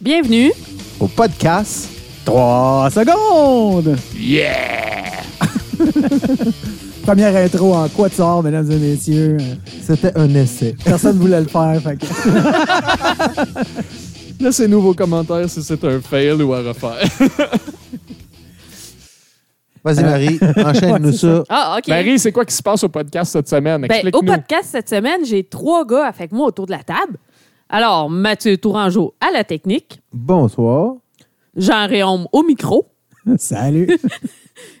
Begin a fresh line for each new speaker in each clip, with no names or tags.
Bienvenue.
Au podcast, 3 secondes!
Yeah!
Première intro en quatuor, mesdames et messieurs.
C'était un essai.
Personne voulait le faire, fait que...
Laissez-nous vos commentaires si c'est un fail ou à refaire.
Vas-y, Marie, enchaîne-nous Euh, ça.
Ah, OK.
Marie, c'est quoi qui se passe au podcast cette semaine?
Ben, au
Explique-nous.
podcast cette semaine, j'ai trois gars avec moi autour de la table. Alors, Mathieu Tourangeau à la technique,
Bonsoir.
Jean Réaume au micro
Salut!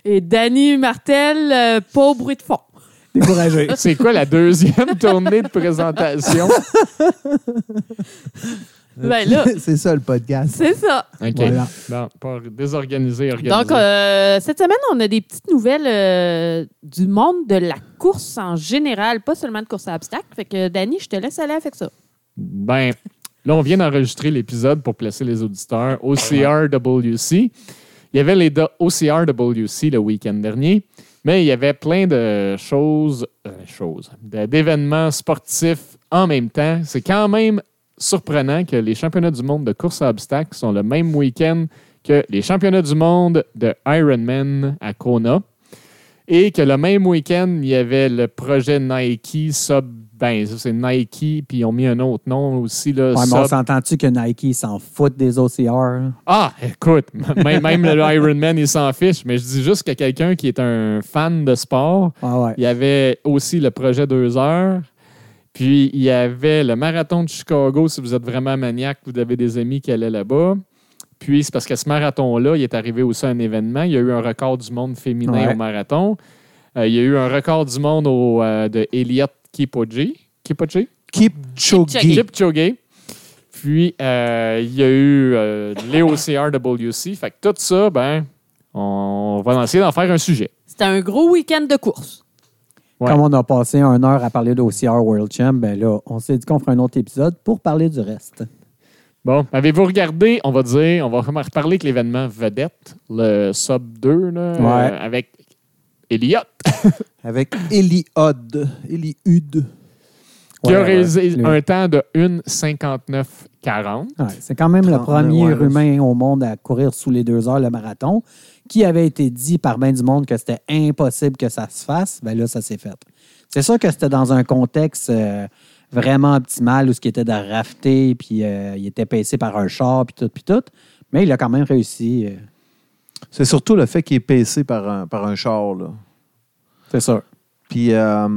et Danny Martel, euh, pas au bruit de fond.
Découragé.
C'est quoi la deuxième tournée de présentation?
Ben là,
c'est ça le podcast.
c'est ça.
OK.
Voilà.
Bon, pas désorganisé, organisé.
Donc, euh, cette semaine, on a des petites nouvelles euh, du monde de la course en général, pas seulement de course à obstacles. Fait que, Danny, je te laisse aller avec ça.
Ben, là, on vient d'enregistrer l'épisode pour placer les auditeurs. OCRWC. Il y avait les do- OCRWC le week-end dernier, mais il y avait plein de choses, euh, choses de- d'événements sportifs en même temps. C'est quand même surprenant que les championnats du monde de course à obstacles sont le même week-end que les championnats du monde de Ironman à Kona. Et que le même week-end, il y avait le projet Nike Sub. Ben, ça, c'est Nike, puis ils ont mis un autre nom aussi. Là,
Ouais, mais on
Sub-
s'entend-tu que Nike s'en fout des OCR?
ah, écoute, m- même, même le Iron Man, il s'en fiche, mais je dis juste que quelqu'un qui est un fan de sport,
Ah ouais.
il y avait aussi le projet 2 heures, puis il y avait le marathon de Chicago, si vous êtes vraiment maniaque, vous avez des amis qui allaient là-bas. Puis c'est parce que ce marathon-là, il est arrivé aussi à un événement. Il y a eu un record du monde féminin
Ouais.
au marathon. Euh, il y a eu un record du monde au, euh, de Elliot Kipogé. Kipogé?
Keep
Kipchoge.
Chogi.
Kipchoge. Puis, euh, il y a eu euh, les OCRWC. Fait que tout ça, ben, on va essayer d'en faire un sujet.
C'était un gros week-end de course.
Ouais.
Comme on a passé une heure à parler d'OCR World Champ, ben là, on s'est dit qu'on ferait un autre épisode pour parler du reste.
Bon, avez-vous regardé, on va dire, on va remarquer- parler que l'événement vedette, le Sub 2, là,
Ouais.
euh, avec Elliot,
Avec Eliud. Eliud.
qui a
Ouais,
réalisé
ouais.
un temps de 1,59,40.
Ouais, c'est quand même le
32,
premier
ouais,
humain au monde à courir sous les deux heures le marathon, qui avait été dit par bien du monde que c'était impossible que ça se fasse. Ben là, ça s'est fait. C'est sûr que c'était dans un contexte euh, vraiment optimal où ce qui était de rafter, puis euh, il était pincé par un char, puis tout, puis tout. Mais il a quand même réussi. euh,
C'est surtout le fait qu'il est pincé par un, par un char. Là.
c'est sûr.
Puis, euh,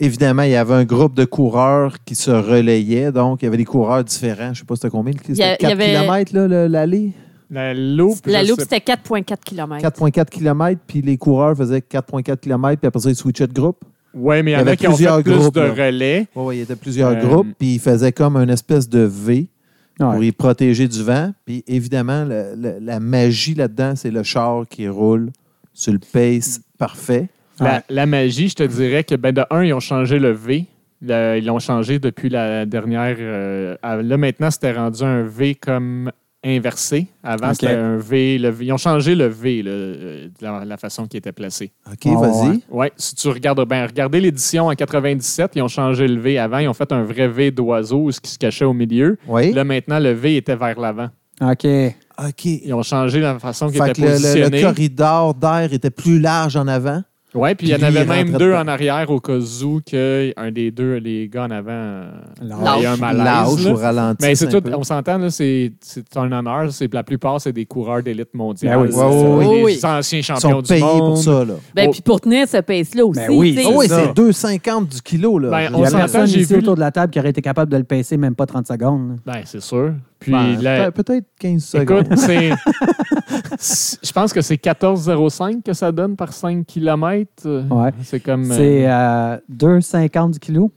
évidemment, il y avait un groupe de coureurs qui se relayaient. Donc, il y avait des coureurs différents. Je ne sais pas c'était combien.
y a-
C'était
il y
4
avait-
km là, le- l'allée.
La loupe,
La
je
loupe,
sais-
c'était 4,4 km.
4,4 km. Puis les coureurs faisaient 4,4 km. Puis après ça, ils switchaient de groupe.
Ouais, mais il y
Il y
en a
avait
qui ont fait
plusieurs
plus
groupes,
de
là.
relais.
Oui, ouais, il y avait plusieurs
Euh,
groupes. Puis ils faisaient comme une espèce de V.
Ouais.
pour y protéger du vent. Puis évidemment, le- le- la magie là-dedans, c'est le char qui roule sur le pace parfait.
La,
Ouais.
la magie, je te dirais que ben, de un, ils ont changé le V. Le- ils l'ont changé depuis la dernière. euh, à- là, maintenant, c'était rendu un V comme inversé. Avant,
Ok.
c'était un v, le V- Ils ont changé le V, là, euh, de la, la façon qui était placée.
OK,
Ah,
vas-y.
ouais.
Oui, si tu regardes bien, regardez l'édition en 97, ils ont changé le V avant. Ils ont fait un vrai V d'oiseau, ce qui se cachait au milieu.
Oui.
Là, maintenant, le V était vers l'avant.
OK.
OK.
Ils ont changé la façon qu'il
Fait
était
que le, le- le
positionné.
corridor d'air était plus large en avant.
Oui, puis il y en
Puis
avait
il
même
rentrait
deux
dedans.
en arrière au cas où que un des deux, les gars en avant, euh,
Lâche.
ait un malaise.
Large
là.
ou ralenti.
Mais
un
c'est tout,
peu.
on s'entend, là, c'est c'est un honneur. c'est- La plupart, c'est des coureurs d'élite mondiale.
Ben oui,
c'est
ouais, ouais,
des
oui.
anciens
Ils
champions
sont
du
payés
monde.
pour ça. Là.
Ben,
Oh.
puis pour tenir ce pace-là aussi.
Ben oui,
tu sais.
Ah oui,
ça.
c'est 2,50 du kilo. Là.
Ben,
Je-
on
Il y a
s'entend,
personne
j'ai
ici
vu-
autour de la table qui aurait été capable de le pincer même pas 30 secondes.
Ben, c'est sûr. Puis,
Ben,
la-
peut- Peut-être 15 secondes.
écoute, c'est. c'est- Je pense que c'est 14,05 que ça donne par 5 km.
Ouais.
C'est comme. euh,
C'est euh, 2,50 du kilo.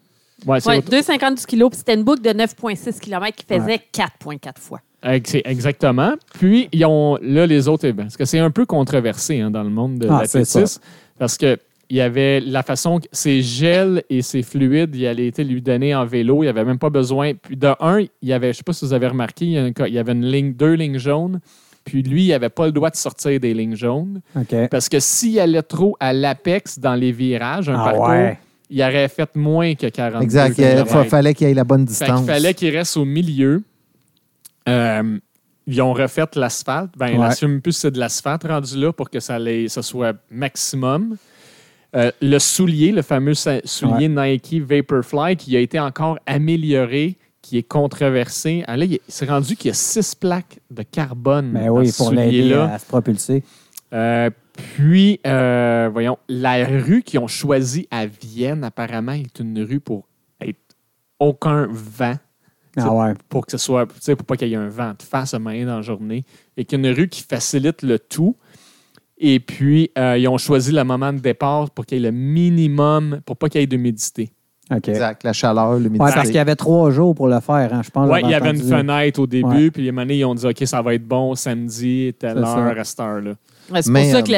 ouais, c'est
Ouais,
autre-
2,50 du kilo, puis c'était une boucle de 9,6 km qui faisait 4,4 fois.
Ex- c'est- Exactement. Puis, ils ont, là, les autres événements. Parce que c'est un peu controversé hein, dans le monde de
Ah, c'est
l'athlétisme. Parce que il y avait la façon que ses gels et ses fluides, il allait été lui donner en vélo. Il n'y avait même pas besoin. Puis, de un, il y avait, je ne sais pas si vous avez remarqué, il y a un- il y avait une ligne, deux lignes jaunes. Puis, lui, il n'avait pas le droit de sortir des lignes jaunes.
OK.
Parce que s'il allait trop à l'apex dans les virages, un
Ah
parcours,
ouais.
il aurait fait moins que 40
Exact. Il a- fa- fallait qu'il y ait la bonne
fait qu'il
distance.
fallait qu'il reste au milieu. Euh, ils ont refait l'asphalte. Ben,
Ouais.
la Sum Plus, c'est de l'asphalte rendu là pour que ça, les- ça soit maximum. Euh, le soulier, le fameux sa- soulier Nike Vaporfly, qui a été encore amélioré, qui est controversé. Ah, là, il c'est rendu qu'il y a six plaques de carbone
Mais
Hmm. dans
Ben oui,
ce
pour l'aider
soulier-là.
à se propulser.
Euh, puis, euh, voyons, la rue qu'ils ont choisie à Vienne, apparemment, est une rue pour être aucun vent, C'est-
Ah ouais.
pour que ce soit, tu sais, pour pas qu'il y ait un vent de face à main dans la journée, et qu'une rue qui facilite le tout. Et puis, euh, ils ont choisi le moment de départ pour qu'il y ait le minimum, pour pas qu'il y ait d'humidité.
OK. Ouais,
Exact. La chaleur, l'humidité.
parce qu'il y avait trois jours pour le faire, hein, je pense.
Oui,
j'avais
il y avait une
entendu.
fenêtre au début,
Ouais.
puis les manées, ils ont dit, OK, ça va être bon samedi, telle
C'est ça.
heure, à cette heure-là.
Ouais, c'est
Mais,
pour
euh,
ça que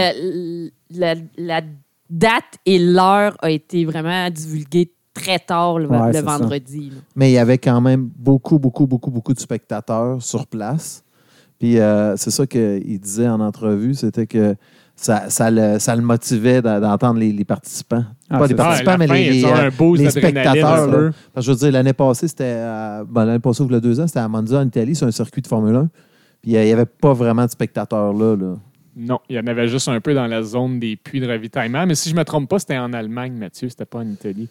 la, la- la date et l'heure a été vraiment divulguée très tard le,
Ouais,
le
c'est ça.
vendredi. là.
Mais il y avait quand même beaucoup, beaucoup, beaucoup, beaucoup de spectateurs sur place. Puis euh, c'est ça qu'il disait en entrevue, c'était que ça, ça le, ça le motivait d'a- d'entendre les, les participants.
Ah,
Pas
c'est
les
ça.
participants,
Ah, la
mais
fin,
les,
ils ont
euh,
un boost
les
d'adrénaline,
spectateurs.
un
là.
peu.
Parce que je veux dire, l'année passée, c'était à- ben, l'année passée, ou il y a deux ans, c'était à Monza, en Italie, sur un circuit de Formule 1. Puis euh, il n'y avait pas vraiment de spectateurs là. là.
Non, il y en avait juste un peu dans la zone des puits de ravitaillement. Mais si je ne me trompe pas, c'était en Allemagne, Mathieu, c'était pas en Italie.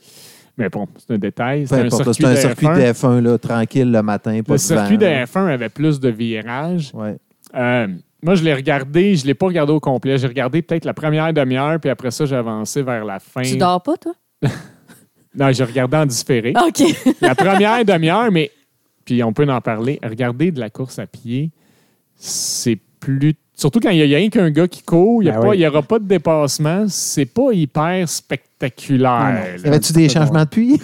Mais bon, c'est un détail.
Peu
C'était un
importe, là,
circuit,
c'était un
de
circuit
F1.
de F1 là, tranquille le matin, pas
Le
de
circuit
vent,
de
là.
F1 avait plus de virages.
Ouais.
Euh, moi, je l'ai regardé, je ne l'ai pas regardé au complet. J'ai regardé peut-être la première demi-heure, puis après ça, j'ai avancé vers la fin.
Tu dors Ah. pas, toi?
Non, j'ai regardé en différé.
OK.
la première demi-heure, mais puis on peut en parler. Regarder de la course à pied, c'est plus. Surtout quand il n'y a rien qu'un gars qui court, il n'y
Ben oui.
aura pas de dépassement, c'est pas hyper spectaculaire.
Y avait-tu des changements de puits?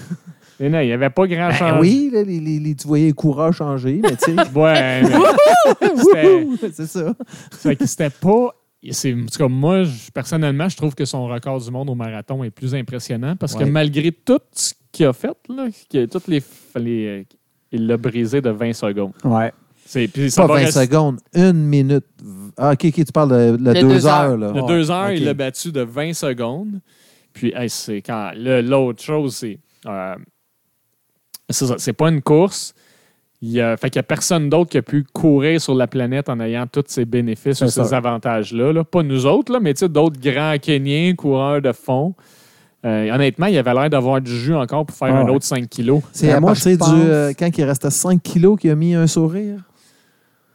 là. Non, il n'y avait pas grand chose.
Ben oui, là, les, les- les- tu voyais les coureurs changer, mais tu sais.
Ouais, mais c'était-
c'est ça.
fait que c'était pas. c'est- En tout cas, moi, je- personnellement, je trouve que son record du monde au marathon est plus impressionnant parce que
Ouais.
malgré tout ce qu'il a fait, là, que toutes les, les- il l'a brisé de 20 secondes.
Ouais.
C'est puis ça
Pas 20
va rester-
secondes, une minute. Ah, ok, ok, tu parles de, de
De
deux,
deux
heures.
heures.
là.
De
Ouais,
deux heures,
ok.
il l'a battu de 20 secondes. Puis, hey, c'est quand. le- L'autre chose, c'est. euh, c'est ça, c'est pas une course. Il y a, fait qu'il n'y a personne d'autre qui a pu courir sur la planète en ayant tous ces bénéfices ou
C'est
ces
ça.
avantages-là. là. Pas nous autres, là, mais tu sais, d'autres grands Kenyans, coureurs de fond. Euh, honnêtement, il avait l'air d'avoir du jus encore pour faire
Ah
un
ouais.
autre 5 kilos.
C'est
Ben,
à
moi,
partir
je pense-
du. euh, quand il restait 5 kilos qu'il a mis un sourire.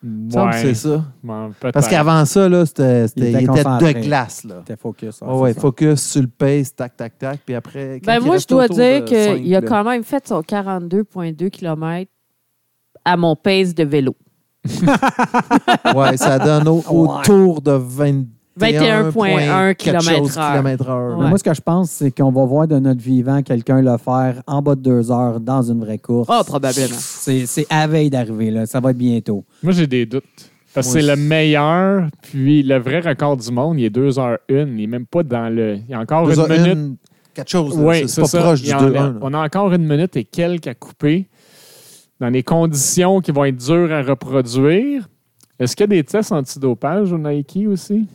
Il me semble que
Ouais,
C'est ça.
bon,
Parce
peut-être.
qu'avant ça, là, c'était, c'était-
Il
il,
était
était
concentré.
de glace. Là.
T'es focus. hein,
Ouais, ouais, focus sur le pace, tac, tac, tac. Puis après. quand
Ben,
il
moi, je
restait
dois
autour
dire
de cinq,
qu'il a
là,
quand même fait son 42,2 km à mon pace de vélo.
Ouais, ça donne au-
Ouais.
autour de 21,1
21,1
kilomètres heure.
Mais Moi, ce que je pense, c'est qu'on va voir de notre vivant quelqu'un le faire en bas de deux heures dans une vraie course.
Ah, probablement.
C'est c'est à veille d'arriver, là. Ça va être bientôt.
Moi, j'ai des doutes. Parce que
Moi
c'est le
aussi.
meilleur, puis le vrai record du monde, il est 2h01. Il n'est même pas dans le. Il y a encore
Deux
une
heures,
minute.
une, quelque chose. là.
Oui,
c'est, pas
ça.
proche du
Il y en a-
2-1. là.
On a encore une minute et quelques à couper dans des conditions qui vont être dures à reproduire. Est-ce qu'il y a des tests antidopage au Nike aussi?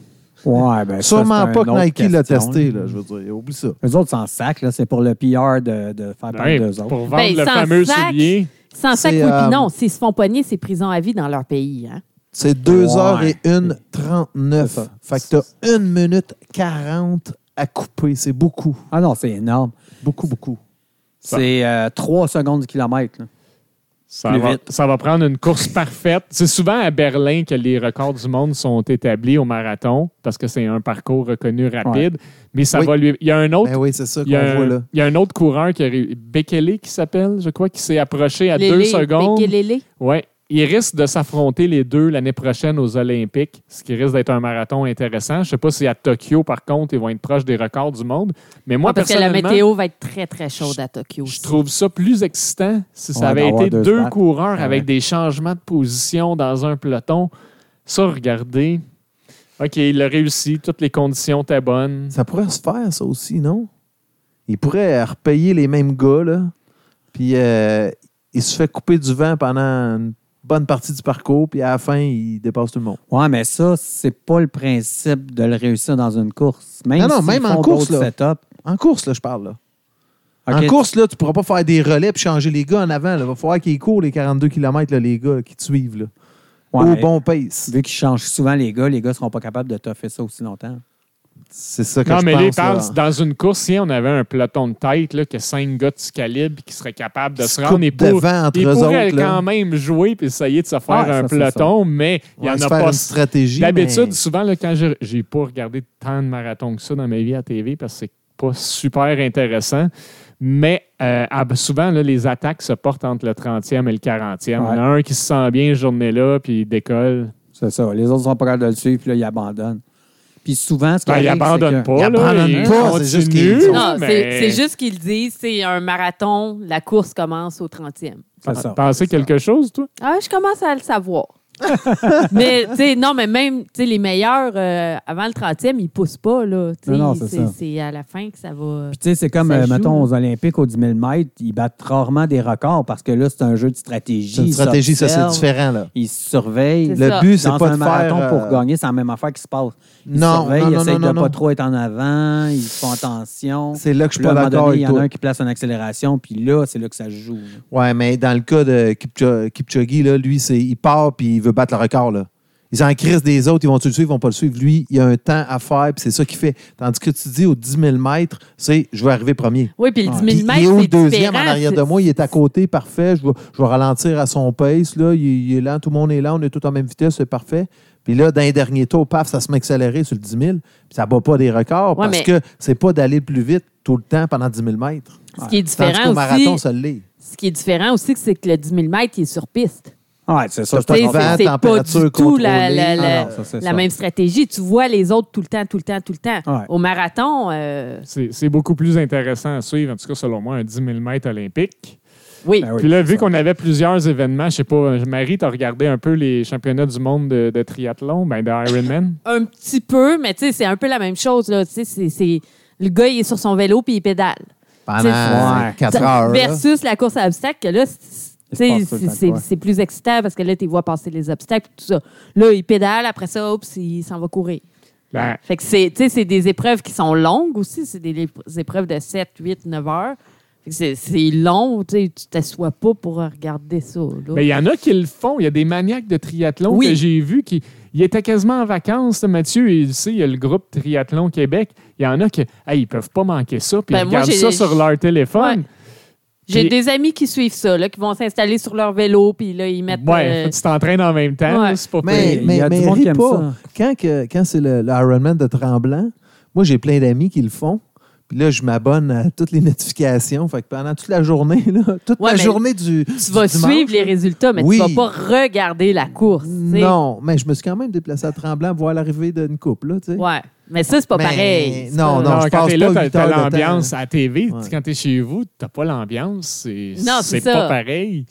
Ouais, ben, ça, c'est
Sûrement
un
pas que
autre
Nike l'a
question,
testé, là, je veux dire. Oublie ça.
Eux autres, s'en sac, là. C'est pour le PR de, de faire parler
Ben,
d'eux autres.
pour vendre
Ben,
le
sans
fameux
sac.
soulier.
Sans ça,
C'est,
oui,
euh,
puis non. S'ils se font pogner, c'est prison à vie dans leur pays. Hein?
C'est 2
Ouais.
heures et 1
C'est
39.
ça.
Fait que t'as 1 minute 40 à couper. C'est beaucoup.
Ah non, c'est énorme.
Beaucoup, beaucoup.
C'est euh, trois secondes du kilomètre. là.
Ça
Plus
va,
vite.
ça va prendre une course parfaite. C'est souvent à Berlin que les records du monde sont établis au marathon parce que c'est un parcours reconnu rapide. Mais ça
Oui.
va lui. Il y a un autre
Ben oui, c'est ça qu'on
Il y, a
voit là.
un, il y a un autre coureur qui a réu- Bekele qui s'appelle, je crois, qui s'est approché à
Lélé,
deux secondes.
Bekélélé.
Ouais, ils risquent de s'affronter les deux l'année prochaine aux Olympiques, ce qui risque d'être un marathon intéressant. Je ne sais pas si à Tokyo, par contre, ils vont être proches des records du monde. Mais moi,
Ah, parce que la
personnellement,
météo va être très, très chaude à Tokyo.
je
aussi.
trouve ça plus excitant si
Ouais,
ça avait
d'avoir
été
deux
deux,
semaines.
coureurs
Ouais.
avec des changements de position dans un peloton. Ça, regardez. OK, il a réussi. Toutes les conditions étaient bonnes.
Ça pourrait se faire, ça aussi, non? Il pourrait repayer les mêmes gars, là. Puis euh, il se fait couper du vent pendant une bonne partie du parcours, puis à la fin, il dépasse tout le monde.
Ouais, mais ça, c'est pas le principe de le réussir dans une course. Même
Non, non,
s'ils
même en
font
course,
d'autres
là.
setups.
En course, là, je parle, là.
Ok,
En course, là, tu pourras pas faire des relais puis changer les gars en avant. Il va falloir qu'ils courent les 42 km, les gars qui te suivent, là.
ouais,
au
mais
bon pace.
Vu qu'ils changent souvent les gars, les gars seront pas capables de toffer ça aussi longtemps.
C'est ça que
Non,
je
mais
pense.
là, il parle,
là.
c'est dans une course, si on avait un peloton de tête, là, que cinq gars de ce calibre qui seraient capables de
Ils
se,
se
rendre,
coupent
ils, pour-
devant entre
ils
eux
pourraient
autres, là.
quand même jouer et essayer de se faire
Ouais, ça,
un
c'est
peloton, mais il n'y
Ouais,
en
se
a
faire
pas.
une stratégie.
D'habitude,
mais-
souvent, là, quand j'ai- j'ai pas regardé tant de marathons que ça dans ma vie à TV parce que c'est pas super intéressant, mais euh, ab- souvent, là, les attaques se portent entre le 30e et le 40e. Il y en a un qui se sent bien cette journée-là, puis il décolle.
C'est ça. Les autres sont pas capables de le suivre, puis là, ils abandonnent. Puis souvent, ce qui
Ben, il
arrive,
abandonne
c'est que-
pas.
il
là,
abandonne
il
pas, c'est juste qu'il-
continue.
Non, c'est-
mais-
c'est juste qu'ils disent, c'est un marathon, la course commence au 30e.
C'est ça.
Penser quelque chose, toi?
Ah, je commence à le savoir. mais, tu sais, non, mais même, tu sais, les meilleurs, euh, avant le 30e, ils poussent pas, là. Tu sais,
Non, non, c'est
c'est-
ça.
c'est à la fin que ça va...
Puis, tu sais, c'est comme,
Ça
euh,
joue,
mettons,
là.
aux Olympiques, aux 10 000 mètres, ils battent rarement des records parce que là, c'est un jeu de stratégie.
C'est une
Ils
stratégie, ça, c'est
s'observent,
différent, là.
Ils se surveillent.
C'est
Le
ça.
but, c'est
Dans
pas
un
de
marathon
faire. euh,
pour gagner, c'est la même affaire qui se passe. Ils
Non,
surveillent,
non,
ils
non,
essayent
non,
de
non,
pas
non.
trop être en avant, ils font attention.
C'est là que je suis
Puis là, à
pas
un moment
d'accord
donné, il
avec
y en a
toi.
un qui place une accélération, puis là, c'est là que ça se joue. là.
Ouais, mais dans le cas de Kipcho- Kipchoge, là, lui, c'est, il part puis il veut battre le record. Là. Ils en crise des autres, ils vont-tu le suivre, ils vont pas le suivre. Lui, il a un temps à faire, puis c'est ça qu'il fait. Tandis que tu dis aux 10 000 mètres, c'est je vais arriver premier.
Oui, puis le
Ouais.
10 000
Puis il est
mètres,
où
c'est
le deuxième en
différent,
arrière de
c'est-
moi, il est à côté, parfait, je vais, je vais ralentir à son pace, là, il, il est lent, tout le monde est lent, on est tous en même vitesse, c'est parfait. Puis là, dans les derniers tours, paf, ça se met accéléré sur le 10 000, puis ça bat pas des records,
Ouais,
parce
mais-
que c'est pas d'aller plus vite tout le temps pendant 10 000 mètres.
Ce qui est
Tandis
différent
qu'au
aussi,
marathon, ça l'est.
ce qui est différent aussi, c'est que le 10 000 mètres, il est sur piste.
Ouais, c'est ça.
T'as
c'est pas
Tu sais,
ton vent,
c'est- c'est pas
température
du tout la,
contrôlée.
la- la-
Ah non, ça, c'est
la
ça.
même stratégie. Tu vois les autres tout le temps, tout le temps, tout le temps.
Ouais.
Au marathon, euh,
C'est c'est beaucoup plus intéressant à suivre, en tout cas selon moi, un 10 000 mètres olympique.
oui.
Ben oui,
Puis là,
c'est
vu
ça.
qu'on avait plusieurs événements, je sais pas, euh, Marie, t'as regardé un peu les championnats du monde de, de triathlon, ben de Ironman.
Un petit peu, mais tu sais, c'est un peu la même chose. Là. Tu sais, c'est- c'est- le gars, il est sur son vélo puis il pédale.
pendant
C'est-
Ouais.
4
Ça-
heures. là.
versus la course à obstacles, que là, c'est-
Il
tu sais,
se passe tout le
c'est
temps de
c'est-
quoi.
c'est plus excitant parce que là, tu vois passer les obstacles tout ça. Là, il pédale, après ça, oups, il s'en va courir.
Ben,
Fait que c'est, tu sais, c'est des épreuves qui sont longues aussi. C'est des, des épreuves de 7, 8, 9 heures. Fait que c'est, c'est long, tu sais, tu t'assois pas pour regarder ça. là.
ben, il y en a qui le font. Il y a des maniaques de triathlon
Oui.
que j'ai vus qui ils étaient quasiment en vacances, là, Mathieu. Et ici, il y a le groupe Triathlon Québec. Il y en a qui, hey, ils peuvent pas manquer ça. Puis
Ben,
ils
moi,
regardent
j'ai-
ça sur leur téléphone.
J'ai
puis-
des amis qui suivent ça, là, qui vont s'installer sur leur vélo, puis là, ils mettent.
Ouais,
euh,
tu t'entraînes en même temps.
Ouais.
là, C'est pas
Mais,
pire.
Il y
mais,
a du
mais
monde
ris
qui aime
pas.
ça.
Quand, que- quand c'est le, le Ironman de Tremblant, moi, j'ai plein d'amis qui le font. Puis là, je m'abonne à toutes les notifications. Fait que pendant toute la journée, là, toute
Ouais,
la
mais
journée du.
tu vas suivre les résultats, mais
Oui.
tu vas pas regarder la course. tu sais.
Non, mais je me suis quand même déplacé à Tremblant voir l'arrivée d'une couple. Là, tu sais.
Ouais. Mais ça, c'est pas
Mais
pareil. C'est pas-
non, non,
Non,
je
quand
passe
t'es
pas
là, t'as-
huit
t'as
heures de
l'ambiance à la TV.
Ouais.
Quand t'es chez vous, t'as pas l'ambiance. C'est
Non, c'est
c'est
ça.
pas pareil.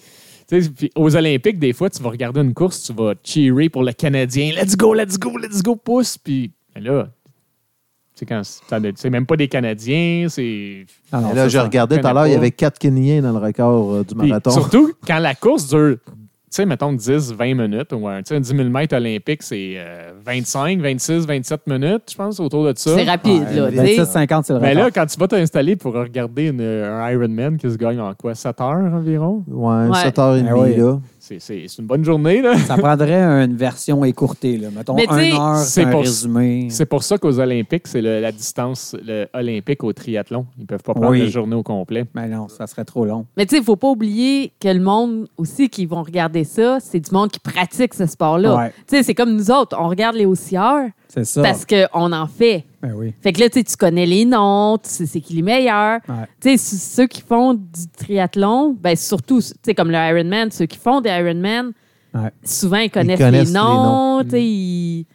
Tu sais, puis aux Olympiques, des fois, tu vas regarder une course, tu vas cheerer pour le Canadien. Let's go, let's go, let's go, pousse. Puis ben là, tu sais, quand c'est- t'en as- c'est même pas des Canadiens, c'est.
Ah non,
Et là,
c'est
je
ça.
regardais tout à l'heure, il y avait quatre Kenyans dans le record euh, du
Puis
marathon.
Surtout quand la course dure, tu sais, mettons 10, 20 minutes. Ou un, tu sais, un 10 000 mètres olympique, c'est euh, 25, 26, 27 minutes, je pense, autour de ça.
C'est rapide,
Ouais, ben,
là. tu sais.
26-50, c'est le
Mais
record.
là, quand tu vas t'installer pour regarder une- un Ironman qui se gagne en quoi 7 heures environ
Ouais,
Ouais.
7h30
Ah oui.
là.
C'est- C'est c'est une bonne journée, là.
Ça prendrait une version écourtée, là. Mettons,
Mais tu sais,
une heure,
c'est
c'est un
pour-
résumé.
C'est pour ça qu'aux Olympiques, c'est le- la distance le olympique au triathlon. Ils ne peuvent pas prendre
Oui.
la journée au complet.
Mais Ben non, ça serait trop long.
Mais tu sais, il faut pas oublier que le monde aussi qui vont regarder ça, c'est du monde qui pratique ce sport-là.
Ouais.
Tu sais, c'est comme nous autres, on regarde les haussières
C'est ça.
parce qu'on en fait.
Ben oui.
Fait que là, tu sais, tu connais les noms, tu sais c'est qui les meilleurs.
Ouais.
Tu sais, c- ceux qui font du triathlon, ben surtout, tu sais, comme le Ironman, ceux qui font des Ironman,
Ouais.
souvent, ils connaissent,
connaissent
les
les
noms.
noms. Mm.
tu sais, ils-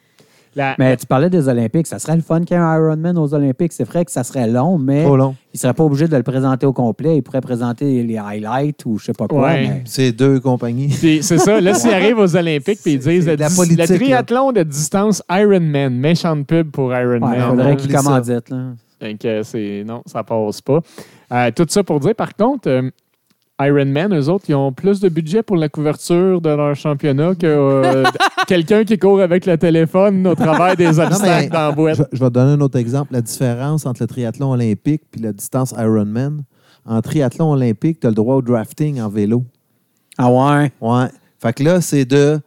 La-
Mais tu parlais des Olympiques. Ça serait le fun qu'il y ait un Ironman aux Olympiques. C'est vrai que ça serait long, mais
Trop long.
il ne serait pas obligé de le présenter au complet. Il pourrait présenter les highlights ou je sais pas quoi.
Ouais.
mais-
C'est deux compagnies.
Puis c'est ça, là, s'ils arrivent aux Olympiques puis ils
C'est-
disent
c'est de la
dis-
politique,
le
là.
triathlon de distance Ironman, méchante pub pour Ironman.
Ouais, il
non,
faudrait
non,
qu'il
oublie ça.
commandite. là.
Donc, euh, c'est, non, ça passe pas. Euh, tout ça pour dire, par contre, euh, Iron Man, eux autres, ils ont plus de budget pour la couverture de leur championnat que euh, quelqu'un qui court avec le téléphone au travers des obstacles
mais-
dans la boîte.
Je, je vais te donner un autre exemple. La différence entre le triathlon olympique puis la distance Ironman. En triathlon olympique, tu as le droit au drafting en vélo.
Ah ouais?
Ouais. Fait que là, c'est de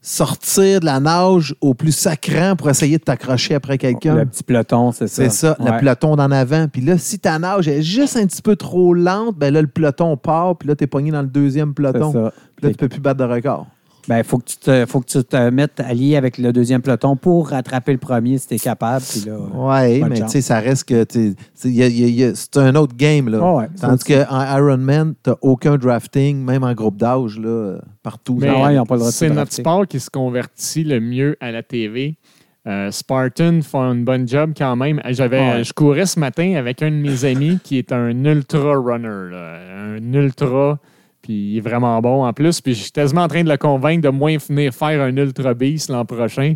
sortir de la nage au plus sacrant pour essayer de t'accrocher après
Le
quelqu'un.
petit peloton, c'est ça.
C'est ça, le
Ouais.
peloton d'en avant. Puis là, si ta nage est juste un petit peu trop lente, ben là, le peloton part, puis là, t'es pogné dans le deuxième
C'est
peloton.
ça.
Puis là, tu peux plus battre de record.
Ben, faut que tu te, faut que tu te mettes allié avec le deuxième peloton pour rattraper le premier si t'es capable. Puis là,
Ouais,
bonne
mais tu
chance.
sais, ça reste que t'es- t'sais, y a- y a- y a- c'est un autre game, là.
Ah ouais, ça
Tandis
aussi.
qu'en Ironman, t'as aucun drafting, même en groupe d'âge, là, euh, partout.
Mais
Ah ouais, ils ont pas le droit de
c'est
se
notre
drafter.
sport qui se convertit le mieux à la TV. Euh, Spartan font une bonne job quand même. Euh, J'avais,
Ouais.
Je courais ce matin avec un de mes amis qui est un ultra runner, là. un ultra, puis il est vraiment bon en plus. Puis je suis quasiment en train de le convaincre de moins venir faire un ultra beast l'an prochain.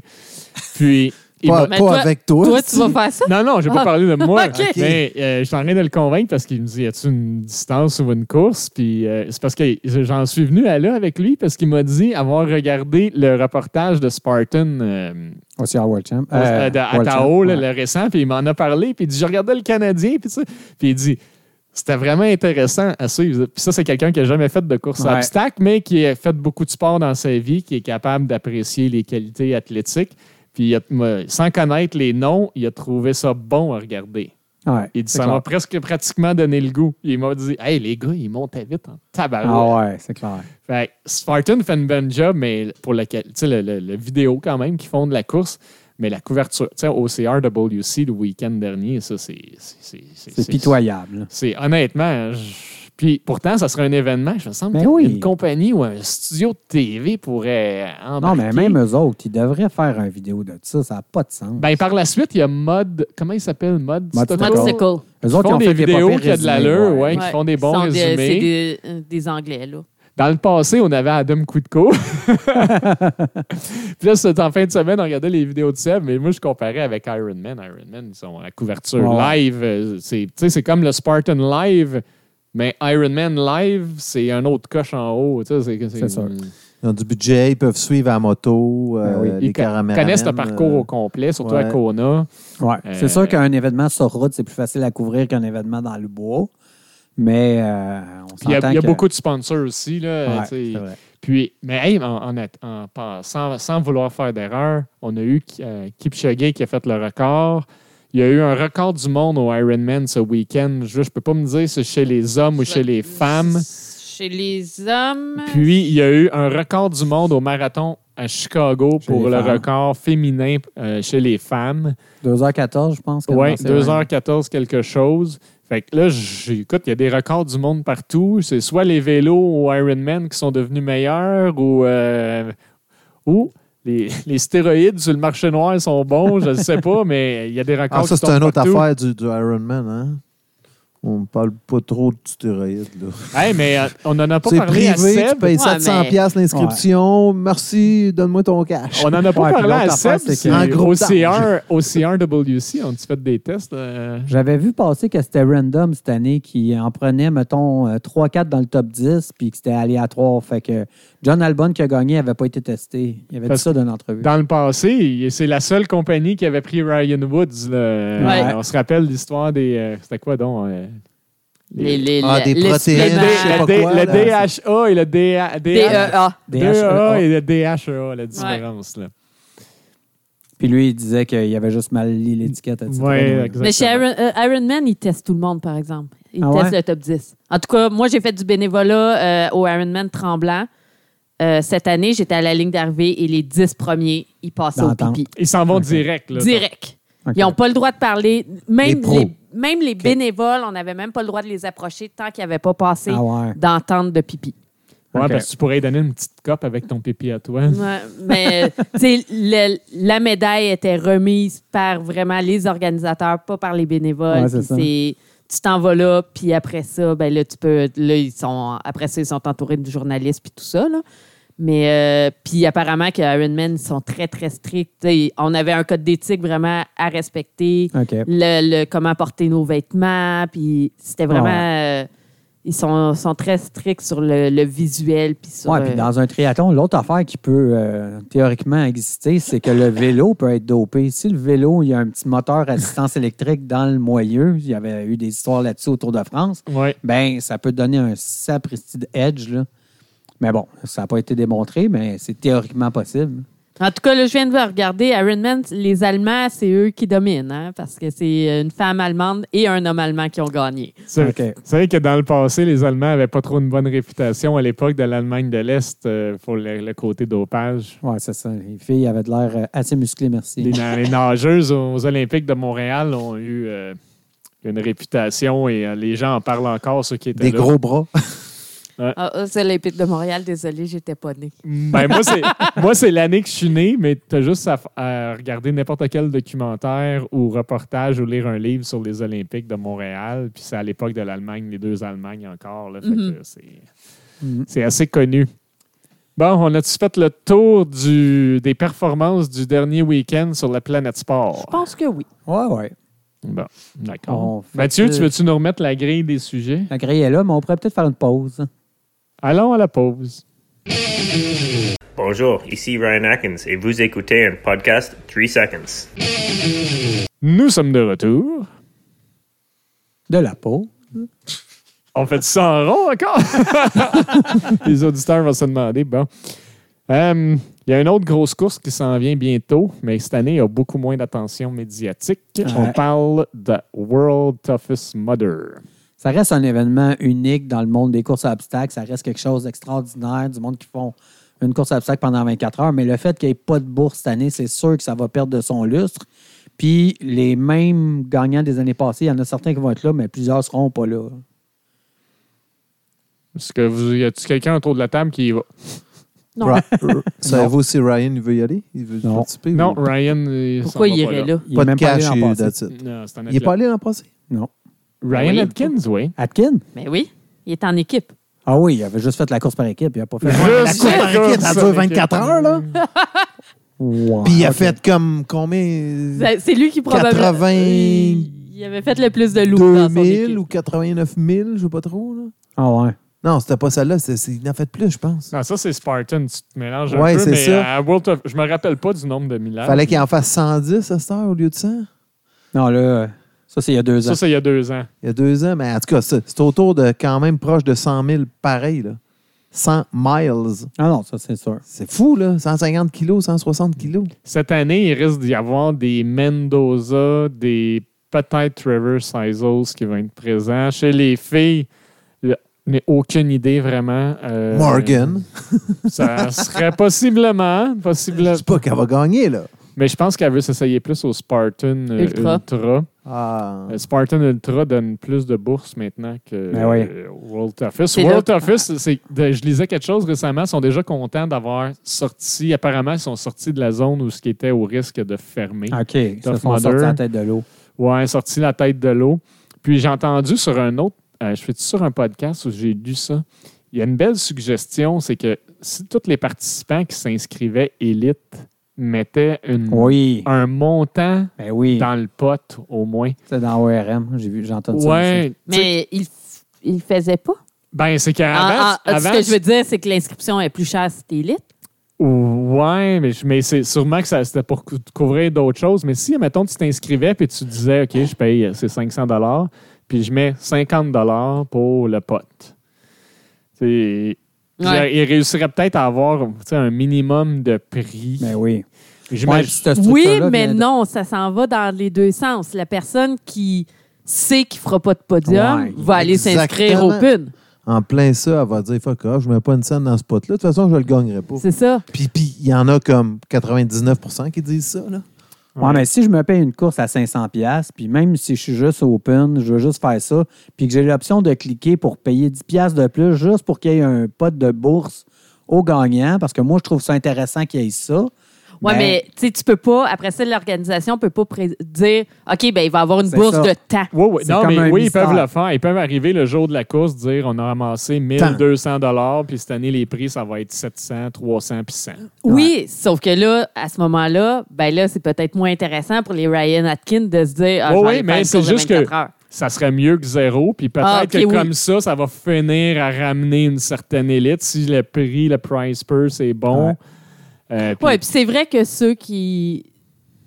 Puis il
Pas,
m'a-
Mais
pas
toi-
avec toi.
Toi, tu vas faire ça? Ah.
non, non, je n'ai pas parlé de moi.
ok.
Mais euh, je suis en train de le convaincre parce qu'il me dit As-tu une distance ou une course Puis euh, c'est parce que j'en suis venu à là avec lui parce qu'il m'a dit avoir regardé le reportage de Spartan euh,
aussi à World Champ.
euh,
Euh,
de
World
Atao,
Champ,
là,
ouais.
le récent. Puis il m'en a parlé. Puis il dit Je regardais le Canadien. Puis, ça. puis il dit C'était vraiment intéressant à suivre. Puis ça, c'est quelqu'un qui n'a jamais fait de course à
Ouais.
obstacle, mais qui a fait beaucoup de sport dans sa vie, qui est capable d'apprécier les qualités athlétiques. Puis il a- moi, sans connaître les noms, il a trouvé ça bon à regarder.
Ouais,
Il dit,
c'est
ça
clair.
m'a presque pratiquement donné le goût. Il m'a dit, hey, les gars, ils montaient vite en tabarouette.
Ah ouais, c'est clair.
Fait que Spartan fait une bonne job, mais pour la, quali- tu sais, le, le- le vidéo quand même qu'ils font de la course, mais la couverture, tu sais, au CRWC le week-end dernier, ça, c'est. c'est- c'est- c'est-
C'est
c'est-
pitoyable. là.
C'est honnêtement. je- Puis pourtant, ça serait un événement. Je me semble
Ben
qu'une
oui.
compagnie ou un studio de TV pourrait
Non,
embarquer.
mais même euh, eux autres, ils devraient faire une vidéo de ça. Ça n'a pas de sens.
Ben, par la suite, il y a Mod. Comment il s'appelle Mod?
Mod
Stockholm?
Stockholm.
Popsicle.
eux
Ils
autres,
font
ont
des
fait
vidéos
pas pires
qui a de
résumés,
l'allure, ouais. qui
Ouais.
font des bons
Ils sont des-
résumés.
C'est des, euh, des Anglais, là.
Dans le passé, on avait Adam Coutco. Puis là, c'était en fin de semaine, on regardait les vidéos de Seb, mais moi, je comparais avec Iron Man. Iron Man, ils sont à la couverture
Ouais.
live. euh, C'est tu sais, c'est comme le Spartan live, mais Iron Man live, c'est un autre coche en haut. tu sais, C'est
C'est sûr.
Ils ont du budget, ils peuvent suivre à la moto, euh,
Ben oui.
les
Ils co-
caramels.
connaissent le parcours au
euh,
complet, surtout à
ouais.
Kona.
Ouais.
Euh,
C'est sûr qu'un événement sur route, c'est plus facile à couvrir qu'un événement dans le bois. Mais euh, on
Puis il y a,
s'entend
il y a
que-
beaucoup de sponsors aussi. Là,
Ouais,
tu sais.
c'est vrai.
Puis, mais hey, en, en att- en pas- sans, sans vouloir faire d'erreur, on a eu euh, Kipchoge qui a fait le record. Il y a eu un record du monde au Ironman ce week-end. Je ne peux pas me dire si c'est chez les hommes ou chez les femmes.
Chez les hommes.
Puis, il y a eu un record du monde au marathon à Chicago
Chez
pour
les
le
femmes.
record féminin euh, chez les femmes.
2h14, je pense. que
Oui,
c'est vrai.
2h14 quelque chose. Fait que là, j'écoute, il y a des records du monde partout. C'est soit les vélos ou Ironman qui sont devenus meilleurs ou, euh, ou les, les stéroïdes sur le marché noir sont bons, je ne sais pas, mais il y a des records
Ah, ça,
qui
c'est
tombent
une autre
partout.
affaire du, du Ironman, hein? On parle pas trop de stéroïdes, là.
Hey, mais euh, on n'en a pas
C'est
parlé à
privé, tu
Seb.
payes
Ouais,
700
mais-
piastres l'inscription. Merci, donne-moi ton cash.
On n'en a pas
Ouais, puis
parlé à
l'autre
Seb.
affaire, c'est
c'est
que-
Au
En groupe
CR, au CRWC, on a fait des tests. euh,
J'avais vu passer que c'était random cette année, qui en prenait, mettons, 3-4 dans le top 10, puis que c'était aléatoire. Fait que John Albon qui a gagné n'avait pas été testé. Il avait
Parce-
dit ça dans l'entrevue.
Dans le passé, il- c'est la seule compagnie qui avait pris Ryan Woods. là.
Ouais.
On se rappelle l'histoire des. euh, C'était quoi donc euh,
Les, les,
Ah, des
les-
protéines,
les-
Le,
je sais
D-
pas
le D-
quoi,
le
là,
DHA et le DA,
Des euh, ah. EA.
DHA
DHEA.
E et le DHEA, la différence. là.
Puis lui, il disait qu'il avait juste mal lu l'étiquette. etc.
Ouais,
Donc,
exact.
Mais chez Iron, euh, Iron Man, ils testent tout le monde, par exemple. Ils
Ah
testent
ouais?
le top 10. En tout cas, moi, j'ai fait du bénévolat euh, au Iron Man Tremblant. Euh, cette année, j'étais à la ligne d'arrivée et les 10 premiers, ils passaient au
D'entente.
pipi.
Ils s'en vont
Ok.
direct. Là,
Direct.
OK.
Ils n'ont pas le droit de parler.
Les
Même
pros.
les, même les bénévoles, on n'avait même pas le droit de les approcher tant qu'ils n'avaient pas passé
Ah ouais.
d'entente de pipi.
Ouais,
Ok.
parce que tu pourrais donner une petite cope avec ton pipi à toi.
Ouais, mais euh, tu sais, le- la médaille était remise par vraiment les organisateurs, pas par les bénévoles.
Ouais, c'est
Puis
ça.
c'est- tu t'en vas là, puis après ça, ben là, tu peux. Là, ils sont. Après ça, ils sont entourés de journalistes puis tout ça. Là. Mais euh, puis apparemment que Iron Man, ils sont très, très stricts. Tu sais, on avait un code d'éthique vraiment à respecter.
OK.
Le, le- comment porter nos vêtements, puis
Ah
c'était vraiment. euh, ils sont, sont très stricts sur le, le visuel, puis sur.
Ouais, puis
euh,
dans un triathlon, l'autre affaire qui peut euh, théoriquement exister, c'est que le vélo peut être dopé. Si le vélo, il y a un petit moteur à assistance électrique dans le moyeu, il y avait eu des histoires là-dessus autour de France,
Ouais.
ben ça peut donner un sapristi de edge. Là. Mais bon, ça n'a pas été démontré, mais c'est théoriquement possible.
En tout cas, là, je viens de regarder Ironman, les Allemands, c'est eux qui dominent, hein, parce que c'est une femme allemande et un homme allemand qui ont gagné.
C'est
Ok.
c'est vrai que dans le passé, les Allemands n'avaient pas trop une bonne réputation à l'époque de l'Allemagne de l'Est euh, pour le, le côté dopage.
Ouais, c'est ça. Les filles avaient de l'air euh, assez musclées, merci.
Les, na- les nageuses aux Olympiques de Montréal ont eu euh, une réputation et euh, les gens en parlent encore, ceux qui étaient
Des
Ben là.
gros bras.
Ah, ah, c'est l'Olympique de Montréal, désolé, j'étais pas née.
Ben, moi, c'est, moi, c'est l'année que je suis né, mais tu as juste à, f- à regarder n'importe quel documentaire ou reportage ou lire un livre sur les Olympiques de Montréal. Puis c'est à l'époque de l'Allemagne, les deux Allemagnes encore. là. Fait que c'est,
Mhm.
c'est assez connu. Bon, on a-tu fait le tour du, des performances du dernier week-end sur la planète
Je
sport?
pense que oui.
Ouais, ouais.
Bon, d'accord.
On fait-
Mathieu, tu veux-tu nous remettre la grille des sujets?
La grille est là, mais on pourrait peut-être faire une pause.
Allons à la pause.
Bonjour, ici Ryan Atkins et vous écoutez un podcast 3 Seconds.
Nous sommes de retour.
De la peau.
On fait ça en rond encore? Les auditeurs vont se demander. Bon. Euh, Il y a une autre grosse course qui s'en vient bientôt, mais cette année, il y a beaucoup moins d'attention médiatique. On
Ouais.
parle de World Toughest Mother.
Ça reste un événement unique dans le monde des courses à obstacles. Ça reste quelque chose d'extraordinaire du monde qui font une course à obstacles pendant 24 heures. Mais le fait qu'il n'y ait pas de bourse cette année, c'est sûr que ça va perdre de son lustre. Puis les mêmes gagnants des années passées, il y en a certains qui vont être là, mais plusieurs seront pas là.
Est-ce que vous y a-t-il quelqu'un autour de la table qui y va?
Non.
Ra- r- Savez-vous si Ryan il veut y aller? Il veut
Non.
participer?
Non,
Ou-
Ryan. il s'en
Pourquoi
va
il
pas
irait là?
Il
Pas
est
de
même pas allé
cash,
l'an
il-
passé.
that's it.
Non, c'est un
Il n'est
athlète.
pas allé l'an passé?
Non.
Ryan
Oui.
Atkins, oui.
Atkin?
Mais Ben oui, il est en équipe.
Ah oui, il avait juste fait la course par équipe. Il n'a pas fait.
Juste
course par équipe, ça dure
par équipe.
24 heures, là.
Wow,
Puis il a
ok.
fait comme combien?
C'est c'est lui qui probablement.
80
Il avait fait le plus de loups dans son
2000
équipe.
ou 89 000, je sais pas trop. Là.
Ah ouais.
Non, c'était pas celle-là. c'est- c'est- Il en fait plus, je pense.
Non, ça, c'est Spartan. Tu te mélanges
Ouais,
un peu,
c'est
mais
ça.
à World Tough- je me rappelle pas du nombre de Milan.
Fallait qu'il en fasse 110 à cette heure au lieu de 100.
Non, là, ça, c'est il y a deux ans.
Ça, c'est il y a deux ans.
Il y a deux ans, mais en tout cas, c'est c'est autour de quand même proche de 100 000 pareil. Là. 100 miles.
Ah non, ça, c'est sûr.
C'est fou, là. 150 kilos, 160 kilos.
Cette année, il risque d'y avoir des Mendoza, des peut-être Trevor Sizos qui vont être présents. Chez les filles, je n'ai aucune idée vraiment. Euh,
Morgan.
Ça serait possiblement. possible,
Je sais pas qu'elle va gagner, là.
mais je pense qu'elle veut s'essayer plus au Spartan euh, Ultra.
Ultra.
Ah.
Le Euh, Spartan Ultra donne plus de bourses maintenant que
Ben oui.
euh, World Toughest.
C'est
World
là-
Toughest, c'est- de- je lisais quelque chose récemment, ils sont déjà contents d'avoir sorti. Apparemment, ils sont sortis de la zone où ce qui était au risque de fermer.
OK. Ils se
Tough
font
Mudder.
sortir la tête de l'eau.
Ouais, sorti la tête de l'eau. Puis j'ai entendu sur un autre, euh, je fais sur un podcast où j'ai lu ça. Il y a une belle suggestion, c'est que si tous les participants qui s'inscrivaient élite mettaient une,
Oui.
un montant
Ben oui.
dans le pot au moins.
C'est dans ORM. J'ai vu, j'ai entendu ça. aussi.
Ouais. tu sais,
Mais il f- il le faisait pas.
Ben c'est qu'avant,
Ah, ah,
avant,
ce que je veux dire, c'est que l'inscription est plus chère si t'es élite.
Ouais, mais, je- mais c'est sûrement que ça c'était pour cou- couvrir d'autres choses. Mais si, mettons, tu t'inscrivais puis tu disais, OK, je paye euh, ces 500 dollars, puis je mets 50 dollars pour le pote. C'est-
Ouais.
Il il réussirait peut-être à avoir tu sais, un minimum de prix.
Ben oui. Ouais,
J'imagine-
puis cette
Oui,
structure-là
mais
vient de-
non, ça s'en va dans les deux sens. La personne qui sait qu'il ne fera pas de podium
Ouais,
va aller s'inscrire au
exactement.
PUN.
En plein ça, elle va dire Fuck off, je mets pas une scène dans ce pot-là. De toute façon, je le gagnerai pas.
C'est ça.
Puis puis, il y en a comme 99 qui disent ça, là.
Ouais, mais si je me paye une course à 500 pièces, puis même si je suis juste open, je veux juste faire ça, puis que j'ai l'option de cliquer pour payer 10 pièces de plus juste pour qu'il y ait un pot de bourse au gagnant parce que moi je trouve ça intéressant qu'il y ait ça.
Oui,
Ben,
mais tu sais, tu peux pas, après ça, l'organisation peut pas pré- dire, OK, ben il va avoir une
C'est
bourse
ça.
de temps.
Oui, oui.
C'est
Non,
comme
mais
un
oui, ils
mystère.
peuvent le faire. Ils peuvent arriver le jour de la course, dire on a ramassé 1200 dollars, puis cette année, les prix, ça va être 700, 300, puis 100.
Oui, sauf que là, à ce moment-là, ben là, c'est peut-être moins intéressant pour les Ryan Atkins de se dire, ah, je
Oui,
vais
oui,
aller faire
mais
une
c'est
course de
juste que-
24 heures.
Ça serait mieux que zéro, puis peut-être
Ah, ok,
que
oui.
comme ça, ça va finir à ramener une certaine élite si le prix, le price per, c'est bon.
Ouais.
Euh, puis-
Oui, puis c'est vrai que ceux qui,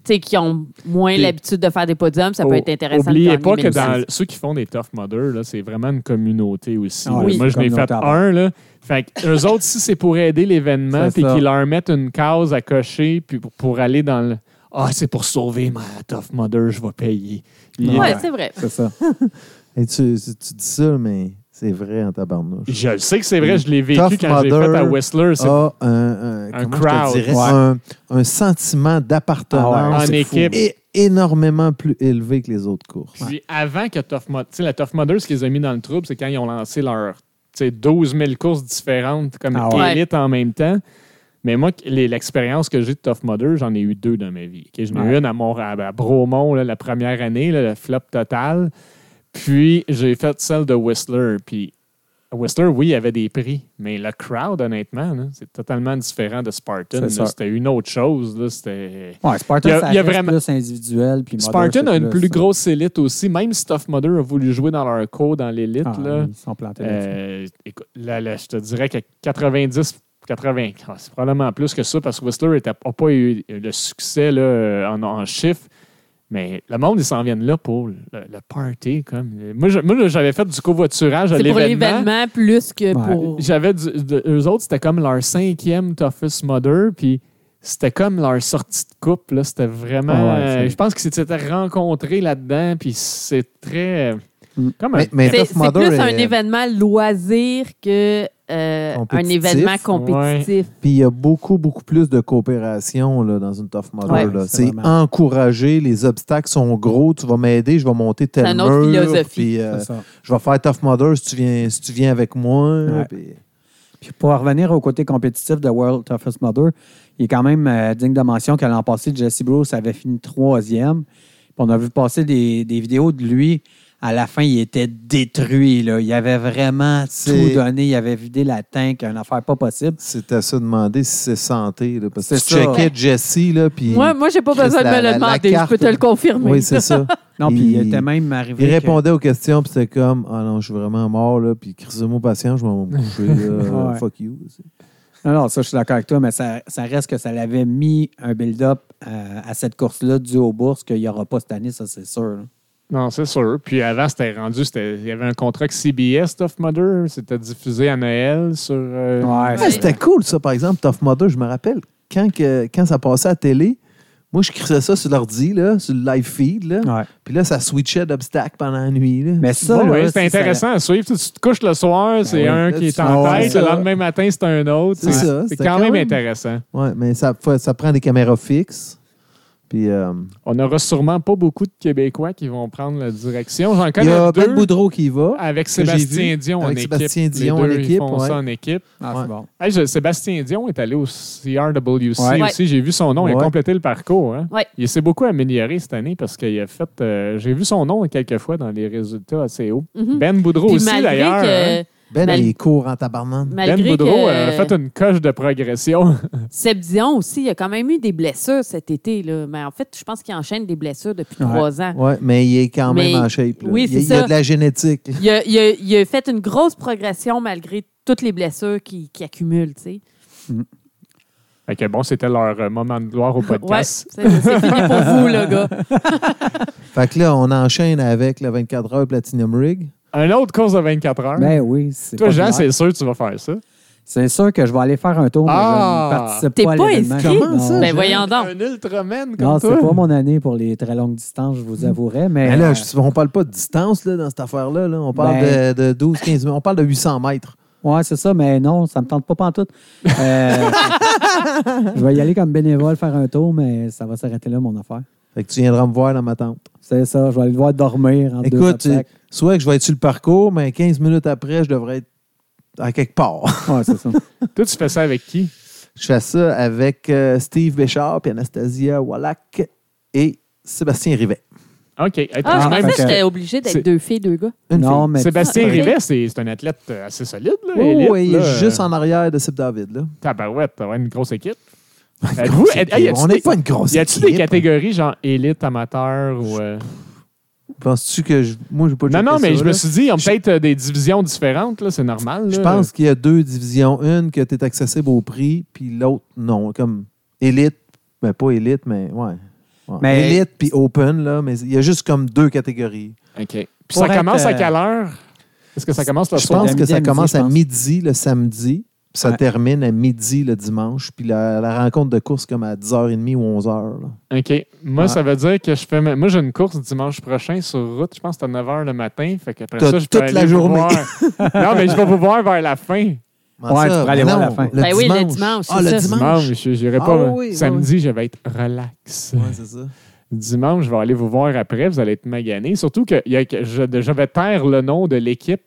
tu sais, qui ont moins
Puis-
l'habitude de faire des podiums, ça peut être intéressant. de
Oubliez
gagner
pas que
1000
dans le- ceux qui font des Tough Mudder, là, c'est vraiment une communauté aussi.
Ah
là.
oui,
Moi, je n'ai fait
communautaire.
un. Là. Fait que eux autres, si c'est pour aider l'événement
C'est
puis
ça.
qu'ils leur mettent une case à cocher puis pour, pour aller dans le. Ah, c'est pour sauver ma Tough Mudder, je vais payer. Il-
Ouais, c'est vrai.
C'est ça.
Et tu, tu- tu dis ça, mais c'est vrai en tabarnouche.
Je le sais que c'est vrai, je l'ai vécu
Tough
quand j'ai fait
Mudder
à Whistler. c'est-
Ah, un, un,
Un
comment je te
crowd.
dirais,
Ouais.
un, un sentiment
Ah
d'appartenance
ouais,
en
c'est fou.
équipe.
est énormément plus élevé que les autres courses.
Puis avant que Tough Mudder, tu sais, la Tough Mudder, ce qu'ils ont mis dans le trouble, c'est quand ils ont lancé leurs tu sais, 12 000 courses différentes comme
Ah
ouais.
élite en même temps. Mais moi, les- l'expérience que j'ai de Tough Mudder, j'en ai eu deux dans ma vie. Ok, J'en ai eu
Ouais.
une à, Mont- à- à Bromont là, la première année, là, le flop total. Puis j'ai fait celle de Whistler. Puis à Whistler, oui, il y avait des prix, mais le crowd, honnêtement, là, c'est totalement différent de Spartan.
C'est
là.
ça.
C'était une autre chose. là, C'était.
Ouais, Spartan,
Il y a-
ça
il y a
reste
vraiment-
plus individuel. Puis
Spartan
Mother,
a
c'est
une plus
ça.
grosse élite aussi. Même si Tough Mudder a voulu jouer dans leur co dans l'élite,
Ah,
là,
Ils sont plantés là-dessus.
euh, écoute, là, là, je te dirais que 90, 80, ah, c'est probablement plus que ça parce que Whistler n'a pas eu le succès là, euh, en, en chiffres. Mais le monde, ils s'en viennent là pour le, le party. Comme. Moi, je- moi, là, j'avais fait du covoiturage à
C'est pour
l'événement.
l'événement plus que
Ouais.
pour.
J'avais du- de- eux autres, c'était comme leur cinquième Toughest Mother, puis c'était comme leur sortie de couple. là. C'était vraiment.
Ah ouais, c'est-
euh, je pense qu'ils s'étaient rencontrés là-dedans, puis c'est très.
Mm.
Comme un-
Mais, mais
C'est
Tough
c'est
Mother
plus un
est-
événement loisir que euh, un
Compétitif.
événement compétitif.
Puis il y a beaucoup, beaucoup plus de coopération là, dans une Tough Mudder.
Ouais,
là.
c'est
c'est
vraiment-
encourager, les obstacles sont gros, tu vas m'aider, je vais monter tel
C'est une autre
mur,
philosophie.
puis, euh,
C'est ça.
je vais faire Tough Mudder si tu viens, si tu viens avec moi.
Ouais.
puis-
Puis pour revenir au côté compétitif de World Toughest Mother, il est quand même euh, digne de mention que l'an passé, Jesse Bruce avait fini troisième. Puis on a vu passer des, des vidéos de lui. À la fin, il était détruit. Là. Il avait vraiment tout
C'est-
donné. Il avait vidé la tank, une affaire pas possible.
C'est à se demander si c'est santé. là, parce que
C'est
tu
ça.
checkais Jesse, là, puis...
Moi, moi j'ai pas
Chris,
besoin de
la-
me
la-
le
la
demander. Je
carte-
peux te le confirmer.
Oui, c'est ça.
Non, puis il
Il-
était même arrivé.
Il
que-
répondait aux questions, puis c'était comme « Ah non, je suis vraiment mort, là, puis crisez-moi patient, je m'en vais me coucher, là,
Ouais.
fuck you. »
Non, non, ça, je suis d'accord avec toi, mais ça, ça reste que ça l'avait mis un build-up euh, à cette course-là dû aux bourses qu'il n'y aura pas cette année, ça, c'est sûr. là.
Non, c'est sûr. Puis avant, c'était rendu. c'était- Il y avait un contrat avec CBS, Tough Mudder. C'était diffusé à Noël sur. euh,
Ouais,
Ouais, c'était cool, ça, par exemple, Tough Mudder. Je me rappelle, quand, que, quand ça passait à la télé, moi, je crissais ça sur l'ordi, là, sur le live feed. Là,
Ouais.
Puis là, ça switchait d'obstacle pendant la nuit. Là.
Mais ça,
Ouais,
là,
c'était
si ça-
intéressant à suivre. Tu, tu te couches le soir, c'est
oui.
un
Là,
qui est
tu-
en
Ah ouais.
tête. Le lendemain matin, c'est un autre.
C'est ça,
C'est
c'était
quand
quand
même
même-
intéressant.
Ouais, mais ça, fa- ça prend des caméras fixes. Puis, euh,
On n'aura sûrement pas beaucoup de Québécois qui vont prendre la direction. J'en
il y
connais
a
deux.
Pat Boudreau qui y
Ah,
va.
Avec
j'ai
Sébastien
vu.
Dion en
Avec
équipe.
Sébastien Dion
Les
en
deux, ils
équipe,
font ça
ouais.
en équipe.
Ah, c'est
Ouais.
bon.
Hey, je- Sébastien Dion est allé au CRWC
Ouais.
aussi. J'ai vu son nom. Il a
Ouais.
complété le parcours. hein.
Ouais.
Il s'est beaucoup amélioré cette année parce qu'il a fait. euh, J'ai vu son nom quelques fois dans les résultats assez hauts.
Mhm.
Ben Boudreau
Puis
aussi,
malgré
d'ailleurs.
que,
hein.
Ben,
Mal-
il est court en tabarnane.
Ben
malgré
Boudreau
que
euh, a fait une coche de progression.
Seb Dion aussi, il a quand même eu des blessures cet été. Là. Mais en fait, je pense qu'il enchaîne des blessures depuis
Ouais.
trois ans.
Ouais, mais il est quand même
Mais-
en shape. là.
oui,
il, y a-
c'est
il y a
ça.
de la génétique.
Il a, il a- il a fait une grosse progression malgré toutes les blessures qu'il qu'il accumule. tu sais.
Fait que bon, c'était leur euh, moment de gloire au
Ouais,
podcast.
c'est c'est fini pour vous, le gars.
Fait que là, on enchaîne avec le 24 heures Platinum Rig.
Un autre course de 24 heures.
Ben oui, c'est
Toi,
pas
Jean,
clair.
c'est sûr que tu vas faire ça.
C'est sûr que je vais aller faire un tour, mais
Ah!
je ne participe
T'es
pas à
pas
l'événement.
inscrit?
Comment ça,
Ben
Jean?
voyons donc.
Un ultraman comme
Non, c'est
toi.
pas mon année pour les très longues distances, je vous avouerai, mais...
Mais Ben là,
euh,
je- on parle pas de distance là, dans cette affaire-là. là. On parle
Ben-
de, de 12, 15 On parle de 800 mètres.
Ouais, c'est ça, mais non, ça me tente pas pantoute. Euh, je vais y aller comme bénévole faire un tour, mais ça va s'arrêter là, mon affaire.
Fait que tu viendras me voir dans ma tente.
C'est ça, je vais aller le voir dormir en deux
Écoute, tu-
obstacles.
soit que je vais être sur le parcours, mais 15 minutes après, je devrais être à quelque part.
Ouais, c'est ça.
Toi, tu fais ça avec qui?
je fais ça avec euh, Steve Béchard, puis Anastasia Wallach et Sébastien Rivet.
OK. Hey, t'as
Ah,
Ah,
du
je
même-
fait
pensais que
que-
j'étais obligé
C'est-
d'être deux filles, deux gars.
Une
non,
fille.
mais
Sébastien
Ah, ok.
Rivet, c'est c'est un athlète euh, assez solide. Là,
Oui,
élite,
oui, il
là.
est juste en arrière de Seb David. Là.
Tabarouette, t'as une grosse équipe.
Une
vous,
grosse
hey,
équipe.
y a-tu
on n'est
des-
pas une grosse
Y a-tu
équipe. hein?
des catégories genre élite, amateur ou. euh,
Penses-tu que je... moi, j'ai pas
Non,
checké
non, mais
ça,
je me
là.
suis dit, ils ont peut-être euh, des divisions différentes, là, c'est normal.
Je
là.
pense qu'il y a deux divisions. Une que tu es accessible au prix, puis l'autre, non. Comme élite, mais pas élite, mais ouais. Ouais.
Mais-
Élite puis open, là, mais il y a juste comme deux catégories.
OK. Puis
Pour
ça commence
être,
à
euh,
quelle heure? Est-ce que ça commence le
je
soir?
pense
de
que
midi
ça
à midi,
commence
je
à
pense.
midi le samedi, puis ça
Ouais.
termine à midi le dimanche, puis la, la rencontre de course comme à 10h30 ou 11h. là.
OK. Moi,
Ouais.
ça veut dire que je fais. ma- Moi, j'ai une course dimanche prochain sur route. Je pense que c'est à 9 h le matin. Fait qu'après
T'as
ça, je peux
toute la
aller vous
journée.
voir. non, mais je vais vous voir vers la fin.
Comment
Ouais,
ça?
tu pourrais aller
Mais
voir
non,
la fin.
Ben oui, le dimanche,
Ah,
c'est
le
ça.
dimanche.
Dimanche, je- j'irai
Ah
pas.
oui, oui,
Samedi, je vais être relax.
Ouais, c'est ça.
Dimanche, je vais aller vous voir après. Vous allez être magané. Surtout que, il y a que- je, je vais taire le nom de l'équipe,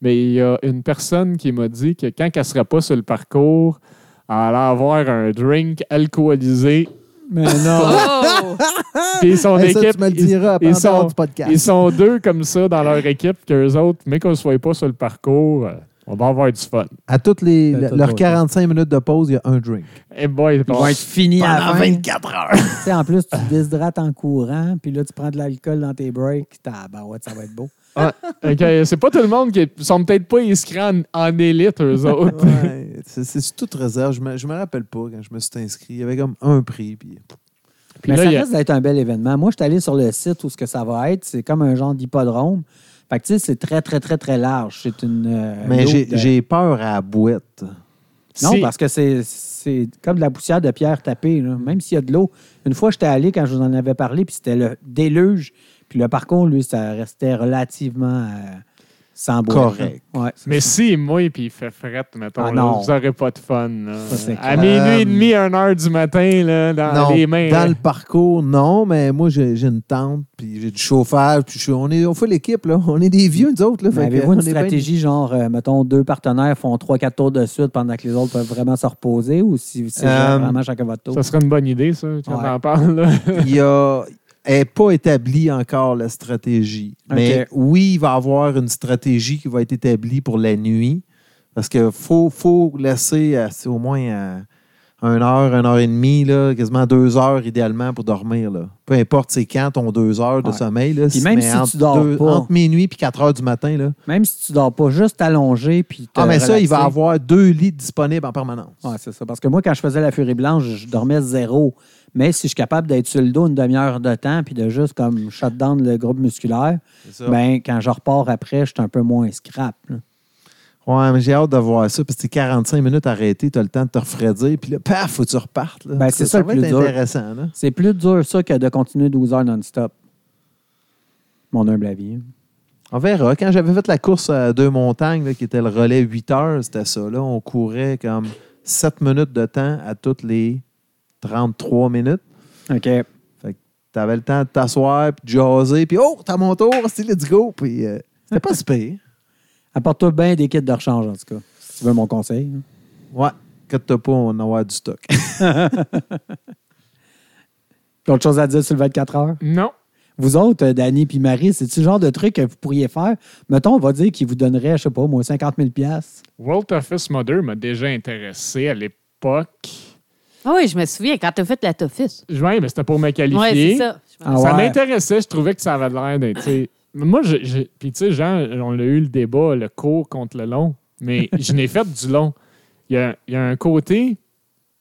mais il y a une personne qui m'a dit que quand elle ne sera pas sur le parcours, elle allait avoir un drink alcoolisé.
Mais non.
Oh!
Puis son
Hey, Ben, ça,
équipe.
tu me le
ils-
diras après
ils
en dehors
sont-
du podcast.
Ils sont deux comme ça dans leur équipe qu'eux autres, mais qu'on ne soit pas sur le parcours, euh, on va avoir du fun.
À toutes les,
T'as tout
leurs
droit.
45 minutes de pause, il y a un drink.
Et Eh boy,
Ils
bon,
vont être finis à la fin.
heures.
Tu sais, en plus, tu te déshydrates en courant, puis là, tu prends de l'alcool dans tes breaks. T'as, ben ouais, ça va être beau.
ok, euh, c'est pas tout le monde qui ils sont peut-être pas inscrits en, en élite, eux autres.
Ouais, c'est c'est sous toute réserve. Je me, je me rappelle pas quand je me suis inscrit. Il y avait comme un prix. Puis...
Puis
mais
là,
ça
il y a-
risque d'être un bel événement. Moi, je suis allé sur le site où ce que ça va être. C'est comme un genre d'hippodrome. Fait que, tu sais, c'est très, très, très, très large. C'est une. euh,
Mais
lourde,
j'ai
euh,
j'ai peur à la boîte.
Non,
si-
parce que c'est- c'est comme de la poussière de pierre tapée, là. même s'il y a de l'eau. Une fois, j'étais allé quand je vous en avais parlé, puis c'était le déluge. Puis le parcours, lui, ça restait relativement euh, sans bois.
Correct.
Ouais.
mais si, moi, puis il fait frette, mettons,
Ah,
là,
non.
vous aurez pas de fun. là.
c'est clair.
à minuit
Euh,
et demi, à 1 heure du matin, là, dans
non,
Ah, les mains. hein. là.
dans le parcours, non, mais moi, j'ai j'ai une tente, puis j'ai du chauffage, puis je suis- on, est, on fait l'équipe, là. On est des vieux, nous autres, là.
Mais
Fait que,
Avez-vous
on
une
est bien-
stratégie genre, euh, mettons, deux partenaires font trois, quatre tours de suite pendant que les autres peuvent vraiment se reposer ou si c'est
Euh,
vraiment chacun votre tour?
Ça serait une bonne idée, ça, quand
Ouais.
on en parle. là.
il y a n'est pas établie encore la stratégie.
Ok.
Mais oui, il va y avoir une stratégie qui va être établie pour la nuit. Parce qu'il faut, faut laisser euh, c'est au moins euh, une heure, une heure et demie, là, quasiment deux heures idéalement pour dormir. là. Peu importe c'est quand ton deux heures de
Ouais.
sommeil. Là,
Puis même
mais
si tu
entre
dors pas.
Entre minuit et quatre heures du matin. Là.
Même si tu dors pas, juste allongé puis te
Ah, mais ça, il va y
relaxer.
avoir deux lits disponibles en permanence.
Ouais, c'est ça. Parce que moi, quand je faisais la furie blanche, je dormais zéro. Mais si je suis capable d'être sur le dos une demi-heure de temps puis de juste comme shut down le groupe musculaire,
C'est ça.
ben quand je repars après, je suis un peu moins scrap. là.
Ouais, mais j'ai hâte de voir ça parce que c'est 45 minutes arrêté, tu as le temps de te refroidir, puis là, paf, faut que tu repartes. là.
Ben, c'est ça le
va
plus
être
dur.
intéressant. Là.
C'est plus dur ça que de continuer 12 heures non-stop. Mon humble avis. hein.
On verra. Quand j'avais fait la course à deux montagnes, là, qui était le relais 8 heures, c'était ça. Là, on courait comme 7 minutes de temps à toutes les 33 minutes.
OK.
Tu avais le temps de t'asseoir, puis de jaser, puis oh, t'as mon tour, c'est let's go. Puis euh, c'était pas si pire.
Apporte-toi bien des kits de rechange, en tout cas. Si tu veux mon conseil. hein.
Ouais, que t'as pas, on va avoir du stock.
D'autres choses à dire sur le 24 heures?
non.
Vous autres, euh, Danny puis Marie, c'est-tu le genre de truc que vous pourriez faire? Mettons, on va dire qu'ils vous donneraient, je sais pas, moi, 50 000
World Office Mother m'a déjà intéressé à l'époque.
Ah oui, je me souviens, quand t'as fait la Toffice.
Oui, mais c'était pour me qualifier.
Oui, c'est ça. Je me-
Ah
Ça
ouais.
m'intéressait, je trouvais que ça avait l'air d'être. tu sais, Moi, je- je- puis tu sais, Jean, on a eu le débat, le court contre le long, mais je n'ai fait du long. Il y a, il y a un côté,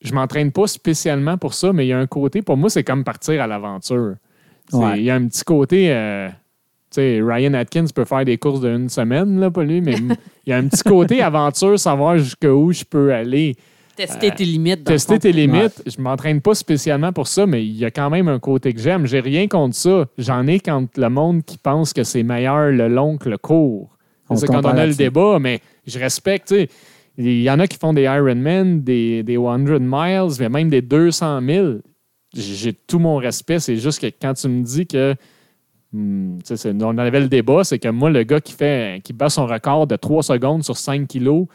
je m'entraîne pas spécialement pour ça, mais il y a un côté, pour moi, c'est comme partir à l'aventure. C'est- Il
Ouais.
y a un petit côté. euh, tu sais, Ryan Atkins peut faire des courses d'une semaine, là, pas lui, mais il y a un petit côté aventure, savoir jusqu'où je peux aller.
Tester tes limites. dans le
Tester
fond.
tes limites, je m'entraîne pas spécialement pour ça, mais il y a quand même un côté que j'aime. J'ai rien contre ça. J'en ai contre le monde qui pense que c'est meilleur le long que le court.
On
C'est
se
quand on
compare
a le
là-dessus.
débat, mais je respecte. tu sais. Il y en a qui font des Ironman, des, des 100 miles, mais même des 200 000. j'ai tout mon respect. C'est juste que quand tu me dis que. hmm, tu sais, c'est- on avait le débat, c'est que moi, le gars qui fait qui bat son record de 3 secondes sur 5 kilos,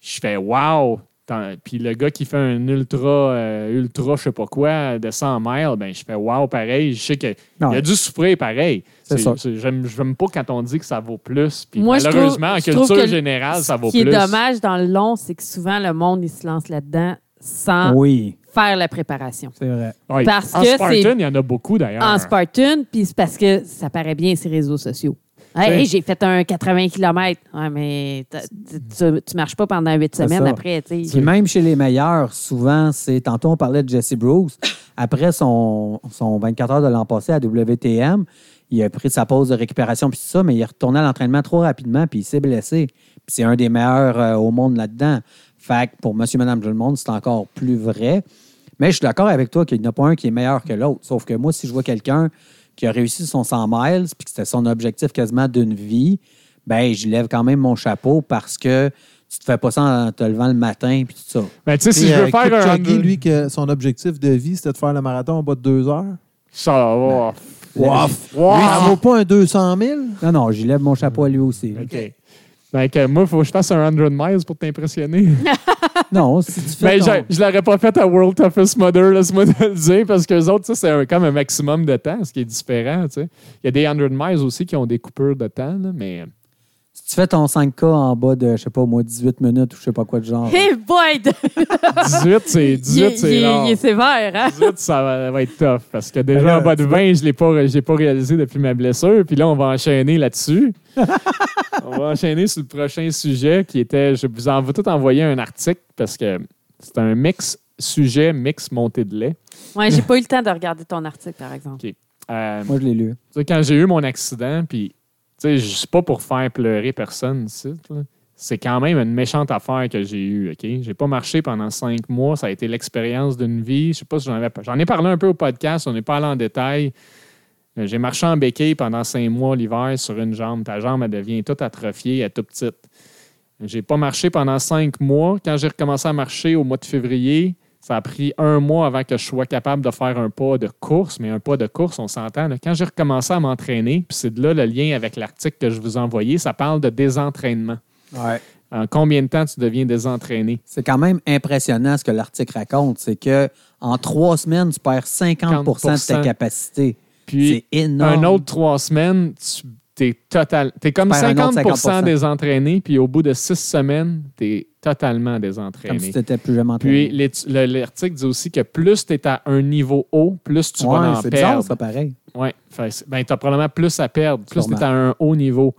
je fais Wow! Tant- Puis le gars qui fait un ultra, euh, ultra, je sais pas quoi, de 100 miles, ben, je fais Wow, pareil. Je sais que il a dû souffrir pareil.
C'est
C'est-
ça.
c'est- J'aime j'aime pas quand on dit que ça vaut plus. Puis
Moi, je trouve-
malheureusement,
je
en
trouve
culture
que
générale, ça vaut
Ce qui est
plus.
dommage dans le long, c'est que souvent, le monde, il se lance là-dedans sans
Oui,
faire la préparation.
c'est vrai.
Ouais.
Parce
en
que
Spartan,
c'est-
il y en a beaucoup d'ailleurs.
en Spartan, puis c'est parce que ça paraît bien ces réseaux sociaux.
Ouais.
Hey, hey, j'ai fait un 80 km. Ouais, mais t'as- tu, tu- tu marches pas pendant 8
C'est
semaines
ça.
après, tu sais.
Puis même chez les meilleurs, souvent, c'est. Tantôt, on parlait de Jesse Bruce. Après son, son 24 heures de l'an passé à WTM, il a pris sa pause de récupération, puis tout ça, mais il est retourné à l'entraînement trop rapidement, puis il s'est blessé. Puis c'est un des meilleurs euh, au monde là-dedans. Fait que pour monsieur, madame, tout le monde, c'est encore plus vrai. Mais je suis d'accord avec toi qu'il n'y en a pas un qui est meilleur que l'autre. Sauf que moi, si je vois quelqu'un qui a réussi son 100 miles, puis que c'était son objectif quasiment d'une vie, ben je lève quand même mon chapeau parce que tu te fais pas ça en te levant le matin, puis tout ça.
Mais tu sais, si
Et,
je veux
euh,
faire un.
Kipchoge, lui, que son objectif de vie, c'était de faire le marathon en bas de deux heures.
Ça va.
Ouf! Lui, ça vaut pas un 200 000?
Non, non, j'y lève mon chapeau à lui aussi.
OK. Fait que moi, faut que je fasse un 100 miles pour t'impressionner.
Non, si tu fais
Mais
ton-
je, je l'aurais pas fait à World Toughest Mother, laisse-moi te le dire, parce que les autres, ça, c'est un- comme un maximum de temps, ce qui est différent. tu sais. Il y a des 100 miles aussi qui ont des coupures de temps, là, mais
si tu fais ton 5K en bas de, je sais pas, moi, 18 minutes ou je sais pas quoi de genre.
Hey boy! de-
18, c'est
il,
18,
est- il
c'est
est-
long.
il est sévère, hein?
18, ça va, va être tough, parce que déjà,
Mais là,
en bas de 20, je l'ai pas, j'ai pas réalisé depuis ma blessure, puis là, on va enchaîner là-dessus. on va enchaîner sur le prochain sujet, qui était, je vous en vais tout envoyer un article, parce que c'est un mix sujet, mix montée de lait.
Ouais, j'ai pas eu le temps de regarder ton article, par exemple.
Euh,
Moi, je l'ai lu.
Tu sais, quand j'ai eu mon accident, puis, tu sais, je suis pas pour faire pleurer personne ici, là. C'est quand même une méchante affaire que j'ai eue, OK? J'ai pas marché pendant cinq mois. Ça a été l'expérience d'une vie. Je sais pas si j'en avais... J'en ai parlé un peu au podcast. On n'est pas allé en détail. Euh, J'ai marché en béquille pendant cinq mois l'hiver sur une jambe. Ta jambe, elle devient toute atrophiée, elle est toute petite. J'ai pas marché pendant cinq mois. Quand j'ai recommencé à marcher au mois de février, ça a pris un mois avant que je sois capable de faire un pas de course, mais un pas de course, on s'entend. là. Quand j'ai recommencé à m'entraîner, puis c'est de là le lien avec l'article que je vous ai envoyé, ça parle de désentraînement. En combien de temps tu deviens désentraîné?
C'est quand même impressionnant ce que l'article raconte. C'est que en trois semaines, tu perds 50 de ta
50%.
capacité.
Puis
c'est énorme.
un autre trois semaines, tu es total. T'es comme
Tu perds un autre
50,
50%.
désentraîné, puis au bout de six semaines, tu es
Comme
totalement
si
désentraîné.
tu n'étais plus jamais
Puis
entraîné.
l'étu- le- l'article dit aussi que plus tu es à un niveau haut, plus tu
Ouais,
vas en
c'est bizarre,
perdre.
ça, pareil.
Oui, ben, tu as probablement plus à perdre, plus tu
Sûrement.
es à un haut niveau.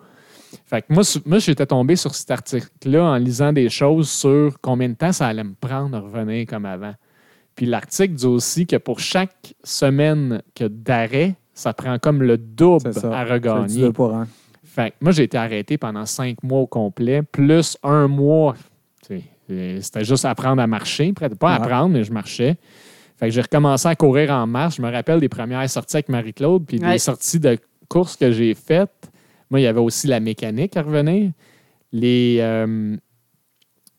Fait que moi, su- moi j'étais tombé sur cet article-là en lisant des choses sur combien de temps ça allait me prendre à revenir comme avant. Puis l'article dit aussi que pour chaque semaine que d'arrêt, ça prend comme le double
C'est ça.
à
C'est du
regagner.
deux pour un.
Fait que moi, j'ai été arrêté pendant cinq mois au complet, plus un mois. tu sais, euh, C'était juste apprendre à marcher. près- Pas
Ouais.
apprendre, mais je marchais. Fait que j'ai recommencé à courir en marche. Je me rappelle des premières sorties avec Marie-Claude, puis
Ouais.
des sorties de course que j'ai faites. Moi, il y avait aussi la mécanique à revenir. Les. euh,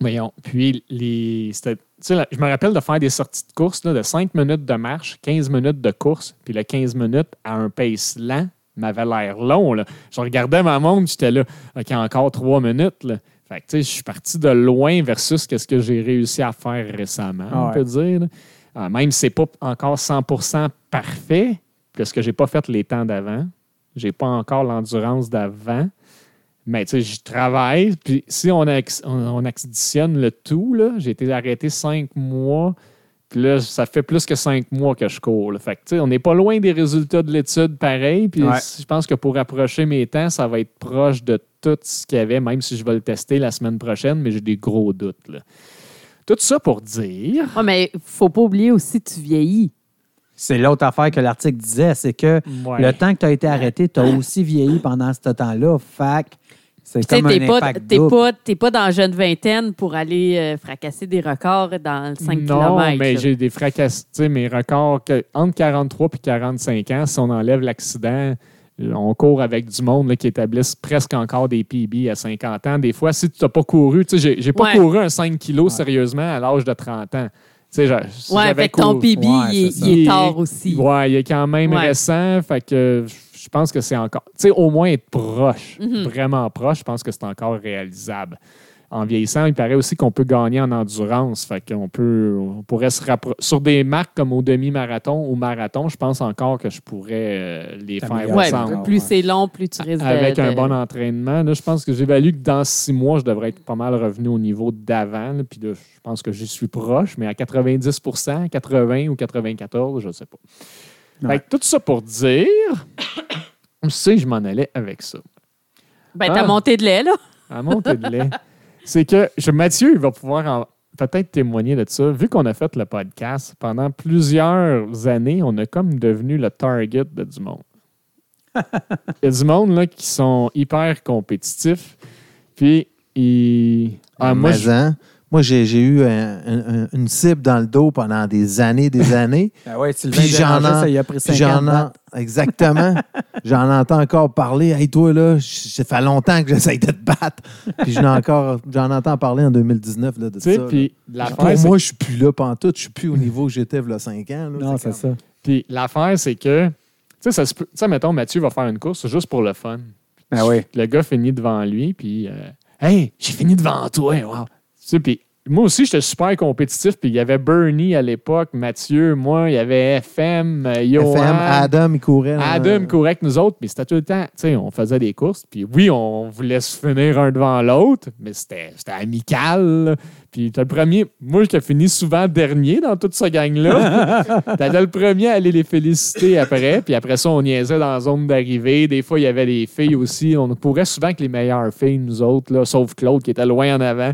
voyons. Puis, les. c'était- tu sais, là, je me rappelle de faire des sorties de course là, de 5 minutes de marche, 15 minutes de course, puis le 15 minutes à un pace lent m'avait l'air long. Là. Je regardais ma montre, j'étais là, OK, encore 3 minutes. Là. Fait que, tu sais, je suis parti de loin versus qu'est-ce que j'ai réussi à faire récemment,
Ah
on peut dire. là. Ah, même si c'est pas encore 100% parfait, parce que j'ai pas fait les temps d'avant, j'ai pas encore l'endurance d'avant, mais tu sais, je travaille. Puis si on, acc- on, on additionne le tout, là, j'ai été arrêté cinq mois. Puis là, ça fait plus que cinq mois que je cours. là. Fait que, tu sais, on n'est pas loin des résultats de l'étude pareil. Puis
Ouais.
je pense que pour approcher mes temps, ça va être proche de tout ce qu'il y avait, même si je vais le tester la semaine prochaine, mais j'ai des gros doutes. là. Tout ça pour dire.
Ouais, mais faut pas oublier aussi, tu vieillis.
C'est l'autre affaire que l'article disait, c'est que
Ouais.
le temps que tu as été arrêté, tu as aussi vieilli pendant ce temps-là. Fait que c'est
Tu sais,
comme un
t'es pas,
impact
t'es
double.
pas, t'es pas dans la jeune vingtaine pour aller euh, fracasser des records dans le 5
non,
km.
mais
là.
j'ai des fracasses. Tu sais, mes records que- entre 43 et 45 ans, si on enlève l'accident, on court avec du monde là, qui établissent presque encore des PB à 50 ans. Des fois, si tu n'as pas couru, tu sais, j'ai j'ai pas
Ouais.
couru un 5 kg sérieusement à l'âge de 30 ans. sais, j'a- si
Ouais,
j'avais
fait que ton
cou-
PB,
Ouais,
il, est-
c'est ça.
il est tard aussi.
Ouais, il est quand même
Ouais.
récent. Fait que je pense que c'est encore. Tu sais, au moins être proche,
Mhm.
vraiment proche, je pense que c'est encore réalisable. En vieillissant, il paraît aussi qu'on peut gagner en endurance. Fait qu'on peut, on pourrait se rappro- Sur des marques comme au demi-marathon ou marathon, je pense encore que je pourrais euh, les faire
T'améliorer.
Ouais,
ensemble.
plus c'est long, plus tu risques de-
Avec un
de-
bon entraînement, là, je pense que j'évalue que dans six mois, je devrais être pas mal revenu au niveau d'avant. là, Puis de- je pense que j'y suis proche, mais à 90 80 ou 94 je ne sais pas. Fait
Ouais.
que tout ça pour dire, je sais, je m'en allais avec ça.
Ben, t'as
Ah.
monté de lait, là.
À montée de lait, c'est que je, Mathieu, il va pouvoir en- peut-être témoigner de ça. Vu qu'on a fait le podcast, pendant plusieurs années, on a comme devenu le target de du monde. Il y a du monde là, qui sont hyper compétitifs. Puis, ils... Ah, moi,
Mais
je-
hein, moi, j'ai j'ai eu un- un- un- une cible dans le dos pendant des années, des années.
Ah ouais, Sylvain
Puis j'en
Béranger,
en-
ça, il a pris
Puis
50
j'en en-
ans.
exactement. j'en entends encore parler. Hey, toi, là, j- ça fait longtemps que j'essaye de te battre. Puis j'en, ai encore, j'en entends parler en 2019 là, de
tu
ça.
sais,
là.
puis
Pour
l'affaire, c'est Hmm.
moi, je suis plus là pantoute. Je suis plus au niveau que j'étais il y a 5 ans. là.
Non, c'est
comme-
ça.
Puis l'affaire, c'est que, tu sais, ça se peut- tu sais, mettons, Mathieu va faire une course juste pour le fun.
Ben
Ah oui.
Le gars finit devant lui, puis, euh, hey, j'ai fini devant toi, wow. Tu sais, puis moi aussi, j'étais super compétitif, puis il y avait Bernie à l'époque, Mathieu, moi, il y avait FM, euh, Johan.
FM, Adam, il courait. là. euh,
Adam courait que nous autres, mais c'était tout le temps, tu sais, on faisait des courses, puis oui, on voulait se finir un devant l'autre, mais c'était c'était amical. là. Puis t'as le premier, moi qui ai fini souvent dernier dans toute ce gang-là, t'étais le premier à aller les féliciter après, puis après ça, on niaisait dans la zone d'arrivée. Des fois, il y avait les filles aussi, on courait souvent avec les meilleures filles, nous autres, là, sauf Claude qui était loin en avant.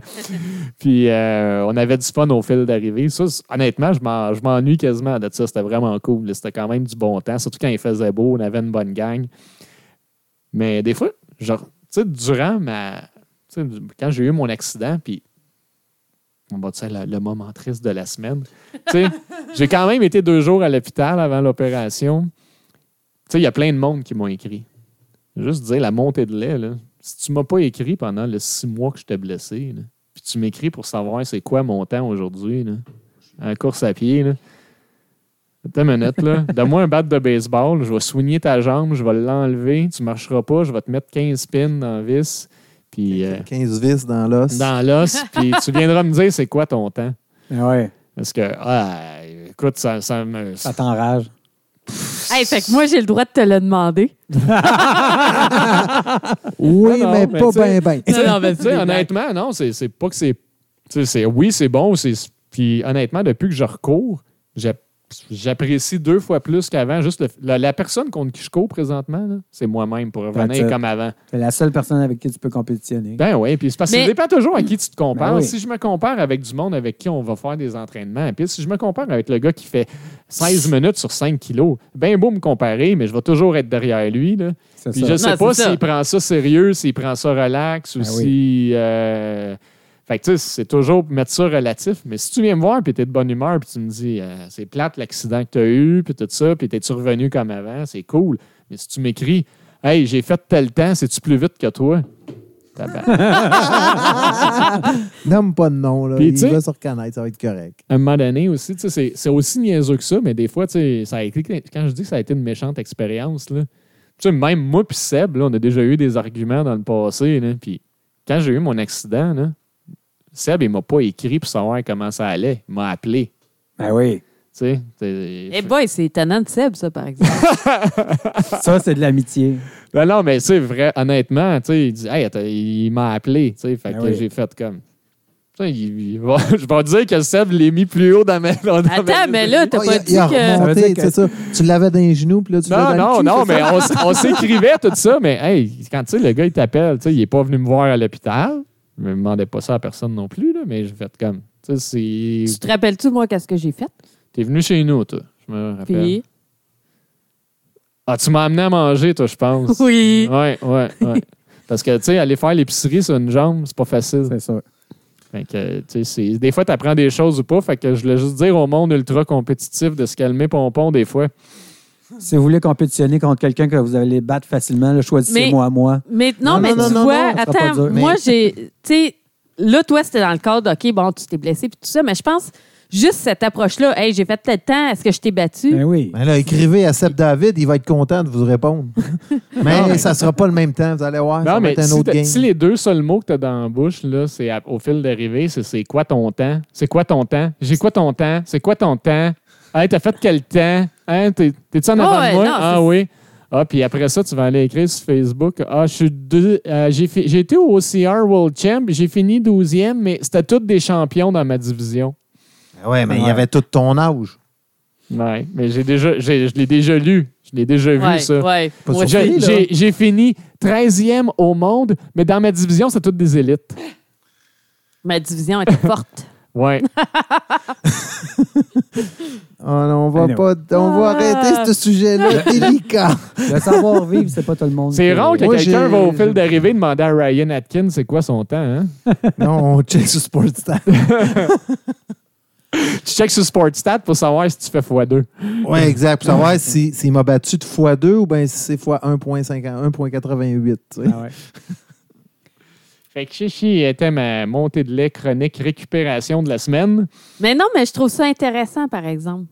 Puis euh, on avait du fun au fil d'arrivée. Ça, c'est- honnêtement, je m'en- je m'ennuie quasiment de ça. C'était vraiment cool. là. C'était quand même du bon temps. Surtout quand il faisait beau, on avait une bonne gang. Mais des fois, genre, tu sais, durant ma. tu sais, du- Quand j'ai eu mon accident, puis on va dire le, le moment triste de la semaine. Tu sais, j'ai quand même été deux jours à l'hôpital avant l'opération. Tu sais, il y a plein de monde qui m'ont écrit. Juste dire la montée de lait, là. Si tu m'as pas écrit pendant les six mois que j'étais blessé, là, puis tu m'écris pour savoir c'est quoi mon temps aujourd'hui, là, en course à pied, là. Attends une minute, là. Donne-moi un bat de baseball, je vais soigner ta jambe, je vais l'enlever, tu marcheras pas, je vais te mettre 15 pins dans la vis, puis euh,
15 vis dans l'os.
dans l'os, puis tu viendras me dire c'est quoi ton temps.
Ah ouais,
Parce que, ah, écoute, ça, ça me.
ça t'enrage.
Hey, fait que moi, j'ai le droit de te le demander.
Oui,
Non,
mais,
mais
pas
tu sais-
ben ben.
Non, non, mais
Tu sais, honnêtement, non, c'est c'est pas que c'est. tu sais, c'est- Oui, c'est bon. c'est- Puis honnêtement, depuis que je recours, j'a- j'apprécie deux fois plus qu'avant. Juste le- la, la personne contre qui je cours présentement, là, c'est moi-même pour
That's
revenir
it.
comme avant.
T'es la seule personne avec qui tu peux compétitionner.
Ben oui, puis c'est parce que
Mais-
ça dépend toujours à qui tu te compares.
Ben oui.
Si je me compare avec du monde avec qui on va faire des entraînements, puis si je me compare avec le gars qui fait 16 minutes sur 5 kilos, ben beau me comparer, mais je vais toujours être derrière lui. Là.
C'est
Puis
ça.
je sais
Non,
pas
c'est ça.
s'il prend ça sérieux, s'il prend ça relax ou
Ben oui.
si. euh, Fait que tu sais, c'est toujours mettre ça relatif. Mais si tu viens me voir puis t'es de bonne humeur puis tu me dis euh, c'est plate l'accident que t'as eu puis tout ça puis t'es revenu comme avant, c'est cool. Mais si tu m'écris hey j'ai fait tel temps, c'est tu plus vite que toi. Tabarnak.
Nomme pas de nom, là.
Puis,
il
tu sais-
va se reconnaître, ça va être correct.
À un moment donné aussi, tu sais, c'est c'est aussi niaiseux que ça, mais des fois, tu sais, ça a été, quand je dis que ça a été une méchante expérience, là, tu sais, même moi puis Seb, là, on a déjà eu des arguments dans le passé. là, Puis quand j'ai eu mon accident, là, Seb, il m'a pas écrit pour savoir comment ça allait. Il m'a appelé.
Ben oui.
tu sais. C'est-
Eh boy, c'est étonnant de Seb, ça, par exemple.
Ça, c'est de l'amitié.
Ben non, mais c'est vrai, honnêtement, tu sais, il dit, hey, attends, il m'a appelé. tu sais, Fait
Ben
que
oui.
j'ai fait comme. Tu sais, il- il va- je vais dire que Seb l'ai mis plus haut dans ma. dans ma
Attends, mais là, t'as
Oh,
pas
il a-
dit
il a
que.
Ça veut
remonté,
dire que-
c'est ça. Tu l'avais dans les genoux, puis là, tu
Non,
l'as dans le
non,
cul,
non,
c'est
mais
ça?
on, s- on s'écrivait tout ça, mais hey, quand tu sais, le gars, il t'appelle, tu sais, il est pas venu me voir à l'hôpital. Je me demandais pas ça à personne non plus, là, mais j'ai fait comme. Tu sais,
Tu
c'est.
te rappelles-tu, moi, qu'est-ce que j'ai fait?
T'es venu chez nous, toi. Je me rappelle.
Puis.
Ah, tu m'as amené à manger, toi, je pense.
Oui.
Ouais, ouais, ouais. Parce que, tu sais, aller faire l'épicerie sur une jambe, c'est pas facile.
C'est ça.
Fait que, tu sais, c'est- des fois, tu apprends des choses ou pas. Fait que je voulais juste dire au monde ultra compétitif de se calmer pompon des fois.
Si vous voulez compétitionner contre quelqu'un que vous allez battre facilement, là, choisissez-moi à moi.
Mais non,
Non,
mais
non,
tu
non,
vois,
non, ça sera pas
attends,
dur.
moi,
Mais-
j'ai. Tu sais, là, toi, c'était dans le cadre, OK, bon, tu t'es blessé, puis tout ça, mais je pense, Juste cette approche-là. Hey, j'ai fait tel temps, est-ce que je t'ai battu?
Ben oui.
Ben là, écrivez à Seb David, il va être content de vous répondre. mais ça sera pas le même temps, vous allez voir. ça
Non,
va
mais
être un
si,
autre
t'as-
game.
si les deux seuls mots que tu as dans la bouche, là, c'est à- au fil d'arrivée, c'est c'est quoi ton temps? C'est quoi ton temps? J'ai quoi ton temps? C'est quoi ton temps? Hey, t'as fait quel temps? Hein, t'es- T'es-tu en
Ah
avant
ouais,
de moi?
non,
ah
c'est-
oui. Ah, puis après ça, tu vas aller écrire sur Facebook. Ah, je suis deux- euh, j'ai fi- j'ai été au OCR World Champ, j'ai fini 12e, mais c'était tous des champions dans ma division.
Ben Ouais, mais il y avait tout ton âge.
Ouais, mais j'ai déjà, j'ai- je l'ai déjà lu. Je l'ai déjà vu,
Ouais,
ça.
ouais.
Pas
Moi,
sûr.
J'ai-
j'ai-
là.
J'ai j'ai fini 13e au monde, mais dans ma division, c'est toutes des élites.
ma division était forte.
Ouais.
Oh
Ah,
non, on va
Allô.
pas, on va
Ah.
arrêter ce sujet-là délicat.
Le savoir-vivre, c'est pas tout le monde.
C'est
qui-
rare que
Moi,
quelqu'un
j'ai-
va au fil d'arrivée demander à Ryan Atkins c'est quoi son temps. Hein?
non, on check sur Sportstars.
Tu checkes sur Sportstat pour savoir si tu fais x2.
Ouais, exact. Pour savoir s'il si, s'il m'a battu de x2 ou bien si c'est x 1.50 1.88. tu sais.
Ah ouais.
Fait que Chichi était ma montée de lait chronique récupération de la semaine.
Mais non, mais je trouve ça intéressant, par exemple.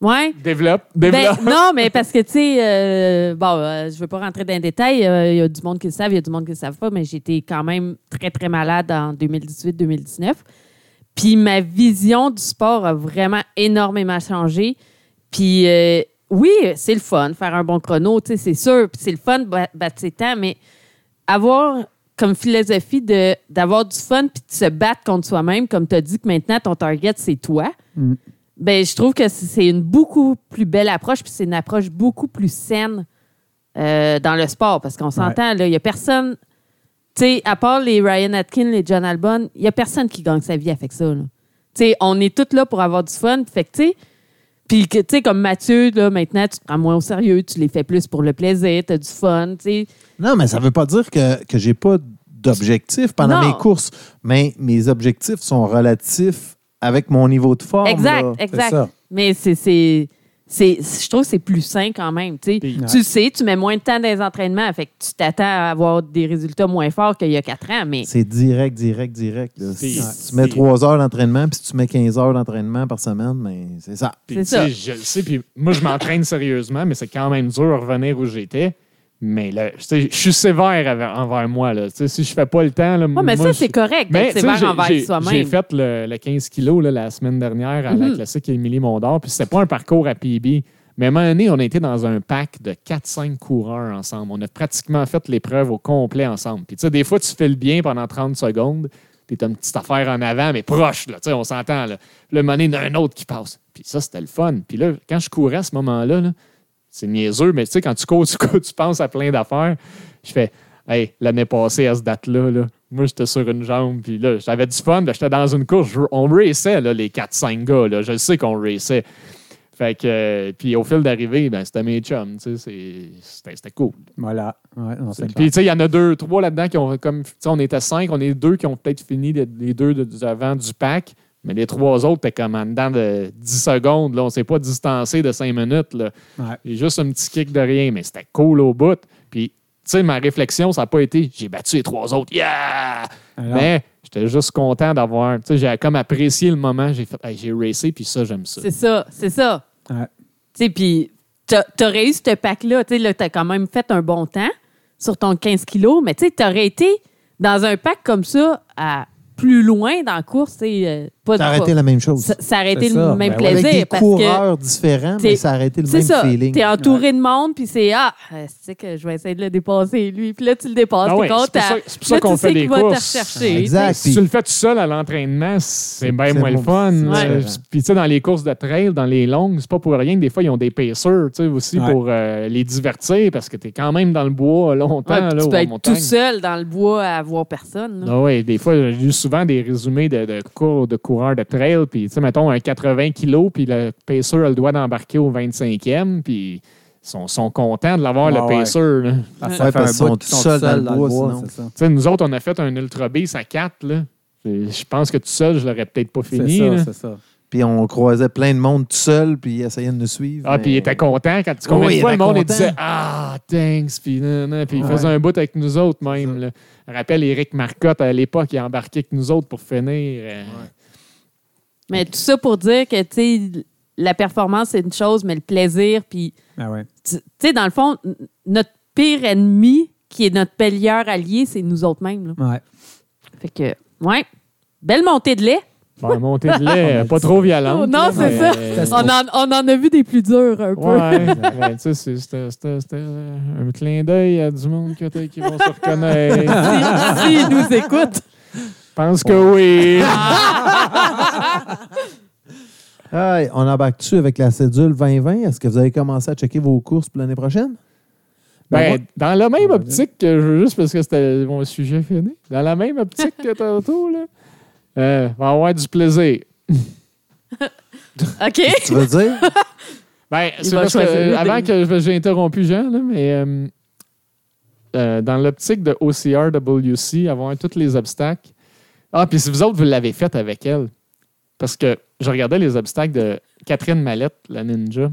Ouais.
Développe,
Ben,
développe.
non, mais parce que, tu sais, euh, bon, euh, je veux pas rentrer dans les détails. euh, Il y a du monde qui le savent, il y a du monde qui le savent pas, mais j'étais quand même très, très malade en 2018-2019. Puis ma vision du sport a vraiment énormément changé. Puis euh, oui, c'est le fun, faire un bon chrono, tu sais, c'est sûr. Puis c'est le fun, ba- battre ses temps, mais avoir comme philosophie de- d'avoir du fun puis de se battre contre soi-même, comme tu as dit que maintenant, ton target, c'est toi. Ben, je trouve que c- c'est une beaucoup plus belle approche, puis c'est une approche beaucoup plus saine euh, dans le sport, parce qu'on s'entend, là, il n'y a personne, tu sais, à part les Ryan Atkin, les John Albon, il n'y a personne qui gagne sa vie avec ça. là. Tu sais, on est tous là pour avoir du fun, fait que, tu sais, puis, que, tu sais, comme Mathieu, là, maintenant, tu te prends moins au sérieux, tu les fais plus pour le plaisir, tu as du fun, tu sais.
Non, mais ça veut pas dire que, que j'ai pas d'objectifs pendant
Non.
mes courses. Mais mes objectifs sont relatifs avec mon niveau de forme.
Exact,
là.
exact.
C'est ça.
Mais c'est. c'est- c'est- Je trouve que c'est plus sain quand même. tu sais. Tu le sais, tu mets moins de temps dans les entraînements, fait que tu t'attends à avoir des résultats moins forts qu'il y a quatre ans, mais
C'est direct, direct, direct. là.
C'est-
Si
ouais.
tu mets
c'est-
3 heures d'entraînement, puis si tu mets 15 heures d'entraînement par semaine, mais c'est ça.
C'est
Puis, tu
ça.
sais, Je le sais, puis moi, je m'entraîne sérieusement, mais c'est quand même dur de revenir où j'étais. Mais là, tu sais, je suis sévère avec- envers moi. Là. Tu sais, Si je fais pas le temps. Là,
Ouais, mais
moi,
ça,
je-
c'est correct.
Mais
d'être sévère
tu sais, j'ai-
envers
j'ai- J'ai
soi-même. Mm-hmm.
fait le, le 15 kilos là, la semaine dernière à la classique Émilie Mondor, puis c'était pas un parcours à PB. Mais à un moment donné, on était dans un pack de 4-5 coureurs ensemble. On a pratiquement fait l'épreuve au complet ensemble. Puis tu sais, des fois, tu fais le bien pendant 30 secondes, puis t'as une petite affaire en avant, mais proche, là, tu sais, on s'entend. là. Le moment donné, il y en a un autre qui passe. Puis ça, c'était le fun. Puis là, quand je courais à ce moment-là, là, c'est niaiseux, mais tu sais, quand tu cours, tu cours, tu penses à plein d'affaires. Je fais, hey, l'année passée, à cette date-là, là, moi, j'étais sur une jambe, puis là, j'avais du fun, là, j'étais dans une course. Je- on raceait, là, les 4-5 gars, là, je sais qu'on raceait. Fait que, euh, puis au fil d'arrivée, ben, c'était mes chums, tu sais, c'est- c'était c'était cool.
Voilà. Ouais, non, c'est
Puis,
clair.
tu sais, il y en a deux, trois là-dedans qui ont, comme, tu sais, on était cinq, on est deux qui ont peut-être fini les, les deux de- du avant du pack, mais les trois autres, t'es comme en dedans de 10 secondes, là, on s'est pas distancé de 5 minutes, là.
Ouais.
Et juste un petit kick de rien, mais c'était cool au bout. Puis, tu sais, ma réflexion, ça n'a pas été j'ai battu les trois autres, yeah!
Alors?
Mais j'étais juste content d'avoir, tu sais, j'ai comme apprécié le moment, j'ai fait, Hey, j'ai racé, puis ça, j'aime ça.
C'est ça, c'est ça.
Ouais.
Tu sais, puis t'as- t'aurais eu ce pack-là. Tu sais, là, t'as quand même fait un bon temps sur ton 15 kilos, mais tu sais, t'aurais été dans un pack comme ça à plus loin dans la course, tu sais, euh, pas
T'as arrêté
pas-
la même chose.
ça, ça aurait
C'est
été
ça,
le même
ben oui.
plaisir
Avec des
parce que
coureurs différents, mais
t'es-
ça a arrêté le
c'est
même
ça,
feeling.
t'es entouré de monde puis c'est ah, euh, tu sais que je vais essayer de le dépasser lui, puis là tu le dépasses,
Ah
t'es
ouais, c'est pour
content.
ça- c'est pour ça
Là, tu
qu'on fait
sais
des
qu'il va te
courses.
rechercher,
Exact.
tu sais.
Si tu le fais tout seul à l'entraînement, c'est bien
C'est
moins le
bon.
fun.
Ouais.
Euh, Puis, tu sais, dans les courses de trail, dans les longues, c'est pas pour rien que des fois, ils ont des pacers, tu sais, aussi
Ouais.
pour euh, les divertir parce que tu es quand même dans le bois longtemps,
Ouais, puis
là,
tu
ou
peux
en
être
montagne.
tout seul dans le bois à voir personne. là.
Ah ouais, des fois, j'ai lu souvent des résumés de, de cours de coureurs de trail, puis tu sais, mettons un 80 kilos, puis le pacer a le doigt d'embarquer au 25e, puis ils sont, sont contents de l'avoir,
Ah
le
ouais.
pacer. là.
Parce
Ouais,
que ça fait
parce
un
qu'ils sont
bout qu'ils
seuls dans le bois, sinon.
c'est ça.
Tu sais, nous autres, on a fait un Ultra B, à 4, là. Et Je pense que tout seul, je l'aurais peut-être pas fini.
C'est
là.
ça, c'est ça.
Puis on croisait plein de monde tout seul, puis ils essayaient de nous suivre.
Ah,
mais-
puis il était content quand
Oui,
tu combien de
il
fois
était
le monde il
content.
disait Ah, thanks, puis nan, nan, puis il
Ouais.
faisait un bout avec nous autres même. là. Je rappelle Eric Marcotte à l'époque, il embarquait avec nous autres pour finir. euh.
Mais tout ça pour dire que, tu sais, la performance, c'est une chose, mais le plaisir, puis,
Ah ouais.
tu tu sais, dans le fond, n- notre pire ennemi, qui est notre meilleur allié, c'est nous autres mêmes. là.
Ouais.
Fait que, ouais, belle montée de lait.
Bon, montée de lait, pas trop violente.
Non,
là,
c'est
mais-
ça.
euh,
On en, on en a vu des plus durs un peu.
Ouais, ben, tu sais, c'est- c'était c'était- c'était un clin d'œil à du monde que t'as- qui vont se reconnaître.
Si, si ils nous écoutent.
Je pense que oui.
Hey, on embarque-tu avec la cédule 2020? Est-ce que vous avez commencé à checker vos courses pour l'année prochaine?
Ben, dans la même optique que je veux juste parce que c'était mon sujet fini. Dans la même optique que tantôt, là. Euh, va avoir du plaisir.
OK.
Tu veux dire?
Ben,
Il
c'est
va
parce que,
choisir
euh,
des-
avant que je- j'ai interrompu Jean, là, mais euh, euh, dans l'optique de OCRWC, avoir tous les obstacles. Ah, puis si vous autres, vous l'avez fait avec elle. Parce que je regardais les obstacles de Catherine Mallette, la ninja,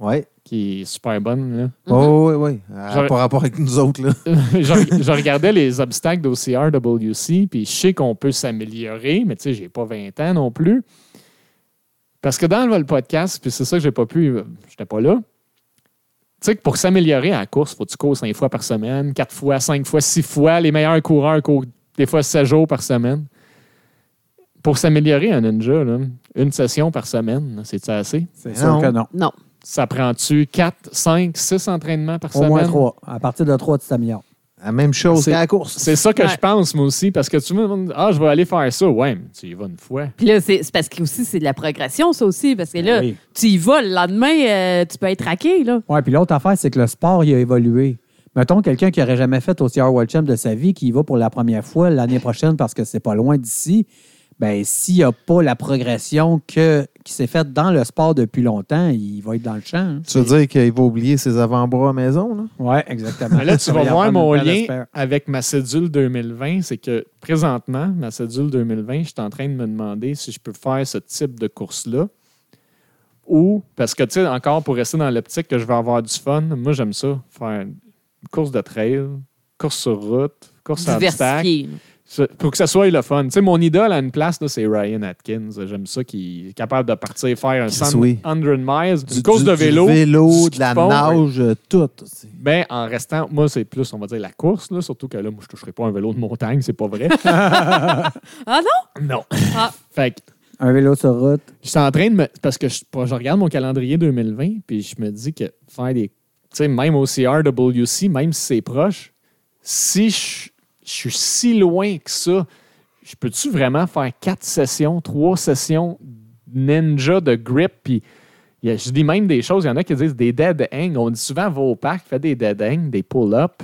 Oui.
qui est super bonne. Là.
Oh, oui, oui. Euh,
J'aurais-
Par rapport avec nous autres, là.
je, je regardais les obstacles d'OCRWC, puis je sais qu'on peut s'améliorer, mais tu sais, j'ai pas 20 ans non plus. Parce que dans le podcast, puis c'est ça que j'ai pas pu, euh, j'étais pas là. Tu sais que pour s'améliorer à la course, faut que tu cours 5 fois par semaine, 4 fois, 5 fois, 6 fois. Les meilleurs coureurs courent des fois 7 jours par semaine. Pour s'améliorer à ninja, là, une session par semaine, c'est assez?
C'est
Non.
sûr que non.
Non.
Ça prend-tu 4, 5, 6 entraînements par
Au
semaine?
moins trois. À partir de trois, tu t'améliores.
La même chose
C'est-
qu'à la course.
C'est ça que
Ouais.
je pense, moi aussi, parce que tout le monde dit Ah, je vais aller faire ça. Ouais, mais tu y vas une fois.
Puis là, c'est c'est parce que aussi, c'est de la progression, ça aussi. Parce que
Ben
là,
Oui.
tu y vas, le lendemain, euh, tu peux être raqué, là.
Ouais, puis l'autre affaire, c'est que le sport, il a évolué. Mettons quelqu'un qui n'aurait jamais fait OCR World Champ de sa vie, qui y va pour la première fois l'année prochaine parce que c'est pas loin d'ici, ben s'il n'y a pas la progression que, qui s'est faite dans le sport depuis longtemps, il va être dans le champ. hein.
Tu veux dire qu'il va oublier ses avant-bras à maison, là?
Ouais, exactement.
Mais là, tu
Ça va
vas
y
voir
apprendre
mon
une belle
lien
espère.
avec ma cédule 2020. C'est que présentement, ma cédule 2020, je suis en train de me demander si je peux faire ce type de course-là. Ou, parce que, tu sais, encore pour rester dans l'optique que je vais avoir du fun, moi, j'aime ça. Faire une course de trail, course sur route, course à obstacle.
Diversifié.
Ça- pour que ça soit le fun. Tu sais, mon idole à une place, là, c'est Ryan Atkins. J'aime ça qu'il est capable de partir faire un
Chris,
100
oui.
100 miles,
Du-
une course
du-
de vélo.
Du vélo,
du
de la
ski de fond.
nage, euh, tout. C'est-
Ben, en restant, moi, c'est plus, on va dire, la course, là, surtout que là, moi, je toucherai pas un vélo de montagne, c'est pas vrai.
Ah
non? Non.
Ah.
Fait que
Un vélo sur route.
je suis en train de me. Parce que je, je regarde mon calendrier 2020, puis je me dis que faire des. Tu sais, même au CRWC, même si c'est proche, si je, je suis si loin que ça, je peux-tu vraiment faire quatre sessions, trois sessions ninja de grip, puis. il y a- Je dis même des choses, il y en a qui disent des dead hang. On dit souvent, va au parc, fais des dead hang, des pull-up.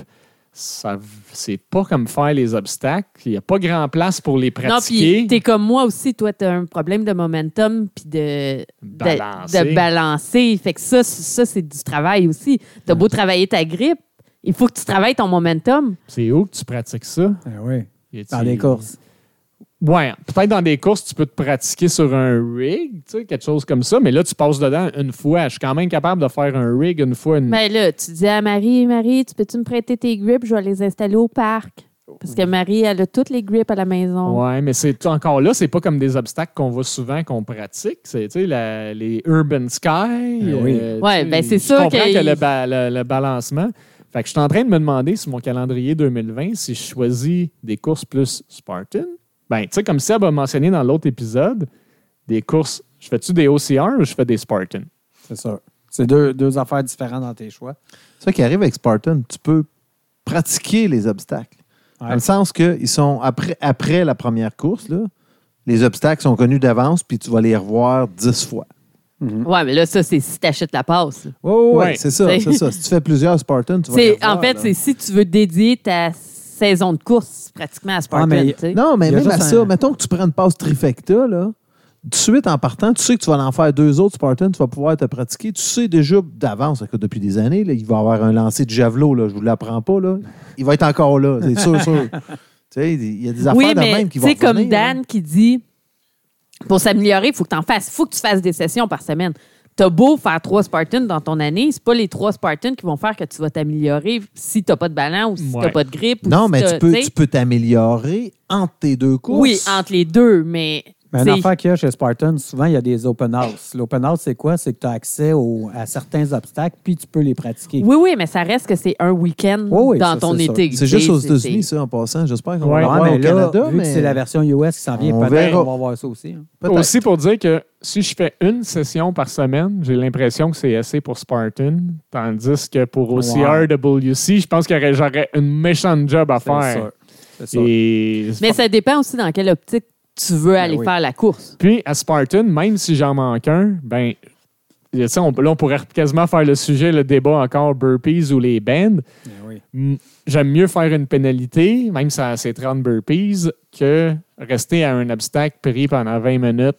Ça- C'est pas comme faire les obstacles. Il n'y a pas grand place pour les
Non,
pratiquer.
puis t'es comme moi aussi, toi, t'as un problème de momentum, puis de, de-
Balancer.
de balancer. Fait que ça, c- ça c'est du travail aussi. T'as beau travailler ta grippe, il faut que tu travailles ton momentum.
C'est où que tu pratiques ça?
Ah oui,
Y a-t-il-
dans les courses.
Ouais, peut-être dans des courses, tu peux te pratiquer sur un rig, tu sais, quelque chose comme ça, mais là, tu passes dedans une fois. Je suis quand même capable de faire un rig une fois. Une...
Mais Ben là, tu dis à Marie, Marie, tu peux-tu me prêter tes grips? Je vais les installer au parc. Parce que Marie, elle a toutes les grips à la maison.
Oh. Ouais, mais c'est encore là, c'est pas comme des obstacles qu'on voit souvent qu'on pratique. C'est, tu sais, la- les Urban Sky. euh,
oui.
tu
Ouais,
sais,
ben, c'est
je
sûr
comprends
que-
que le, ba- le- le balancement. Fait que je suis en train de me demander sur mon calendrier 2020 si je choisis des courses plus Spartan. Ben, tu sais, comme Seb a mentionné dans l'autre épisode, des courses, je fais-tu des OCR ou je fais des Spartan?
C'est sûr. C'est deux, deux affaires différentes dans tes choix.
C'est ça qui arrive avec Spartan. Tu peux pratiquer les obstacles.
Ouais.
Dans le sens que ils sont après, après la première course, là, les obstacles sont connus d'avance, puis tu vas les revoir dix fois.
Ouais, mais là, ça, c'est si t'achètes la passe.
Oui, oui,
Ouais.
c'est ça,
C'est-
c'est ça. Si tu fais plusieurs Spartans, tu vas les
C'est-
revoir.
en fait,
là.
c'est si tu veux dédier ta saison de course pratiquement à Spartan.
mais-
tu sais.
Non, Ah, mais
Il y a
même à
juste
ça,
un-
mettons que tu prends une passe trifecta, là, tout de suite en partant, tu sais que tu vas en faire deux autres Spartans, tu vas pouvoir te pratiquer. Tu sais déjà d'avance, parce que depuis des années, là, il va y avoir un lancer de javelot, là, je ne vous l'apprends pas, là. il va être encore là, c'est sûr, sûr. Tu sais, il y a des affaires
oui,
de
mais
même
tu
qui vont
sais, comme
revenir, hein.
Dan
là.
qui dit, pour s'améliorer, il faut que tu en fasses. faut que tu fasses des sessions par semaine. T'as beau faire trois Spartans dans ton année, c'est pas les trois Spartans qui vont faire que tu vas t'améliorer si t'as pas de ballon ou si
Ouais.
t'as pas de grippe. ou
Non,
si
mais
t'as-
tu peux
sais.
tu peux t'améliorer entre tes deux courses.
Oui, entre les deux, mais
Mais une
C'est-
affaire qu'il y a chez Spartan, souvent, il y a des open house. L'open house, c'est quoi? C'est que tu as accès au- à certains obstacles, puis tu peux les pratiquer.
Oui, oui, mais ça reste que c'est un week-end
Oui, oui,
dans
ça,
ton
c'est sûr.
été.
C'est juste aux
c'est-
États-Unis,
c'est-
ça, en passant. J'espère qu'on va
Ouais,
le
Ouais,
voir
mais
au
là,
Canada.
vu
mais
que c'est la version US qui s'en vient,
on
peut-être
verra.
qu'on va voir ça aussi. hein.
peut-être.
Aussi pour dire que si je fais une session par semaine, j'ai l'impression que c'est assez pour Spartan, tandis que pour OCRWC, je pense que j'aurais- j'aurais une méchante job à
C'est
faire.
sûr. C'est sûr.
Et
Mais ça dépend aussi dans quelle optique tu veux
Ben
aller
oui.
faire la course.
Puis à Spartan, même si j'en manque un, ben tu sais, on, là, on pourrait quasiment faire le sujet, le débat encore burpees ou les bands.
Mais oui.
Mm, J'aime mieux faire une pénalité, même si c'est 30 burpees, que rester à un obstacle pris pendant 20 minutes.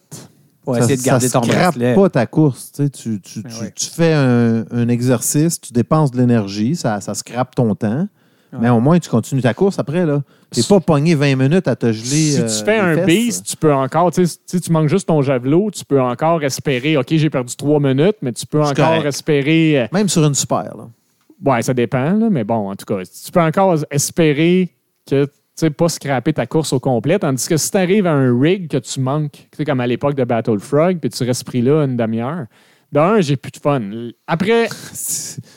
Pour
ça
essayer de garder
ça
ton
scrape
bracelet.
pas ta course. Tu, sais, tu, tu,
Ben
tu-
oui.
tu fais un, un exercice, tu dépenses de l'énergie, ça, ça scrape ton temps.
Ouais.
Mais au moins, tu continues ta course après. Tu n'es
Si-
pas pogné 20 minutes à te geler.
si
euh,
tu fais
les
un
fesses.
beast, tu peux encore, tu sais, si tu manques juste ton javelot, tu peux encore espérer, OK, j'ai perdu 3 minutes, mais tu peux
C'est
encore
correct.
espérer. euh,
Même sur une super. là.
Ouais, ça dépend, là, mais bon, en tout cas, tu peux encore espérer que tu sais pas scraper ta course au complet, tandis que si tu arrives à un rig que tu manques, tu sais, comme à l'époque de Battle Frog, puis tu restes pris là une demi-heure, d'un, j'ai plus de fun. Après,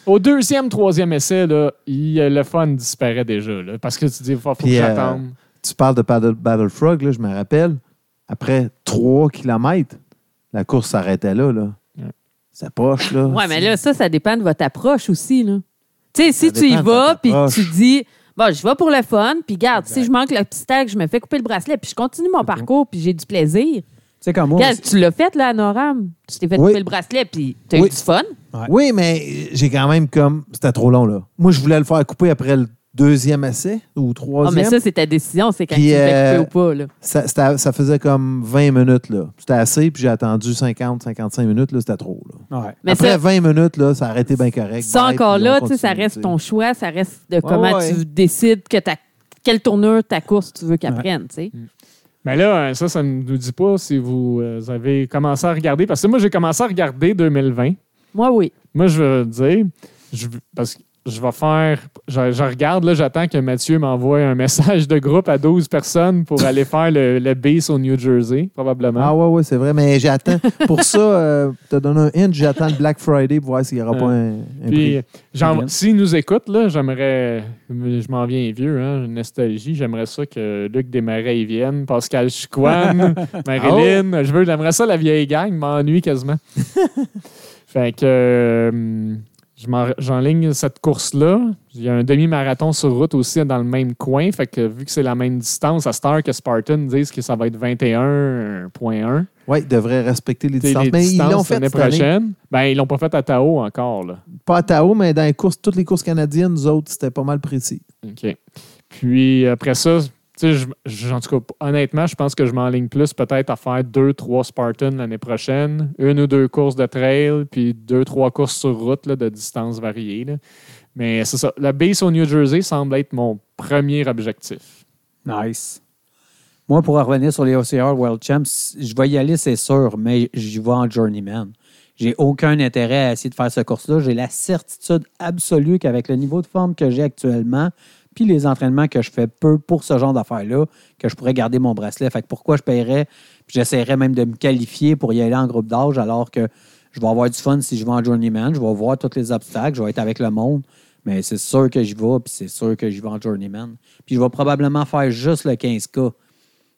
au deuxième, troisième essai, là, il- le fun disparaît déjà, là, parce que tu dis, il faut, faut que
Puis, euh,
j'attende.
tu parles de Paddle- Battle Frog, là, je me rappelle. Après 3 km, la course s'arrêtait là. là.
Ouais.
Ça poche. Là.
Ouais, mais là, ça, ça dépend de votre approche aussi. là. Tu sais, si
Ça
tu y
dépend de
vas,
votre
puis
approche.
tu dis, bon, je vais pour le fun, puis garde, si je manque l'obstacle, je me fais couper le bracelet, puis je continue mon parcours, puis j'ai du plaisir.
Tu sais, comme moi,
Regarde, tu l'as fait, là, à Noram. Tu t'es fait
Oui.
couper le bracelet, puis t'as
Oui.
eu du fun. Ah,
Oui, mais j'ai quand même comme. C'était trop long, là. Moi, je voulais le faire couper après le deuxième essai ou
Ah, mais
troisième.
ça, c'est ta décision, c'est quand
Puis,
tu te fais
euh,
couper ou pas, là.
ça, c'était- ça faisait comme 20 minutes, là. C'était assez, puis j'ai attendu 50, 55 minutes, là. C'était trop, là.
ouais.
Mais
Après
ça,
20 minutes, là, ça arrêtait bien correct.
ça
Bye,
encore
puis
là,
on
tu sais, ça
continue,
reste
tu sais.
ton choix, ça reste de comment
ouais.
tu décides que ta, quelle tournure ta course tu veux qu'elle
Ouais.
prenne, tu sais.
Mais là, euh, ça, ça ne nous dit pas si vous euh, avez commencé à regarder, parce que moi, j'ai commencé à regarder 2020.
Moi, oui.
Moi, je veux dire, je, parce que je vais faire. Je, je regarde, là, j'attends que Mathieu m'envoie un message de groupe à 12 personnes pour aller faire le, le base au New Jersey, probablement.
Ah, ouais, ouais, c'est vrai, mais j'attends. pour ça, euh, te donné un hint, j'attends le Black Friday pour voir s'il n'y aura pas un, un
Puis,
prix.
j'en-
Ok.
s'il nous écoute, là, j'aimerais. Je m'en viens vieux, hein, nostalgie. J'aimerais ça que Luc Desmarais y vienne, Pascal Chicoine,
Oh!
Marilyn. Je veux, j'aimerais ça, la vieille gang, m'ennuie quasiment. fait que. euh, je m'en- J'enligne cette course-là. Il y a un demi-marathon sur route aussi dans le même coin. Fait que vu que c'est la même distance, à cette heure que Spartan disent que ça va être 21.1.
Oui, ils devraient respecter les
t'sais,
distances.
les
mais ils l'ont
distances
fait
l'année
cette année.
prochaine. Ben, ils l'ont pas fait à Tao encore. Là.
Pas à Tao, mais dans les courses, toutes les courses canadiennes, nous autres, c'était pas mal précis.
OK. Puis après ça, tu sais, je- je- en tout cas, honnêtement, je pense que je m'enligne plus peut-être à faire deux, trois Spartans l'année prochaine, une ou deux courses de trail, puis deux, trois courses sur route là, de distances variées. là. Mais c'est ça. La base au New Jersey semble être mon premier objectif.
Nice. Moi, pour en revenir sur les OCR World Champs, je vais y aller, c'est sûr, mais j'y vais en journeyman. J'ai aucun intérêt à essayer de faire ce course-là. J'ai la certitude absolue qu'avec le niveau de forme que j'ai actuellement, puis les entraînements que je fais peu pour ce genre d'affaires-là, que je pourrais garder mon bracelet. Fait que pourquoi je paierais, puis j'essaierais même de me qualifier pour y aller en groupe d'âge alors que je vais avoir du fun si je vais en journeyman, je vais voir tous les obstacles, je vais être avec le monde. Mais c'est sûr que j'y vais, puis c'est sûr que j'y vais en journeyman. Puis je vais probablement faire juste le 15K.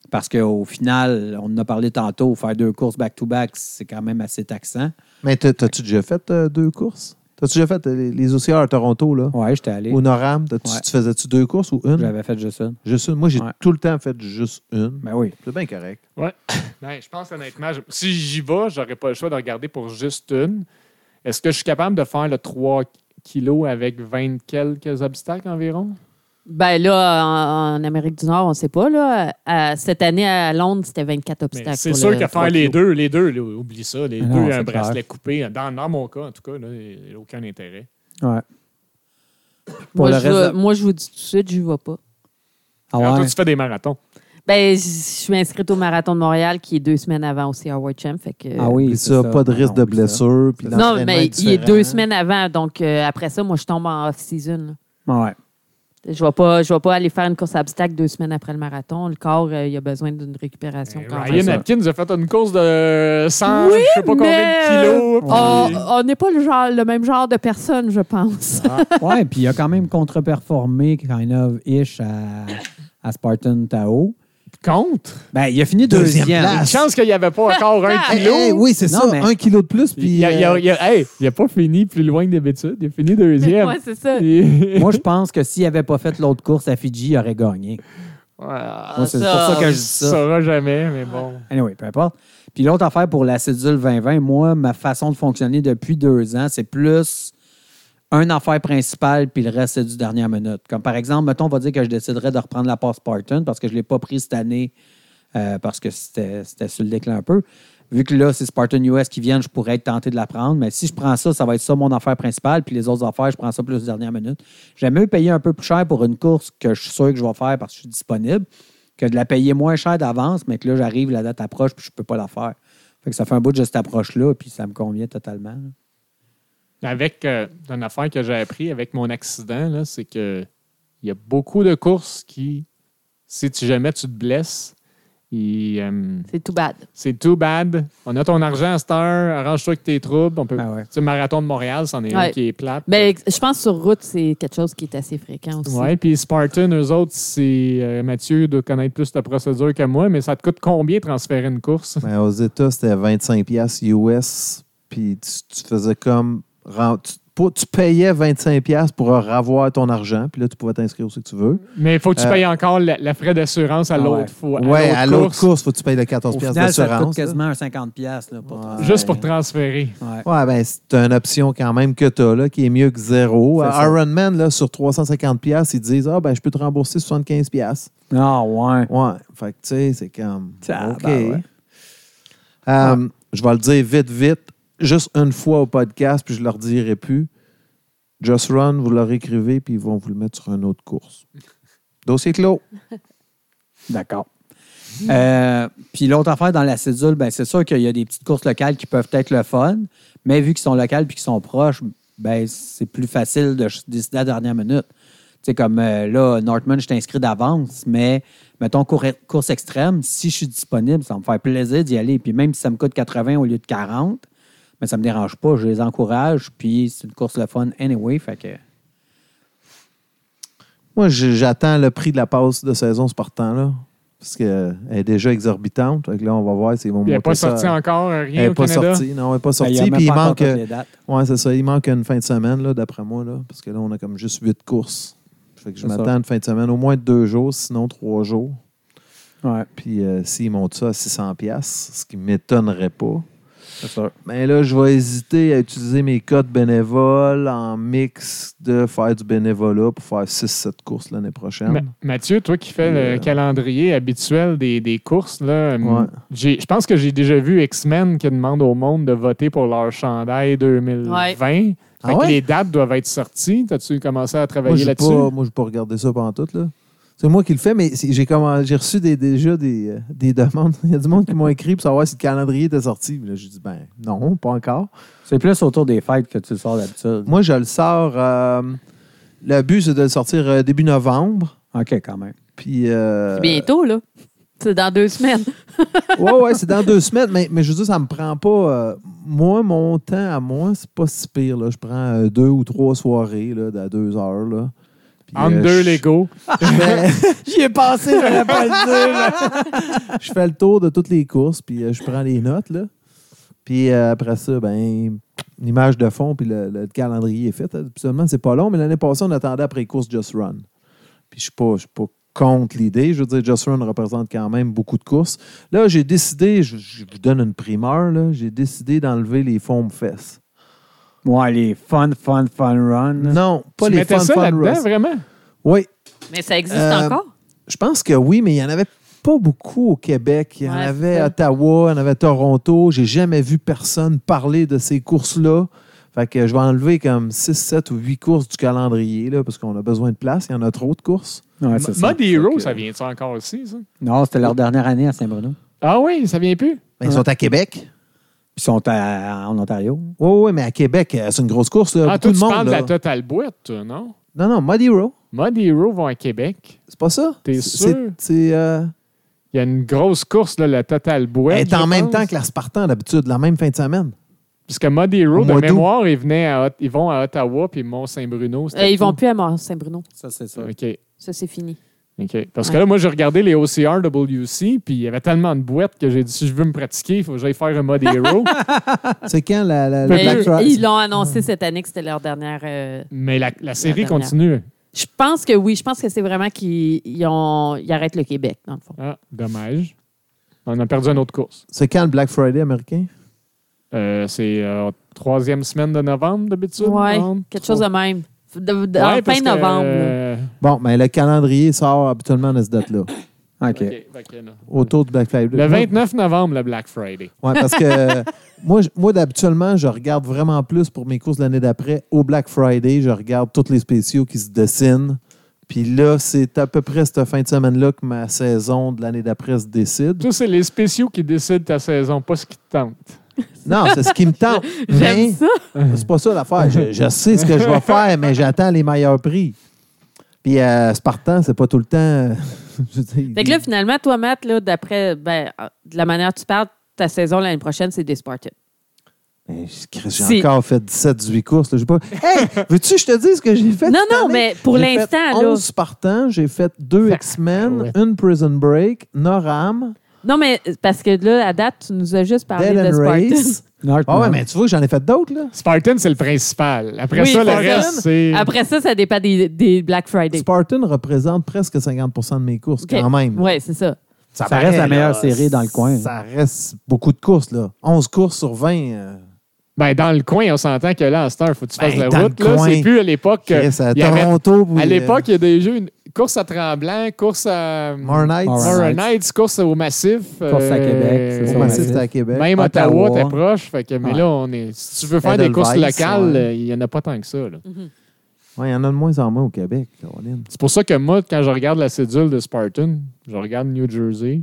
Parce qu'au final, on en a parlé tantôt, faire deux courses back-to-back, c'est quand même assez taxant.
Mais t'as- t'as-tu déjà fait euh, deux courses? T'as-tu déjà fait euh, les, les OCR à Toronto, là?
Ouais, j'étais allé.
Au Noram, t'as-tu-
Ouais.
tu faisais-tu deux courses ou une?
J'avais fait juste une.
Juste une. Moi, j'ai
Ouais.
tout le temps fait juste une.
Ben oui.
C'est bien correct.
Ouais. Ben, je pense honnêtement, je- si j'y vais, j'aurais pas le choix de regarder pour juste une. Est-ce que je suis capable de faire le 3 kilos avec 20 quelques obstacles environ?
Ben là, en, en Amérique du Nord, on ne sait pas. Là. À- cette année, à Londres, c'était 24
Mais
obstacles.
C'est
pour
sûr
le
qu'à
3
faire les
kilos.
deux, les deux, là, oublie ça, les
Ah Non,
deux,
c'est
un bracelet coupé, dans, dans mon cas, en tout cas, là, il y a aucun intérêt.
Ouais.
Moi,
Pour le
je, vais-
reste-
moi, je vous dis tout de suite, je ne vais pas.
Ah
Alors,
ouais.
toi, tu fais des marathons.
Ben, je je suis inscrite au Marathon de Montréal qui est deux semaines avant aussi à World Champ. Fait que,
Ah oui.
Puis
c'est
ça, pas de
Non,
risque de
oublie ça.
blessure. puis
Non,
l'entraînement
mais il est
différent.
deux semaines avant. Donc, euh, après ça, moi, je tombe en off-season. là.
Ouais.
Je ne vais, pas- je vais pas aller faire une course à obstacle deux semaines après le marathon. Le corps, euh, il a besoin d'une récupération quand même.
Ben, Ryan Atkins a fait une course de 100, je sais pas combien
Mais,
de kilos.
euh,
puis-
On on n'est pas le, genre, le même genre de personne, je pense.
Ouais, puis il a quand même contre-performé, kind of ish, à, à Spartan Tao.
Contre.
Ben, il a fini
Deuxième
deuxième.
place.
Une chance qu'il n'y avait pas encore un
Hey,
kilo.
hey, oui, c'est
Non,
ça.
mais-
Un kilo de plus, puis.
il, a, il a-
euh,
il a- hey, il a pas fini plus loin que d'habitude. Il a fini deuxième.
Ouais, c'est ça.
Et-
Moi, je pense que s'il n'avait pas fait l'autre course à Fidji, il aurait gagné.
Ouais,
Moi, c'est
ça,
pour Ah, ça que je dis
on
ça.
ne saura jamais, mais bon.
Euh, Anyway, peu importe. Puis l'autre affaire pour la cédule 2020, moi, ma façon de fonctionner depuis deux ans, c'est plus une affaire principale, puis le reste, c'est du dernière minute. Comme par exemple, mettons, on va dire que je déciderais de reprendre la passe Spartan parce que je ne l'ai pas pris cette année euh, parce que c'était c'était sur le déclin un peu. Vu que là, c'est Spartan US qui viennent, je pourrais être tenté de la prendre. Mais si je prends ça, ça va être ça mon affaire principale. Puis les autres affaires, je prends ça plus dernière minute. J'aime mieux payer un peu plus cher pour une course que je suis sûr que je vais faire parce que je suis disponible que de la payer moins cher d'avance, mais que là, j'arrive, la date approche, puis je peux pas la faire. Fait que ça fait un bout de cette approche-là, puis ça me convient totalement.
Avec euh, une affaire que j'ai appris avec mon accident, là, c'est que il y a beaucoup de courses qui, si tu jamais tu te blesses, ils, euh,
C'est tout bad.
c'est too bad. On a ton argent à cette heure, arrange-toi avec tes troubles. On peut,
Ah ouais.
Tu sais, le marathon de Montréal, c'en est un
Ouais. Ben,
qui est plate.
Mais je pense que sur route, c'est quelque chose qui est assez fréquent aussi.
Oui, puis Spartan, eux autres, c'est euh, Mathieu doit connaître plus la procédure que moi, mais ça te coûte combien transférer une course?
ben, aux États, c'était 25$ piastres US, puis tu, tu faisais comme. ren- Tu, pour- tu payais 25$ piastres pour avoir ton argent, puis là, tu pouvais t'inscrire aussi que tu veux.
Mais il faut que tu
Euh,
payes encore la, la frais d'assurance à
Ah ouais.
l'autre fois.
ouais, à l'autre
course,
course, faut que tu payes le 14$
Au
piastres
final, ça te coûte
d'assurance. là.
quasiment un 50$ piastres, là, pour toi.
Juste pour
Ouais.
transférer.
Ouais.
Ouais, ben, c'est une option quand même que tu as, là, qui est mieux que zéro.
C'est
Euh,
ça.
Ironman, là, sur 350$, ils disent Ah, ben, je peux te rembourser 75$.
Ah, ouais.
Ouais, fait que, tu sais, c'est comme.
Ah,
OK.
ben ouais.
Euh, Je vais le dire vite, vite, juste une fois au podcast, puis je ne leur dirai plus. Just Run, vous leur écrivez, puis ils vont vous le mettre sur une autre course. Dossier clos.
D'accord. Euh, puis l'autre affaire dans la cédule, ben, c'est sûr qu'il y a des petites courses locales qui peuvent être le fun, mais vu qu'ils sont locales puis qu'ils sont proches, ben, c'est plus facile de ch- décider à la dernière minute. Tu sais, comme euh, là, Northman, je t'inscris d'avance, mais mettons cour- course extrême, si je suis disponible, ça va me faire plaisir d'y aller. Puis même si ça me coûte 80 au lieu de 40, mais ça me dérange pas, je les encourage, puis c'est une course le fun anyway, fait que.
Moi, j- j'attends le prix de la passe de saison Spartan, là, parce qu'elle est déjà exorbitante. Fait que là, on va voir s'ils vont
Il n'est
monter
pas
ça.
sorti encore, euh,
Elle
rien
n'est
au
pas
Canada.
sortie. Non, elle n'est pas
Ben, il y a
sortie.
même
Puis il
pas encore
manque.
toutes les dates.
Ouais, c'est ça. Il manque une fin de semaine, là, d'après moi, là, parce que là, on a comme juste huit courses. Fait que je
C'est ça.
m'attends à une fin de semaine, au moins deux jours, sinon trois jours.
Ouais,
Puis euh, s'ils montent ça à 600 pièces, ce qui m'étonnerait pas.
c'est sûr.
Mais là, je vais hésiter à utiliser mes codes bénévoles en mix de faire du bénévolat pour faire 6-7 courses l'année prochaine.
Ma- Mathieu, toi qui fais
Euh.
le calendrier habituel des, des courses, là, hum,
Ouais.
j'ai- je pense que j'ai déjà vu X-Men qui demande au monde de voter pour leur chandail 2020. Fait
Ah
que
ouais?
les dates doivent être sorties. As-tu commencé à
Moi,
travailler
je n'ai
là-dessus?
pas, moi, j'ai pas regardé ça pendant tout. là. C'est moi qui le fais, mais c'est- j'ai commen- j'ai reçu des, déjà des, euh, des demandes. Il y a du monde qui m'ont écrit pour savoir si le calendrier était sorti. Puis Là, j'ai dit, ben non, pas encore.
C'est plus autour des fêtes que tu le sors d'habitude.
Moi, je le sors. euh, le but, c'est de le sortir euh, début novembre.
OK, quand même.
Puis, euh,
C'est bientôt, là. C'est dans deux semaines.
Ouais, ouais, c'est dans deux semaines, mais, mais je veux dire, ça me prend pas. euh, moi, mon temps à moi, c'est pas si pire. Là. Je prends euh, deux ou trois soirées là, d'à deux heures. Là. Puis,
Entre
euh,
deux
je-
Lego.
Je fais,
J'y ai pensé, j'aurais pas
je fais le tour de toutes les courses, puis euh, je prends les notes. Là. Puis euh, après ça, ben l'image de fond, puis le, le calendrier est fait. Habituellement, c'est pas long, mais l'année passée, on attendait après les courses Just Run. Puis je suis pas, je suis pas contre l'idée. Je veux dire, Just Run représente quand même beaucoup de courses. Là, j'ai décidé, je, je vous donne une primeur, là, j'ai décidé d'enlever les foam fesses.
Ouais, les fun, fun, fun run.
Non, pas
tu
les
mettais
fun
ça
fun
là-dedans,
rusts.
vraiment?
Oui,
Mais ça existe
Euh,
encore.
je pense que oui, mais il y en avait pas beaucoup au Québec. Il y en
Ouais,
avait
c'est ça.
à Ottawa, il y en avait à Toronto. J'ai jamais vu personne parler de ces courses-là. Fait que je vais enlever comme 6, 7 ou 8 courses du calendrier là, parce qu'on a besoin de place. Il y en a trop de courses.
Ouais, c'est ça.
Mud Hero,
Ok.
ça vient ça encore aussi, ça?
Non, c'était leur dernière année à Saint-Bruno.
Ah oui, ça vient plus?
Ben, ils sont à Québec.
Puis ils sont à- en Ontario.
Oui, oui, mais à Québec, euh, c'est une grosse course. Là.
Ah,
Beaucoup
toi,
de
tu
monde.
parles de
là.
la Total Boîte, toi, non?
Non, non, Muddy Row.
Mud Hero vont à Québec.
C'est pas ça?
T'es
C'est-
sûr?
c'est- C'est. euh,
Il y a une grosse course, là, la Total Bois.
elle est en même temps que la Spartan, d'habitude, la même fin de semaine.
Parce que Mud Hero,
Au
de
mois d'août.
mémoire, ils, venaient à Ot- ils vont à Ottawa puis Mont-Saint-Bruno.
Euh,
c'était
ils vont
tout.
plus à Mont-Saint-Bruno.
Ça, c'est ça.
OK.
Ça, c'est fini.
OK. Parce que
Ouais.
là, moi, j'ai regardé les OCRWC, puis il y avait tellement de boîtes que j'ai dit si je veux me pratiquer, il faut que j'aille faire un mode hero.
C'est quand la, la- le
Mais
Black
Mais
Tri-
Ben, ils l'ont annoncé cette année que c'était leur dernière. euh,
Mais la, la série
dernière.
continue.
Je pense que oui. Je pense que c'est vraiment qu'ils ils ont... ils arrêtent le Québec, dans le fond.
Ah, dommage. On a perdu une autre course.
C'est quand le Black Friday américain?
Euh, c'est euh, troisième semaine de novembre, d'habitude.
Ouais,
novembre,
quelque
trois-
chose de même. De- de- de-
Ouais,
en
parce
fin
que,
novembre. là.
euh,
Bon, mais le calendrier sort habituellement à cette date-là,
OK.
OK, ok, là.
autour du Black Friday.
Le 29 novembre, le Black Friday.
Oui, parce que moi, je- moi d'habituellement, je regarde vraiment plus pour mes courses de l'année d'après. Au Black Friday, je regarde tous les spéciaux qui se dessinent. Puis là, c'est à peu près cette fin de semaine-là que ma saison de l'année d'après se décide.
Ça, c'est les spéciaux qui décident ta saison, pas ce qui te tente.
Non, c'est ce qui me tente.
J'aime
Mais
ça.
c'est pas ça l'affaire. Je, je sais ce que je vais faire, mais j'attends les meilleurs prix. Puis euh, Spartan, c'est pas tout le temps. je veux dire,
Fait que là, finalement, toi, Matt, là, d'après ben, euh, de la manière dont tu parles, ta saison l'année prochaine, c'est des Spartans.
Mais Chris, J'ai
C'est-
encore fait 17-18 courses. là. J'ai pas... Hey, veux-tu que je te dise ce que j'ai fait?
Non,
cette
non,
année?
mais pour
J'ai
l'instant,
fait
là.
11 partants, j'ai fait 2 X-Men, une Prison Break, Noram,
Non, mais euh, parce que là, à date, tu nous as juste parlé
Dead
de
and
Spartans.
Race. Ah ouais, mais tu vois, j'en ai fait d'autres, là.
Spartan, c'est le principal. Après
Oui,
ça, le
Spartan.
reste, c'est.
Après ça, ça dépend des, des Black Friday.
Spartan représente presque 50 de mes courses,
Ok.
quand même.
Ouais, c'est ça.
Ça reste la meilleure
là.
série dans le coin.
Ça reste beaucoup de courses, là. 11 courses sur 20. euh,
Ben, dans le coin, on s'entend que là, en star, faut que tu
Ben,
fasses la
dans
route.
le
là.
coin.
C'est plus à l'époque. que-
Chris, à
il y avait-
Toronto. puis,
à
euh,
l'époque, il y a des jeux, une course à Tremblant, course à.
Moore Knights.
Moore
Moore
Knights.
Knights, course au Massif. euh,
Course à Québec, c'est
Au
ça.
Massif, c'était à Québec.
Même Ottawa,
Ottawa.
t'es proche. Fait que, mais
Ouais.
là, on est, si tu veux faire des
Edelweiss,
courses locales,
ouais. Mhm.
euh, il n'y en a pas tant que ça. là.
Ouais, il y en a de moins en moins au Québec, Caroline.
C'est pour ça que moi, quand je regarde la cédule de Spartan, je regarde New Jersey.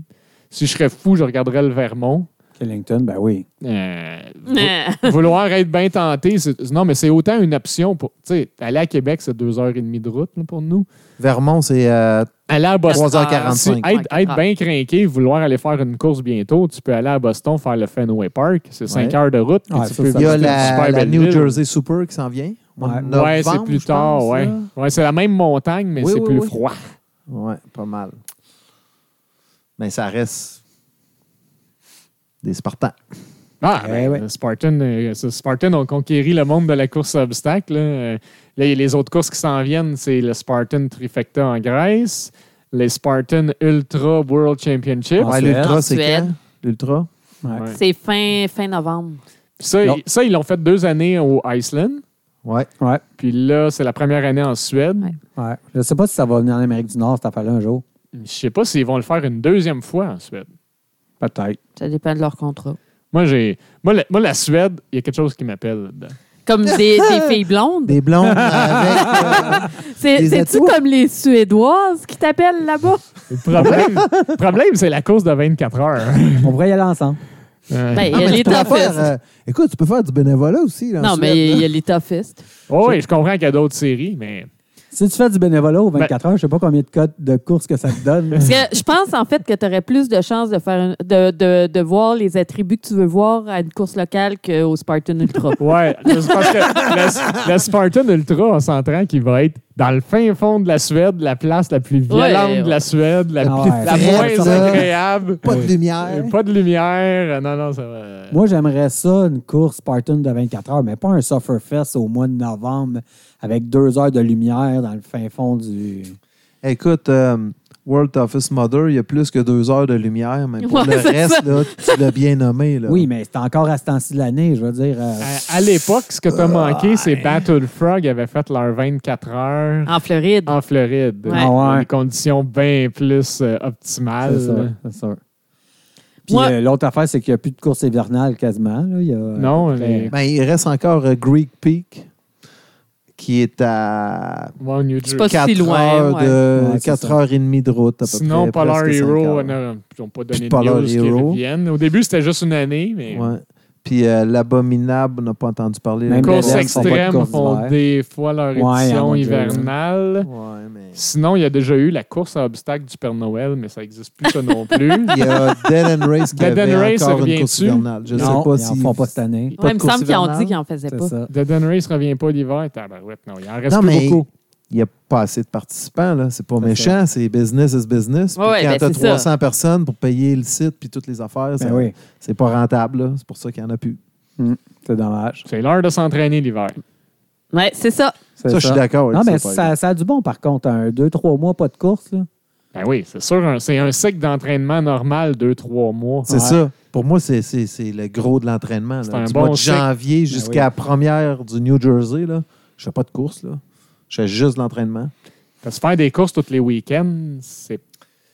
Si je serais fou, je regarderais le Vermont.
Killington, ben oui.
Euh, vou-
Mais
vouloir être bien tenté, c'est- non, mais c'est autant une option pour. Tu sais, aller à Québec, c'est deux heures et demie de route là, pour nous.
Vermont, c'est euh,
Aller à Boston.
3h45.
Si- être être bien craqué, vouloir aller faire une course bientôt, tu peux aller à Boston faire le Fenway Park. C'est 5
Ouais.
heures de route. puis
Ouais,
tu
ça,
peux
ça
Il y a
visiter Ah, une
la,
super
la
belle
New
ville.
Jersey Super qui s'en vient. Au mois de
Ouais, c'est
novembre,
plus
je
tard,
pense,
ouais.
là.
Ouais, c'est la même montagne, mais
Oui,
c'est
oui,
plus
oui.
froid.
Ouais, pas mal. Mais ça reste des Spartans.
Ah,
Eh
ben,
ouais.
le Spartan, euh, ce Spartan ont conquéri le monde de la course à obstacles. Là, Euh, là, il y a les autres courses qui s'en viennent, c'est le Spartan Trifecta en Grèce, les Spartan Ultra World Championship.
En
Ouais,
Suède.
l'Ultra, c'est
Suède.
quand? L'Ultra?
Ouais.
c'est fin, fin novembre.
Puis Ça,
Non.
ils- ça, ils l'ont fait deux années au Iceland.
Ouais.
Ouais.
Puis là, c'est la première année en Suède.
Ouais.
ouais. Je sais pas si ça va venir en Amérique du Nord, cette affaire-là, un jour.
Je sais pas s'ils vont le faire une deuxième fois en Suède.
Peut-être.
Ça dépend de leur contrat.
Moi, j'ai, moi, la, moi, la Suède, il y a quelque chose qui m'appelle dedans.
Comme des, des filles blondes.
Des blondes avec...
C'est-
des
C'est-tu
atouts.
comme les Suédoises qui t'appellent là-bas?
Le problème, le problème c'est la course de 24 heures.
On pourrait y aller ensemble.
Euh,
Ben, il
Non,
y a
mais
les
tu peux faire,
toughest.
euh, écoute, tu peux faire du bénévolat aussi. là, en
Non,
Suède, hein.
mais il
là.
y a les toughest.
oh, oui, je comprends qu'il y a d'autres séries, mais
Si tu fais du bénévolat aux 24 heures, je sais pas combien de codes de course que ça te donne.
Parce que je pense en fait que tu aurais plus de chances de faire une- de, de, de voir les attributs que tu veux voir à une course locale qu'au Spartan Ultra.
Ouais, je pense que le, le Spartan Ultra, on s'entend qu'il va être dans le fin fond de la Suède, la place la plus violente
Ouais, ouais.
de la Suède, la,
Ah
plus-
ouais.
la
Frette,
moins
là.
agréable.
Pas de
Euh,
lumière.
Pas de lumière. Euh, Non, non, ça va.
Moi, j'aimerais ça, une course Spartan de 24 heures, mais pas un Sufferfest au mois de novembre avec deux heures de lumière dans le fin fond du.
Écoute, euh, World Office Mother, il y a plus que deux heures de lumière, mais pour
Ouais,
le
c'est ça.
reste, là, tu l'as bien nommé. Là.
Oui, mais c'est encore à ce temps-ci de l'année, je veux dire. euh,
À, à l'époque, ce que t'as manqué, c'est Battle Frog avait fait leur 24 heures
En Floride.
en Floride.
Ouais.
Ah ouais.
Des conditions bien plus
c'est sûr,
euh, optimales.
c'est sûr. Puis
Moi-
euh, l'autre affaire, c'est qu'il n'y a plus de course hivernale quasiment. là. Il y a, euh,
Non,
à peu près-
les-
Ben, il reste encore euh, Greek Peak, qui est à
Moi, New Jersey.
pas-
4
si loin,
heures de
ouais. Ouais, c'est
4
ça.
heures et demie de route à peu
Sinon,
près.
Polar
presque cinq
Hero,
heures.
on a- ils n'ont pas donné
Polar
de news qui
Hero.
reviennent. Au début, c'était juste une année, mais
Ouais. Puis euh, l'abominable, on n'a pas entendu parler.
Même
là.
les
Courses
Lèvres sont pas de
extrêmes
course
font
d'hiver.
des fois leur
Ouais,
édition
avant que-
hivernale.
Ouais, mais...
Sinon, il y a déjà eu la course à obstacles du Père Noël, mais ça n'existe plus ça non plus.
Il y a Dead and Race qui
Dead
avait
and Race
encore une
revient-tu?
course hivernale. Je ne sais
non,
pas
ils en
s'ils-
font pas cette année.
Pas
Ouais, il
de
me semble
course
qu'ils ont
hivernale.
dit qu'ils en faisaient
C'est
pas.
ça.
Dead and Race revient pas l'hiver. Tabarouette, non, il en reste
Non,
plus
mais-
beaucoup.
Il n'y a pas assez de participants. là. C'est pas
C'est
méchant. C'est business is business. Puis
Ouais,
quand
ben,
tu as
c'est ça.
300 personnes pour payer le site puis toutes les affaires,
Ben
ça-
oui,
c'est pas rentable. là. C'est pour ça qu'il n'y en a plus.
c'est dommage.
C'est l'heure de s'entraîner l'hiver.
Ouais, c'est ça.
C'est
Ça, je suis d'accord avec
Non,
ça,
mais
par
ça, ça a du bon, par contre. Un, deux, trois mois, pas de course. Là.
Ben oui, c'est sûr, un- c'est un cycle d'entraînement normal, deux, trois mois.
C'est ça. Pour moi, c'est, c'est- c'est le gros de l'entraînement. là.
C'est un
du
bon
mois de
cycle.
Ben
janvier jusqu'à la première du New Jersey, là, je fais pas de course. Là. Je fais juste de l'entraînement.
Parce que faire des courses tous les week-ends, c'est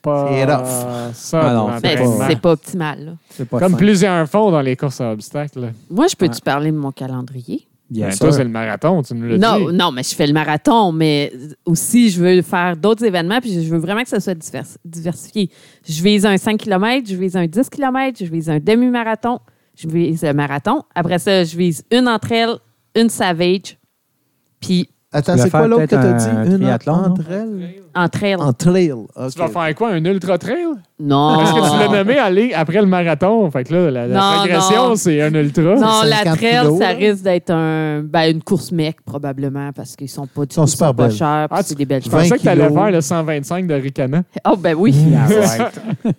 pas
C'est rough.
ça
Ah
pour
non,
Ben,
l'entraînement.
c'est pas optimal. là.
C'est pas
Comme
fin.
plusieurs font dans les courses à obstacles.
Moi, je peux-tu
Ouais.
parler de mon calendrier?
Bien
Ben,
sûr.
toi, c'est le marathon, tu nous l'as dit.
Non, non, mais je fais le marathon, mais aussi, je veux faire d'autres événements, puis je veux vraiment que ça soit divers- diversifié. Je vise un 5 km, je vise un 10 km, je vise un demi-marathon, je vise un marathon. Après ça, je vise une entre elles, une savage, puis
Attends,
Tu vas
c'est quoi
faire
l'autre que tu
peut-être
as
un
dit? Une
triathlon, non?
entre elles?
entre elles.
En trail. ok.
Tu vas faire quoi, un ultra trail?
Non.
Parce que tu l'as nommé hein? aller après le marathon. Fait que là, la, la
Non,
progression,
non.
c'est un ultra.
Non, la
50
trail,
kilos,
ça
là.
risque d'être un, ben, une course mec, probablement, parce qu'ils sont pas du
Ils sont
tout-
super
pas
belles.
chers, puis
Ah,
c'est des belles
Je
choses.
vingt
pensais que tu allais
kilos.
faire le 125 de Ricana.
Oh, ben oui.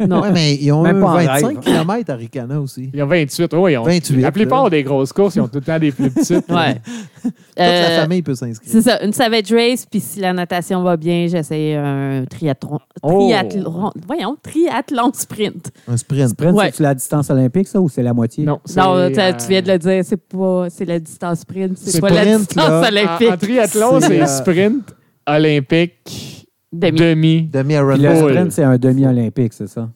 non.
Ouais, mais ils ont
Même
un
pas en
25
rêve.
km à Ricana aussi.
Il y a 28. Oui, ils ont-
28,
La plupart
là.
des grosses courses, ils ont tout le temps des plus petites.
Ouais.
Toute la
Euh,
famille peut s'inscrire.
C'est ça, une savage race, puis si la natation va bien, j'essaie un triathlon.
Oh.
triathlon Voyons, triathlon sprint.
Un sprint.
Prenne,
Ouais.
c'est-tu la distance olympique, ça, ou c'est la moitié?
Non, c'est,
Non, tu
euh,
tu viens de le dire, c'est pas c'est la distance sprint, c'est
C'est
pas la
sprint,
distance
là.
olympique.
En, en triathlon,
C'est,
c'est
euh,
sprint, olympique,
Demi.
demi,
Demi-Ironman.
Puis le
Bowl.
sprint, c'est un demi-olympique, c'est ça?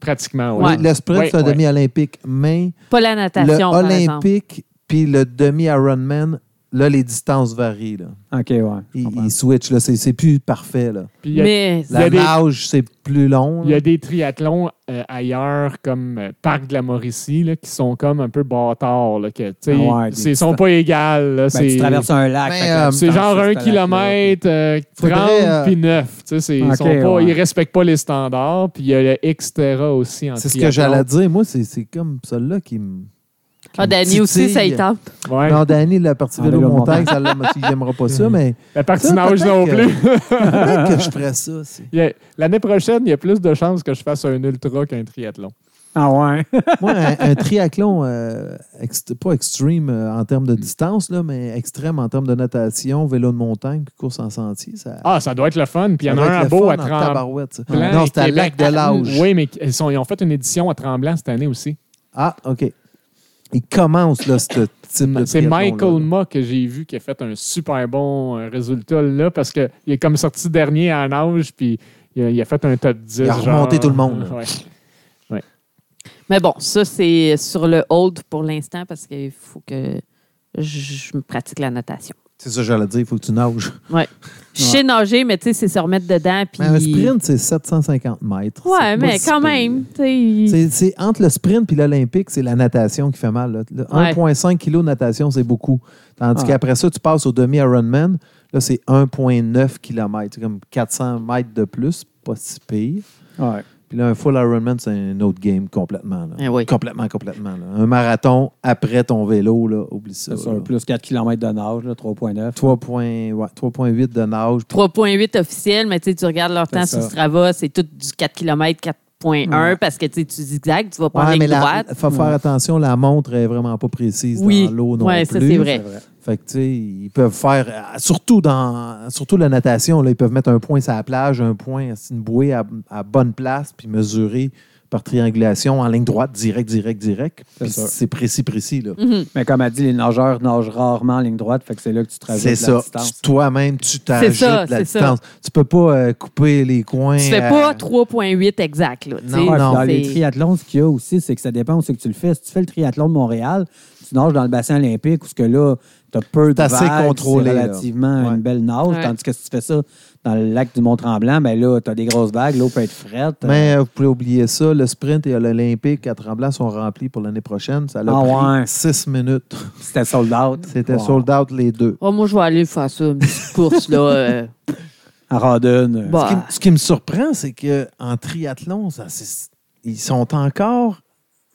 pratiquement.
Ouais.
Ouais.
Le sprint,
Ouais,
c'est un
ouais.
demi-olympique, mais
Pas la
le
natation, par exemple.
olympique puis le demi-Ironman, là, les distances varient. Là.
OK, ouais. je
Ils,
comprends.
ils switchent. là. C'est c'est plus parfait. Là.
Puis il y a-
Mais
Il y
La
a des-
nage, c'est plus long.
Il y
là.
a des triathlons euh, ailleurs, comme euh, Parc de la Mauricie, là, qui sont comme un peu bâtards. Là, que, tu sais,
Ah ouais, des
c'est- ils sont pas égales. là,
Ben,
c'est,
tu traverses un lac.
Ben,
fait que la
euh,
c'est
distance
genre
sur ce
un
lac-là.
kilomètre, euh, 30
Faudrait, euh,
puis 9. Tu sais, c'est- ils, sont
Ok,
pas,
ouais.
ils respectent pas les standards. Puis il y a le Xterra aussi en
C'est ce que
triathlon.
j'allais dire. Moi, c'est c'est comme celle-là qui me.
Ah, Danny aussi, ça y tente.
Ouais.
Non, Danny, la partie
En
vélo
vélo
montagne,
montagne.
celle-là, moi, il n'aimera pas ça, mais
La partie
Ça,
nage
peut-être
non
que-
plus.
peut-être que je ferais ça. c'est-
Il y a- L'année prochaine, il y a plus de chances que je fasse un ultra qu'un triathlon.
Ah ouais?
Moi, un, un triathlon, euh, ext- pas extreme euh, en termes de distance, là, mais extrême en termes de natation, vélo de montagne, puis course en sentier, ça.
Ah, ça doit être le fun. Puis il y en a
ça doit être
un à
le
Beau
fun
à
en
30
tabarouette, ça.
Plan
Non,
et
c'était à
Québec.
Lac de l'Auge.
Oui, mais ils, sont- ils ont fait une édition à Tremblant cette année aussi.
Ah, OK. Il commence, là, ce type de
C'est
triathlon-là.
Michael Ma que j'ai vu qui a fait un super bon euh, résultat là parce qu'il est comme sorti dernier en âge puis il a, il a fait un top 10.
Il a
genre.
remonté tout le monde, là.
Ouais.
Mais bon, ça, c'est sur le hold pour l'instant, parce qu'il faut que je me pratique la natation.
C'est ça, que j'allais dire, il faut que tu nages.
Je sais nager, mais tu sais, c'est se remettre dedans, puis...
Mais un sprint, c'est 750 mètres.
Ouais,
C'est
mais
pas si
quand
pire.
même, tu sais...
C'est c'est entre le sprint et l'Olympique, c'est la natation qui fait mal. là. Le
Ouais.
1,5 kg de natation, c'est beaucoup. Tandis
Ah.
qu'après ça, tu passes au demi-Ironman, là, c'est 1,9 km. C'est comme 400 mètres de plus, pas si pire.
Ouais.
Puis là, un full Ironman, c'est un autre game complètement. là.
Eh oui.
Complètement, complètement. là. Un marathon après ton vélo, là, oublie ça.
C'est
là.
sûr, plus 4 km de nage, là, 3,9.
3,8 ouais, 3,8 de nage.
3.8 officiel, mais tu sais, tu regardes leur temps
ça.
sur Strava, c'est tout du 4 km, 4.1 parce que tu sais, tu zigzags, tu vas prendre
Ouais,
une
mais
droite.
il faut faire attention, la montre est vraiment pas précise
Oui,
dans l'eau non
ouais,
plus.
ça c'est vrai.
Fait que, tu sais, ils peuvent faire, euh, surtout dans, surtout la natation, là, ils peuvent mettre un point sur la plage, un point, sur une bouée à, à bonne place, puis mesurer par triangulation en ligne droite, direct, direct, direct.
C'est
Puis
sûr.
C'est précis, précis, là.
Mhm.
Mais comme a dit, les nageurs nagent rarement en ligne droite, fait que c'est là que tu traverses la
C'est ça.
distance.
Tu- Toi-même, tu
C'est
t'ajoutes
ça,
de la
c'est ça.
distance. Tu peux pas euh, couper les coins.
Tu fais
euh,
pas 3.8 exact, là. tu sais,
non,
Ouais, puis dans
c'est-
les triathlons, ce qu'il y a aussi, c'est que ça dépend où c'est que tu le fais. Si tu fais le triathlon de Montréal, tu nages dans le bassin olympique, où ce que là, T'as peu de
C'est assez
vagues,
contrôlé,
c'est
là.
relativement
Ouais.
une belle nage.
Ouais.
Tandis que si tu fais ça dans le lac du Mont-Tremblant, ben là, t'as des grosses vagues, l'eau peut être frette.
Mais euh, vous pouvez oublier ça, le sprint et l'Olympique à Tremblant sont remplis pour l'année prochaine. Ça a
Ah
pris
ouais.
six minutes.
Euh, C'était sold out.
C'était
Wow.
sold out les deux.
Oh, moi, je vais aller faire ça, une petite course, là. euh,
À Rodden. euh,
bah.
Ce, qui, ce qui me surprend, c'est qu'en triathlon, ça, c'est- ils sont encore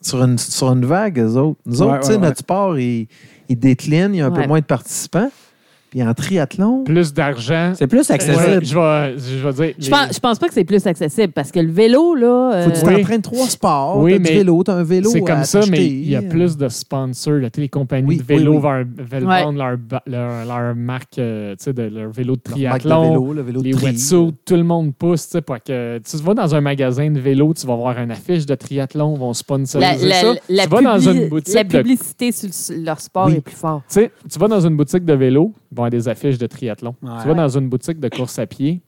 sur une, sur une vague, eux autres. Nous
Ouais,
autres, tu sais,
ouais, ouais.
notre sport, il, il décline, il y a un
Ouais.
peu moins de participants. Puis en triathlon,
Plus d'argent.
C'est plus accessible.
Ouais, je, vais, je vais dire.
Je pense, je pense pas que c'est plus accessible parce que le vélo, là. euh,
faut que tu
Oui.
t'entraînes trois sports.
Oui,
t'as du
mais
vélo, t'as un vélo.
C'est
à
comme ça, mais
t'acheter.
il y a plus de sponsors. là. Tu sais, les compagnies
Oui,
de vélo
oui, oui.
vers- veulent
Ouais.
vendre leur, ba- leur, leur marque, euh, tu sais, de, leur vélo de
Leur marque de
triathlon.
vélo, le vélo de
les
tri.
wetsuits, tout le monde pousse, tu sais, pour que tu vas dans un magasin de vélo, tu vas voir une affiche de triathlon, ils vont
la,
sponsoriser
la-
ça.
la
tu vas dans
publi-
une boutique
la
de- tu
publicité sur le- leur sport
Oui.
est plus forte.
sais, tu vas dans une boutique de vélo, ils vont avoir des affiches de triathlon.
Ouais.
Tu vas dans une boutique de course à pied,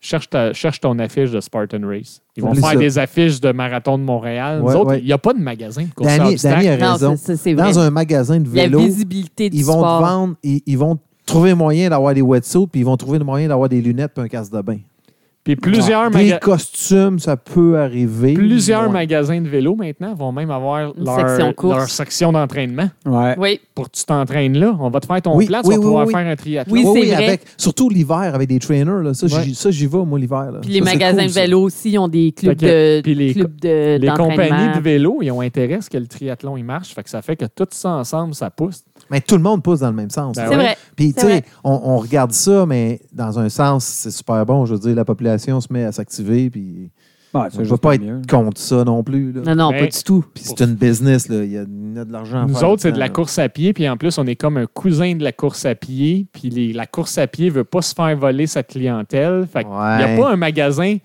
cherche, ta- cherche ton affiche de Spartan Race. Ils vont
Oublie
faire
ça.
des affiches de marathon de Montréal. Nous
Ouais,
autres,
ouais.
il n'y a pas de magasin de course à
Danny,
obstacles.
Danny a
Non,
raison.
c'est- c'est c'est vrai.
Dans un magasin de
La
vélo,
visibilité du
ils vont
sport.
te vendre, ils, ils vont trouver moyen d'avoir des wetsuits, puis ils vont trouver le moyen d'avoir des lunettes puis un casque de bain.
Puis plusieurs,
Des
magasins.
costumes, ça peut arriver.
Plusieurs
Ouais.
magasins de vélo maintenant vont même avoir
Une
leur
section course.
leur section d'entraînement
Ouais.
Oui,
pour que tu t'entraînes là. On va te faire ton
Oui,
plat, tu
oui,
vas
oui,
pouvoir
oui.
faire un triathlon.
Oui,
Ouais,
c'est
oui,
vrai.
avec- surtout l'hiver avec des trainers. Là. Ça, j'y-
Ouais.
ça, j'y vais, moi, l'hiver. là.
puis les
Ça, c'est
magasins
cool,
de
ça.
vélo aussi, ils ont des clubs
Fait que-
de
puis les
clubs de-
Les compagnies
d'entraînement.
de vélo, ils ont intérêt à ce que le triathlon il marche. Fait que ça fait que tout ça ensemble, ça pousse.
Mais tout le monde pousse dans le même sens.
Ben
là.
C'est
ouais.
vrai.
Puis,
C'est
tu sais,
vrai.
on, on regarde ça, mais dans un sens, c'est super bon. Je veux dire, la population se met à s'activer, puis
Ouais,
on ne
c'est
peut
juste
pas
pas
être
mieux.
contre ça non plus. là.
Non, non,
Mais-
pas du tout.
Puis c'est une business, là. Il y a, il y a de l'argent à
Nous
faire
autres, c'est de la
euh,
là-dedans,
course à pied. Puis en plus, on est comme un cousin de la course à pied. Puis les- la course à pied veut pas se faire voler sa clientèle. Fait qu'il n'y a
Ouais.
pas un magasin.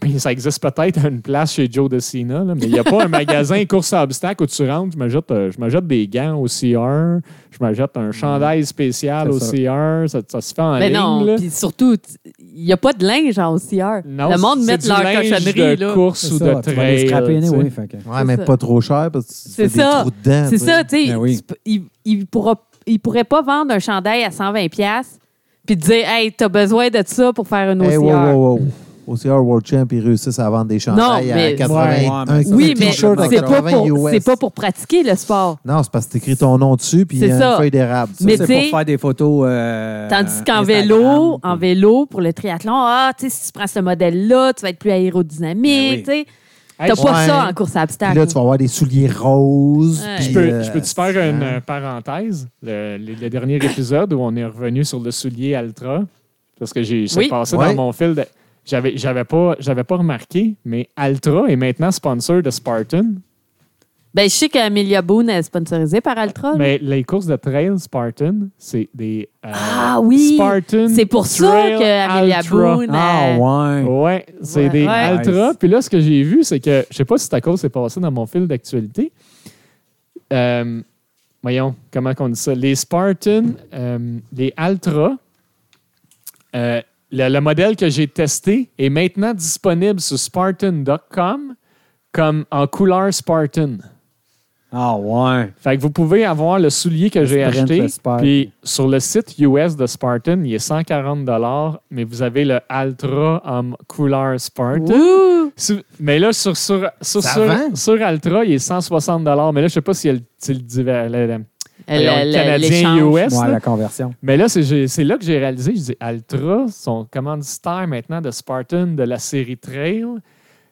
Puis ça existe peut-être à une place chez Joe Desina, là, mais il n'y a pas un magasin course à obstacles où tu rentres. Je me jette, euh, je me jette des gants au C1, je me jette un chandail spécial au
Mm. C'est ça.
C1, ça, ça se fait en
Mais
ligne.
non,
là.
puis surtout, t- il n'y a pas de linge en OCR.
Non,
le monde
c'est
met
du
leur
linge
cochonnerie,
de
là.
course ou
C'est ça,
de
tu vas les
trail.
scraper,
tu sais.
anyway, fait que-
là. Ouais,
C'est
mais
ça.
pas trop cher parce que tu
C'est
fais des
ça.
trous dedans.
C'est
tu sais.
ça, tu sais.
Ben oui.
tu peux- Il, il pourra, il pourrait pas vendre un chandail à 120$ piastres, puis te dire, hey, t'as besoin de ça pour faire une OCR.
Eh,
Hey, wow, wow, wow. OCR World Champ, ils réussissent à vendre des chandails
Non, mais-
à 80
Ouais, ouais,
un
mais ça,
Oui,
c'est
mais
t-shirt à
c'est pas,
80
pour,
US.
c'est pas pour pratiquer le sport.
Non, c'est parce que tu écris ton nom dessus puis il y
C'est
a
ça.
une feuille d'érable. ça.
Mais
C'est
t'sais-
pour faire des photos. euh,
Tandis qu'en
Instagram,
vélo, en
puis-
vélo, pour le triathlon, ah, tu sais, si tu prends ce modèle-là, tu vas être plus aérodynamique,
Ben
tu sais. T'as pas
Ouais.
ça en course à
Puis
obstacle.
là, tu vas avoir des souliers roses.
Ouais.
puis,
Je peux,
euh,
je peux te faire une
hein.
euh, parenthèse? Le, le- le dernier épisode où on est revenu sur le soulier Altra, parce que j'ai ça
Oui.
passé
Ouais.
dans mon fil. de- J'avais, j'avais, pas, j'avais pas remarqué, mais Altra est maintenant sponsor de Spartan.
Ben, je sais qu'Amelia Boone est sponsorisée par Altra. là.
Mais les courses de trail Spartan, c'est des. euh,
Ah oui!
Spartan
C'est pour ça
Trail
que Amelia
Altra.
Boone.
Ah,
Ben,
elle-
ouais.
Ouais, c'est
Ouais.
des
Ouais.
Altra.
Nice.
Puis là, ce que j'ai vu, c'est que, je sais pas si ta cause s'est passée dans mon fil d'actualité. Euh, voyons, comment on dit ça? Les Spartan, euh, les Altra, euh, le, le modèle que j'ai testé est maintenant disponible sur spartan.com comme en couleur Spartan.
Ah, ouais.
Fait que vous pouvez avoir le soulier que j'ai
Sprint,
acheté.
le Spartan.
Puis sur le site US de Spartan, il est 140 mais vous avez le Altra en couleur Spartan.
Ouh!
Sur- mais là, sur, sur, sur,
Ça
sur,
vend?
sur Altra, il est 160 Mais là, je sais pas si elle- si le, diver- le- le-
Elle-
voyons, le
elle-
Canadien
l'échange.
US.
Ouais,
là.
la conversion.
Mais là, c'est j'ai- c'est là que j'ai réalisé. Je dis Altra, sont commanditaire maintenant de Spartan, de la série Trail.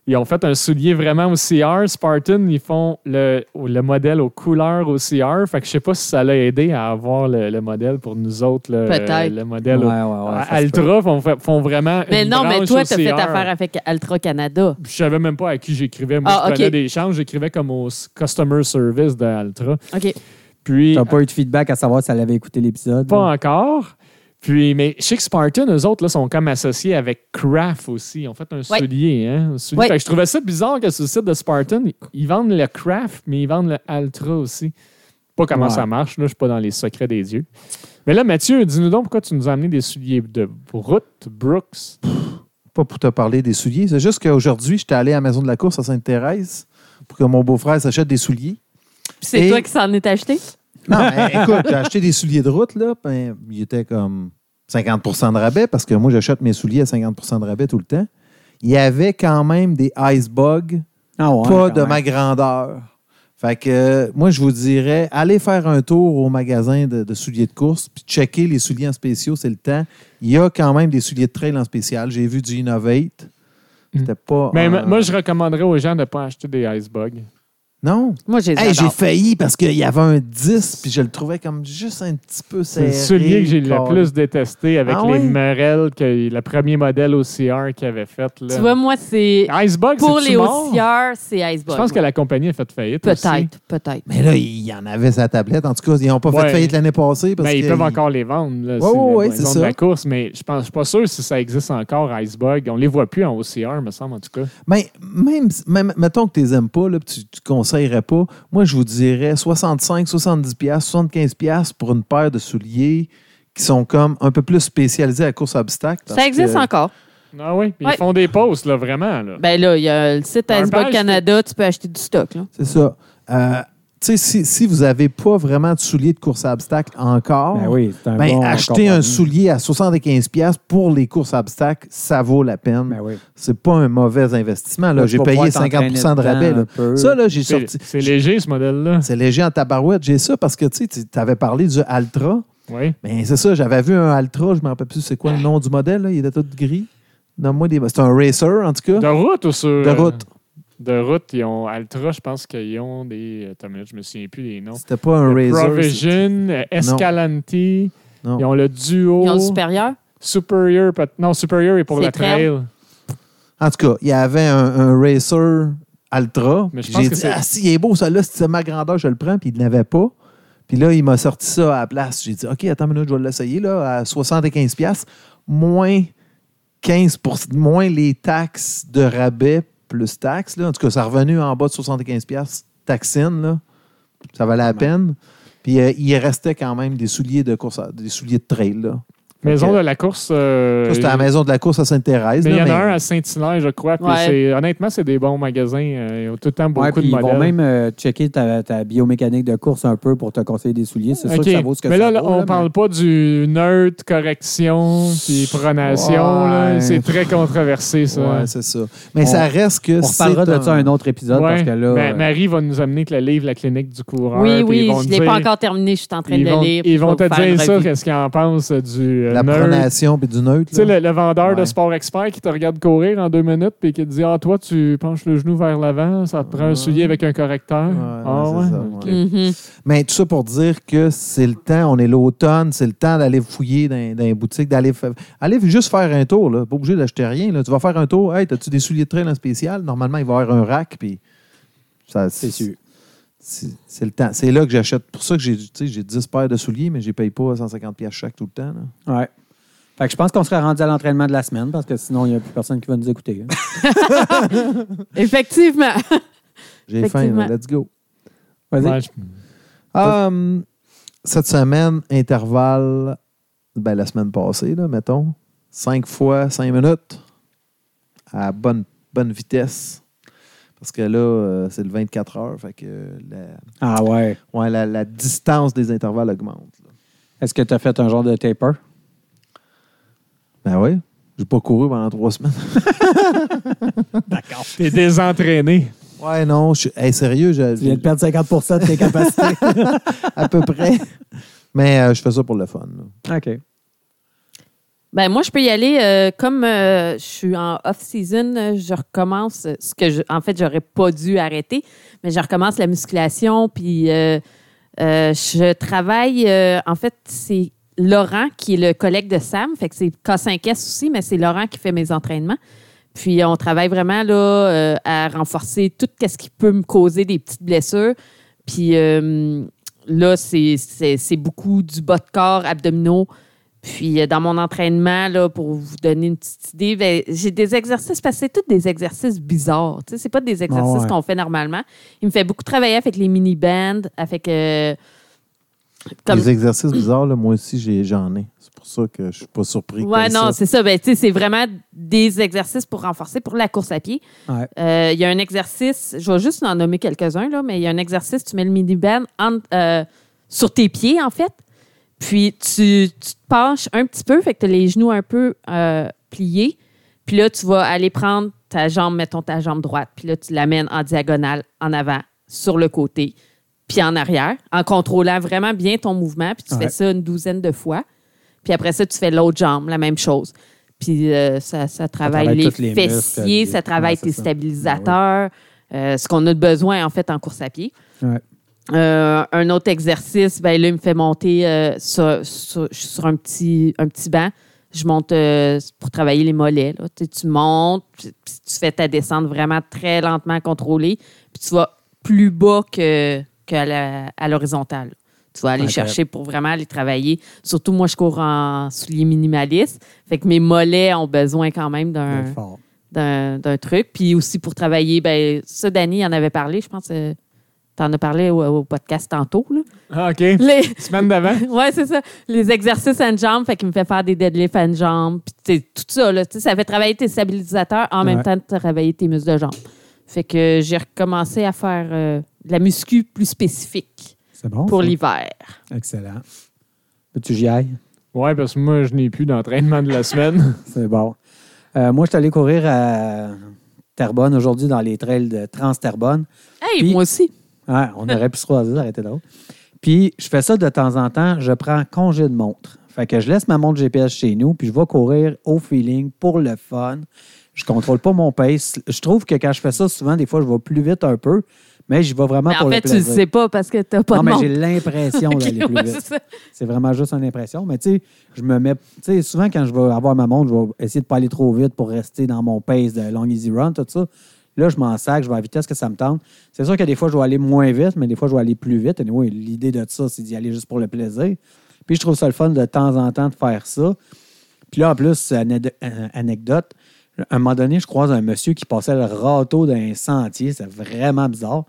Ils ont fait un soulier vraiment au CR. Spartan, ils font le, le modèle aux couleurs au CR. Fait que je sais pas si ça l'a aidé à avoir le, le modèle pour nous autres. là,
Peut-être.
Le modèle
Ouais,
au-
ouais,
Ah,
ouais, ça se
Altra font, font vraiment.
Mais
une
non, mais
branche
toi,
au
t'as fait
CR.
affaire avec Altra Canada.
Je savais même pas à qui j'écrivais. Moi,
Ah,
je prenais
ok.
des chances. J'écrivais comme au s- customer service de Altra.
OK.
Puis,
T'as pas eu de feedback à savoir si elle avait écouté l'épisode.
pas
là.
encore. Puis, mais chez Spartan, eux autres, là, sont comme associés avec Craft aussi. Ils ont fait un
Ouais.
soulier. Hein? un soulier.
Ouais.
Fait que je trouvais ça bizarre que sur le site de Spartan, ils vendent le Craft, mais ils vendent le Altra aussi. Pas comment
Ouais.
ça marche. Là, je suis pas dans les secrets des dieux. Mais là, Mathieu, dis-nous donc pourquoi tu nous as amené des souliers de Brooke, Brooks.
Pas pour te parler des souliers. C'est juste qu'aujourd'hui, j'étais allé à la maison de la course à Sainte-Thérèse pour que mon beau-frère s'achète des souliers.
Puis c'est
Et-
toi qui s'en est acheté?
Non, mais écoute, j'ai acheté des souliers de route, là, ben, il était comme 50 de rabais, parce que moi, j'achète mes souliers à 50 de rabais tout le temps. Il y avait quand même des icebugs,
Ah ouais,
pas
quand
de
même.
ma grandeur. Fait que, euh, moi, je vous dirais, allez faire un tour au magasin de, de souliers de course, puis checker les souliers en spéciaux, c'est le temps. Il y a quand même des souliers de trail en spécial. J'ai vu du Innovate.
Mm.
C'était pas.
Mais
un-
m- moi, je recommanderais aux gens de ne pas acheter des icebugs.
Non?
Moi, j'ai
Hey, j'ai failli parce qu'il y avait un 10, puis je le trouvais comme juste un petit peu serré.
C'est le soulier que j'ai le
carré.
plus détesté avec
Ah
les
ouais?
merelles, que le premier modèle OCR qu'il avait fait. Là.
Tu vois, moi, c'est.
Icebug,
Pour
c'est-tu
les
mort?
haussières, c'est Icebug.
Je pense que la compagnie a fait faillite. aussi.
Peut-être, peut-être.
Mais là, il y en avait sa tablette. En tout cas, ils n'ont pas
Ouais.
fait faillite l'année passée. Parce
Ben, ils
que-
peuvent encore les vendre. Là,
Ouais,
c'est
ouais,
le-
ouais,
ils
c'est
vendent
ça.
la course, mais je pense, je suis pas sûr si ça existe encore, Icebug. On les voit plus en OCR, me semble, en tout cas.
Mais même, même, mettons que tu les aimes pas, là, puis tu ne conseillerais pas. Moi, je vous dirais 65, 70 pièces, 75 pièces pour une paire de souliers qui sont comme un peu plus spécialisés à la course à obstacles. parce
Ça existe
que-
encore.
Ah oui, puis
Ouais.
ils font des posts, là, vraiment. Là.
Ben là, il y a le site
Un
Icebug
badge,
Canada, tu peux acheter du stock. Là.
C'est ça. Euh, tu sais, si, si vous n'avez pas vraiment de souliers de course à obstacles encore,
Ben oui, c'est un
Ben,
bon
acheter
compromis.
un soulier à 75$ pour les courses à obstacles, ça vaut la peine.
Ben oui.
C'est pas un mauvais investissement. là.
Là, tu
J'ai
vas
payé
pouvoir t'entraîner
50% de
dedans
rabais.
un
là.
peu.
Ça, là, j'ai
C'est
sorti.
c'est léger, ce modèle-là.
C'est léger en tabarouette. J'ai ça parce que tu avais parlé du Altra.
Oui.
Mais c'est ça, j'avais vu un Altra. Je ne me rappelle plus c'est quoi le nom du modèle. là. Il était tout gris. Nomme-moi des. C'est un racer, en tout cas.
De route ou sur. euh,
De route.
De route, ils ont Altra, je pense qu'ils ont des. euh, Attends, une minute, je me souviens plus des noms.
C'était pas un racer.
Provision, euh, Escalante, ils
c'est- non.
ont le duo.
Ils ont le supérieur.
Superior, peut- non, Superior est pour
C'est
la trail.
trail.
En tout cas, il y avait un, un racer Altra.
Mais je
Puis
pense
J'ai
que
dit,
c'est-
ah, si, il est beau, ça là, si c'est ma grandeur, je le prends. Puis il ne l'avait pas. Puis là, il m'a sorti ça à la place. J'ai dit, OK, attends une minute, je vais l'essayer, là, à 75 pièces moins 15 moins les taxes de rabais plus taxes, là. En tout cas, ça revenu en bas de 75 pièces taxine, là. Ça valait la peine. Puis euh, il restait quand même des souliers de course, à- des souliers de trail, là.
Maison
Ok.
de la course. euh,
Ça, c'était à la maison de la course à Sainte-Thérèse.
Mais il y
là,
en a
mais-
un à Saint-Hilaire, je crois. puis
Ouais.
c'est- honnêtement, c'est des bons magasins. euh, ils ont tout le temps beaucoup
Ouais, puis
de
ils
modèles.
vont même euh, checker ta, ta biomécanique de course un peu pour te conseiller des souliers. C'est sûr
OK.
que ça vaut ce que
mais
ça
là, là,
vaut,
on
mais-
parle pas du neutre, correction, puis pronation. là.
Ouais.
C'est très controversé, ça.
Ouais, c'est ça. Mais
On-
ça reste que
On
c'est
reparlera de ça à un autre épisode
hein. Ouais. Ben,
parce que là.
Ma-
euh,
Marie va nous amener que le livre La clinique du coureur.
oui,
puis ils
oui,
vont
je
nous
ne l'ai pas
dire-
encore terminé, je suis en train
Ils
de
vont,
le lire.
ils vont
Je vais
te
vous faire
dire
une
ça,
revue.
qu'est-ce qu'ils en pensent euh, du euh,
La
nerd.
pronation puis du neutre.
Tu sais,
là.
le, le vendeur de
Ouais.
Sport Expert qui te regarde courir en deux minutes puis qui te dit Ah, toi, tu penches le genou vers l'avant, ça te prend un
Ouais.
soulier avec un correcteur.
Ouais,
ah,
ouais,
ouais.
c'est ça,
OK.
ouais.
Mhm.
Mais tout ça pour dire que c'est le temps, on est l'automne, c'est le temps d'aller fouiller dans, dans les boutiques, d'aller fa- aller juste faire un tour. Là. Pas obligé d'acheter rien. là. Tu vas faire un tour. Hey, as-tu des souliers de trail en spécial? Normalement, il va y avoir un rack. Puis ça,
C'est sûr.
C'est c'est le temps. C'est là que j'achète. Pour ça que j'ai tu sais, j'ai 10 paires de souliers, mais je les paye pas 150$ piastres chaque tout le temps. là.
Ouais. Fait que je pense qu'on serait rendu à l'entraînement de la semaine parce que sinon, il n'y a plus personne qui va nous écouter. hein.
Effectivement.
J'ai faim.
Effectivement.
là. Let's go.
Vas-y.
Ouais, je-
Hum, cette semaine, intervalle, ben, la semaine passée, là, mettons, 5 fois 5 minutes à bonne, bonne vitesse. Parce que là, euh, c'est le 24 heures. Fait que euh, la,
Ah ouais.
ouais, la, la distance des intervalles augmente. là.
Est-ce que tu as fait un genre de taper?
Ben oui. J'ai pas couru pendant trois semaines.
T'es désentraîné.
Ouais, non. Je, suis- hey, sérieux, je-
Tu viens de perdre 50 de tes capacités.
à peu près. Mais euh, je fais ça pour le fun. là.
OK.
Ben moi, je peux y aller. euh, comme euh, je suis en off-season, euh, je recommence euh, ce que, je, en fait, j'aurais pas dû arrêter, mais je recommence la musculation. Puis euh, euh, je travaille. euh, en fait, c'est Laurent qui est le collègue de Sam. Fait que c'est K5S aussi, mais c'est Laurent qui fait mes entraînements. Puis on travaille vraiment là euh, à renforcer tout ce qui peut me causer des petites blessures. Puis euh, là, c'est- c'est c'est beaucoup du bas de corps, abdominaux. Puis euh, dans mon entraînement, là, pour vous donner une petite idée, ben, j'ai des exercices, parce que c'est tous des exercices bizarres. Tu sais, c'est pas des exercices
ouais.
qu'on fait normalement. Il me fait beaucoup travailler avec les mini-bands, avec... euh, comme-
Les exercices bizarres, là, moi aussi, j'ai- j'en ai. C'est pour ça que je suis pas surpris. que
Ouais,
t'aies
non,
ça.
c'est ça. Ben, tu sais, c'est vraiment des exercices pour renforcer pour la course à pied.
Ouais.
Euh, Il y a un exercice, je vais juste en nommer quelques-uns, là, mais il y a un exercice, tu mets le mini-band en- euh, sur tes pieds, en fait. Puis tu, tu te penches un petit peu, fait que tu as les genoux un peu euh, pliés. Puis là, tu vas aller prendre ta jambe, mettons ta jambe droite, puis là, tu l'amènes en diagonale, en avant, sur le côté, puis en arrière, en contrôlant vraiment bien ton mouvement. Puis tu
Ouais.
fais ça une douzaine de fois. Puis après ça, tu fais l'autre jambe, la même chose. Puis euh, ça, ça travaille,
travaille
les,
tous les muscles,
fessiers,
les-
ça travaille
Ouais, c'est
tes
ça.
stabilisateurs, euh, ce qu'on a de besoin en fait en course à pied.
Ouais.
Euh, un autre exercice, ben là, il me fait monter euh, sur, sur- je suis sur un petit, un petit banc. Je monte euh, pour travailler les mollets. là. Tu sais, tu montes, puis puis tu fais ta descente vraiment très lentement contrôlée, puis tu vas plus bas que, que la- à l'horizontale. Tu vas aller
Incroyable.
chercher pour vraiment aller travailler. Surtout, moi, je cours en souliers minimalistes. Fait que mes mollets ont besoin quand même d'un
Bien fort.
d'un d'un truc. Puis aussi pour travailler, ben, ça, Danny en avait parlé, je pense. euh, T'en as parlé au, au podcast tantôt. Là.
Ah, OK.
Les-
Semaine d'avant.
ouais, c'est ça. Les exercices à une jambe, fait qu'il me fait faire des deadlifts à une jambe. Puis t'sais, tout ça, là, t'sais, ça fait travailler tes stabilisateurs en
Ouais.
même temps de travailler tes muscles de jambe. Fait que j'ai recommencé à faire euh, de la muscu plus spécifique
Ah, C'est bon.
pour
ça?
l'hiver.
Excellent. Peux-tu j'y aille?
Ouais, parce que moi, je n'ai plus d'entraînement de la semaine.
C'est bon. Euh, moi, je suis allé courir à Terrebonne aujourd'hui dans les trails de Trans-Terrebonne.
Hey,
Puis-
moi aussi.
Ouais, on aurait pu se croiser, arrêtez là. Puis, je fais ça de temps en temps, je prends congé de montre. Fait que je laisse ma montre GPS chez nous, puis je vais courir au feeling pour le fun. Je contrôle pas mon pace. Je trouve que quand je fais ça, souvent, des fois, je vais plus vite un peu, mais j'y vais vraiment
Mais
pour
en fait,
le
tu le
plaisir.
sais pas parce que t'as pas
non,
de
mais
monde.
j'ai l'impression
Ok,
d'aller plus
ouais,
vite.
c'est ça.
C'est vraiment juste une impression. Mais tu sais, je me mets. Tu sais, souvent quand je vais avoir ma montre, je vais essayer de pas aller trop vite pour rester dans mon pace de long easy run, tout ça. Là, je m'en sac, je vais à la vitesse que ça me tente. C'est sûr que des fois, je vais aller moins vite, mais des fois, je vais aller plus vite. Et anyway, l'idée de ça, c'est d'y aller juste pour le plaisir. Puis je trouve ça le fun de temps en temps de faire ça. Puis là, en plus, anéd- euh, anecdote, à un moment donné, je croise un monsieur qui passait le râteau d'un sentier. C'est vraiment bizarre.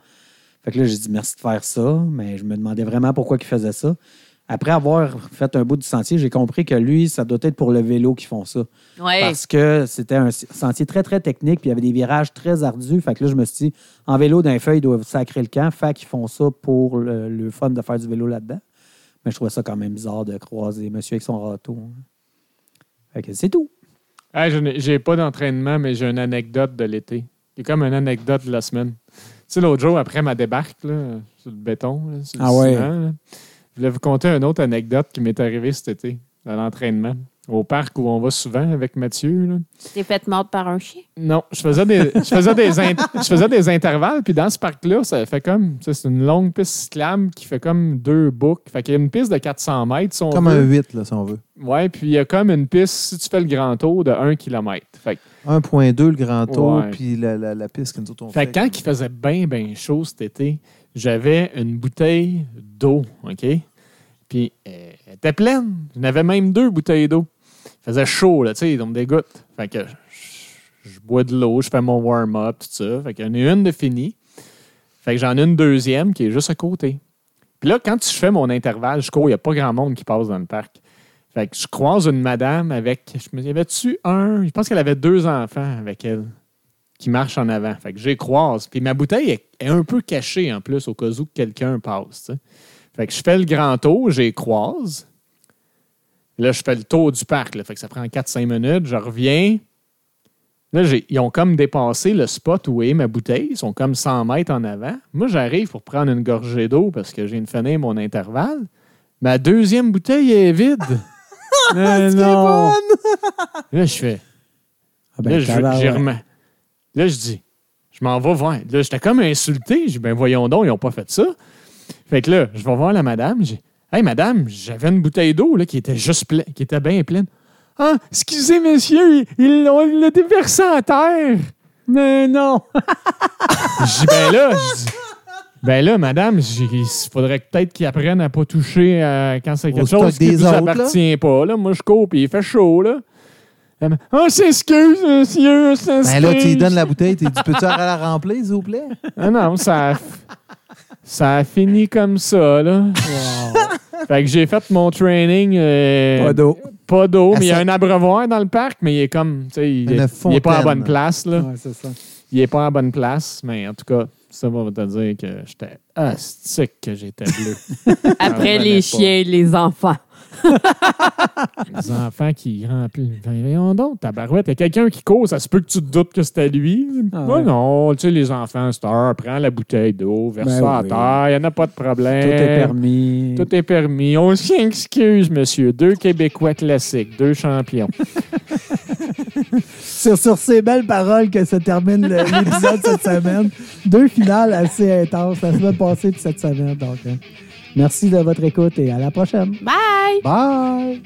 Fait que là, j'ai dit merci de faire ça, mais je me demandais vraiment pourquoi il faisait ça. Après avoir fait un bout du sentier, j'ai compris que lui, ça doit être pour le vélo qu'ils font ça.
Ouais.
Parce que c'était un si- sentier très, très technique, puis il y avait des virages très ardus. Fait que là, je me suis dit, en vélo d'un feuille, ils doivent sacrer le camp. Fait qu'ils font ça pour le, le fun de faire du vélo là-dedans. Mais je trouvais ça quand même bizarre de croiser monsieur avec son râteau. hein. Fait que c'est tout.
Ah, je n'ai- j'ai pas d'entraînement, mais j'ai une anecdote de l'été. C'est comme une anecdote de la semaine. Tu sais, l'autre jour, après ma débarque, là, sur le béton, là, sur le
Ah ouais.
ciment, là, je voulais vous conter une autre anecdote qui m'est arrivée cet été, à l'entraînement, au parc où on va souvent avec Mathieu. là.
Tu t'es faite mordre par un chien.
Non, je faisais des, je faisais des, int- je faisais des intervalles, puis dans ce parc-là, ça fait comme, tu sais, c'est une longue piste cyclable qui fait comme deux boucles. Fait qu'il y a une piste de 400 mètres, si on
Comme
veut.
un 8, là, si on veut.
Ouais, puis il y a comme une piste, si tu fais le grand tour, de 1 km. Fait, que-
1.2 le grand tour,
Ouais.
puis la, la, la piste que nous autres on
fait que quand il faisait bien, bien chaud cet été, j'avais une bouteille d'eau, OK? Puis euh, elle était pleine. J'en avais même deux bouteilles d'eau. Il faisait chaud, là, tu sais, donc des gouttes. Fait que je- je bois de l'eau, je fais mon warm-up, tout ça. Fait qu'il y en a une de finie. Fait que j'en ai une deuxième qui est juste à côté. Puis là, quand je fais mon intervalle, je cours, il n'y a pas grand monde qui passe dans le parc. Fait que je croise une madame avec. Je me dis, y avait-tu un Je pense qu'elle avait deux enfants avec elle qui marchent en avant. Fait que j'ai croise. Puis ma bouteille est, est un peu cachée en plus au cas où quelqu'un passe. tu sais. Fait que je fais le grand tour, j'ai croise. Là, je fais le tour du parc. là. Fait que ça prend 4-5 minutes. Je reviens. Là, j'ai- ils ont comme dépassé le spot où est ma bouteille. Ils sont comme 100 mètres en avant. Moi, j'arrive pour prendre une gorgée d'eau parce que j'ai une fenêtre, mon intervalle. Ma deuxième bouteille est vide. Mais non! Là, je fais.
Ah
Là,
ben,
je-
tabarouette.
j'ai remis. Là, je dis, je m'en vais voir. Là, j'étais comme insulté. J'ai dit, ben voyons donc, ils n'ont pas fait ça. Fait que là, je vais voir la madame. J'ai, hey madame, j'avais une bouteille d'eau là, qui était juste pleine, qui était bien pleine. Ah, excusez monsieur, ils- ils l'ont ils l'ont déversé en terre.
Mais non!
J'ai dit, ben là, je dis, ben là, madame, j'ai- il faudrait peut-être qu'ils apprennent à pas toucher euh, quand c'est
Au
quelque
stock
chose qui
des
ne vous
autres,
appartient pas. Là, moi, je cours, puis il fait chaud, là. Elle me- Ah, s'excuse, monsieur, on
Ben là, tu lui
s'excuse.
donnes la bouteille, tu dis peux-tu aller la remplir, s'il vous plaît?
Ah non, ça a, ça a fini comme ça, là. Fait que j'ai fait mon training. euh,
Pas d'eau.
pas d'eau,
Ah,
mais il y a
ça-
un abreuvoir dans le parc, mais il est comme. tu sais, Il
Une
est, il est pas à
fontaine.
bonne place, là.
Ouais, c'est ça.
Il est pas à bonne place, mais en tout cas, Ça va te dire que j'étais astique que j'étais bleu.
Après
Ah,
les
ouais,
chiens et les enfants.
Les enfants qui remplissent. Voyons donc, tabarouette. Il y a quelqu'un qui cause, ça se peut que tu te doutes que c'était lui.
Ah
Ouais,
ouais.
non, tu sais, les enfants, c'est un, prends la bouteille d'eau, verse
Ben
ça
oui.
à terre, il n'y en a pas de problème.
Tout est permis.
Tout est permis. On s'excuse, monsieur. Deux Québécois classiques, deux champions.
C'est sur ces belles paroles que se termine le- l'épisode cette semaine. Deux finales assez intenses la semaine passée puis cette semaine. Donc, hein. merci de votre écoute et à la prochaine.
Bye!
Bye!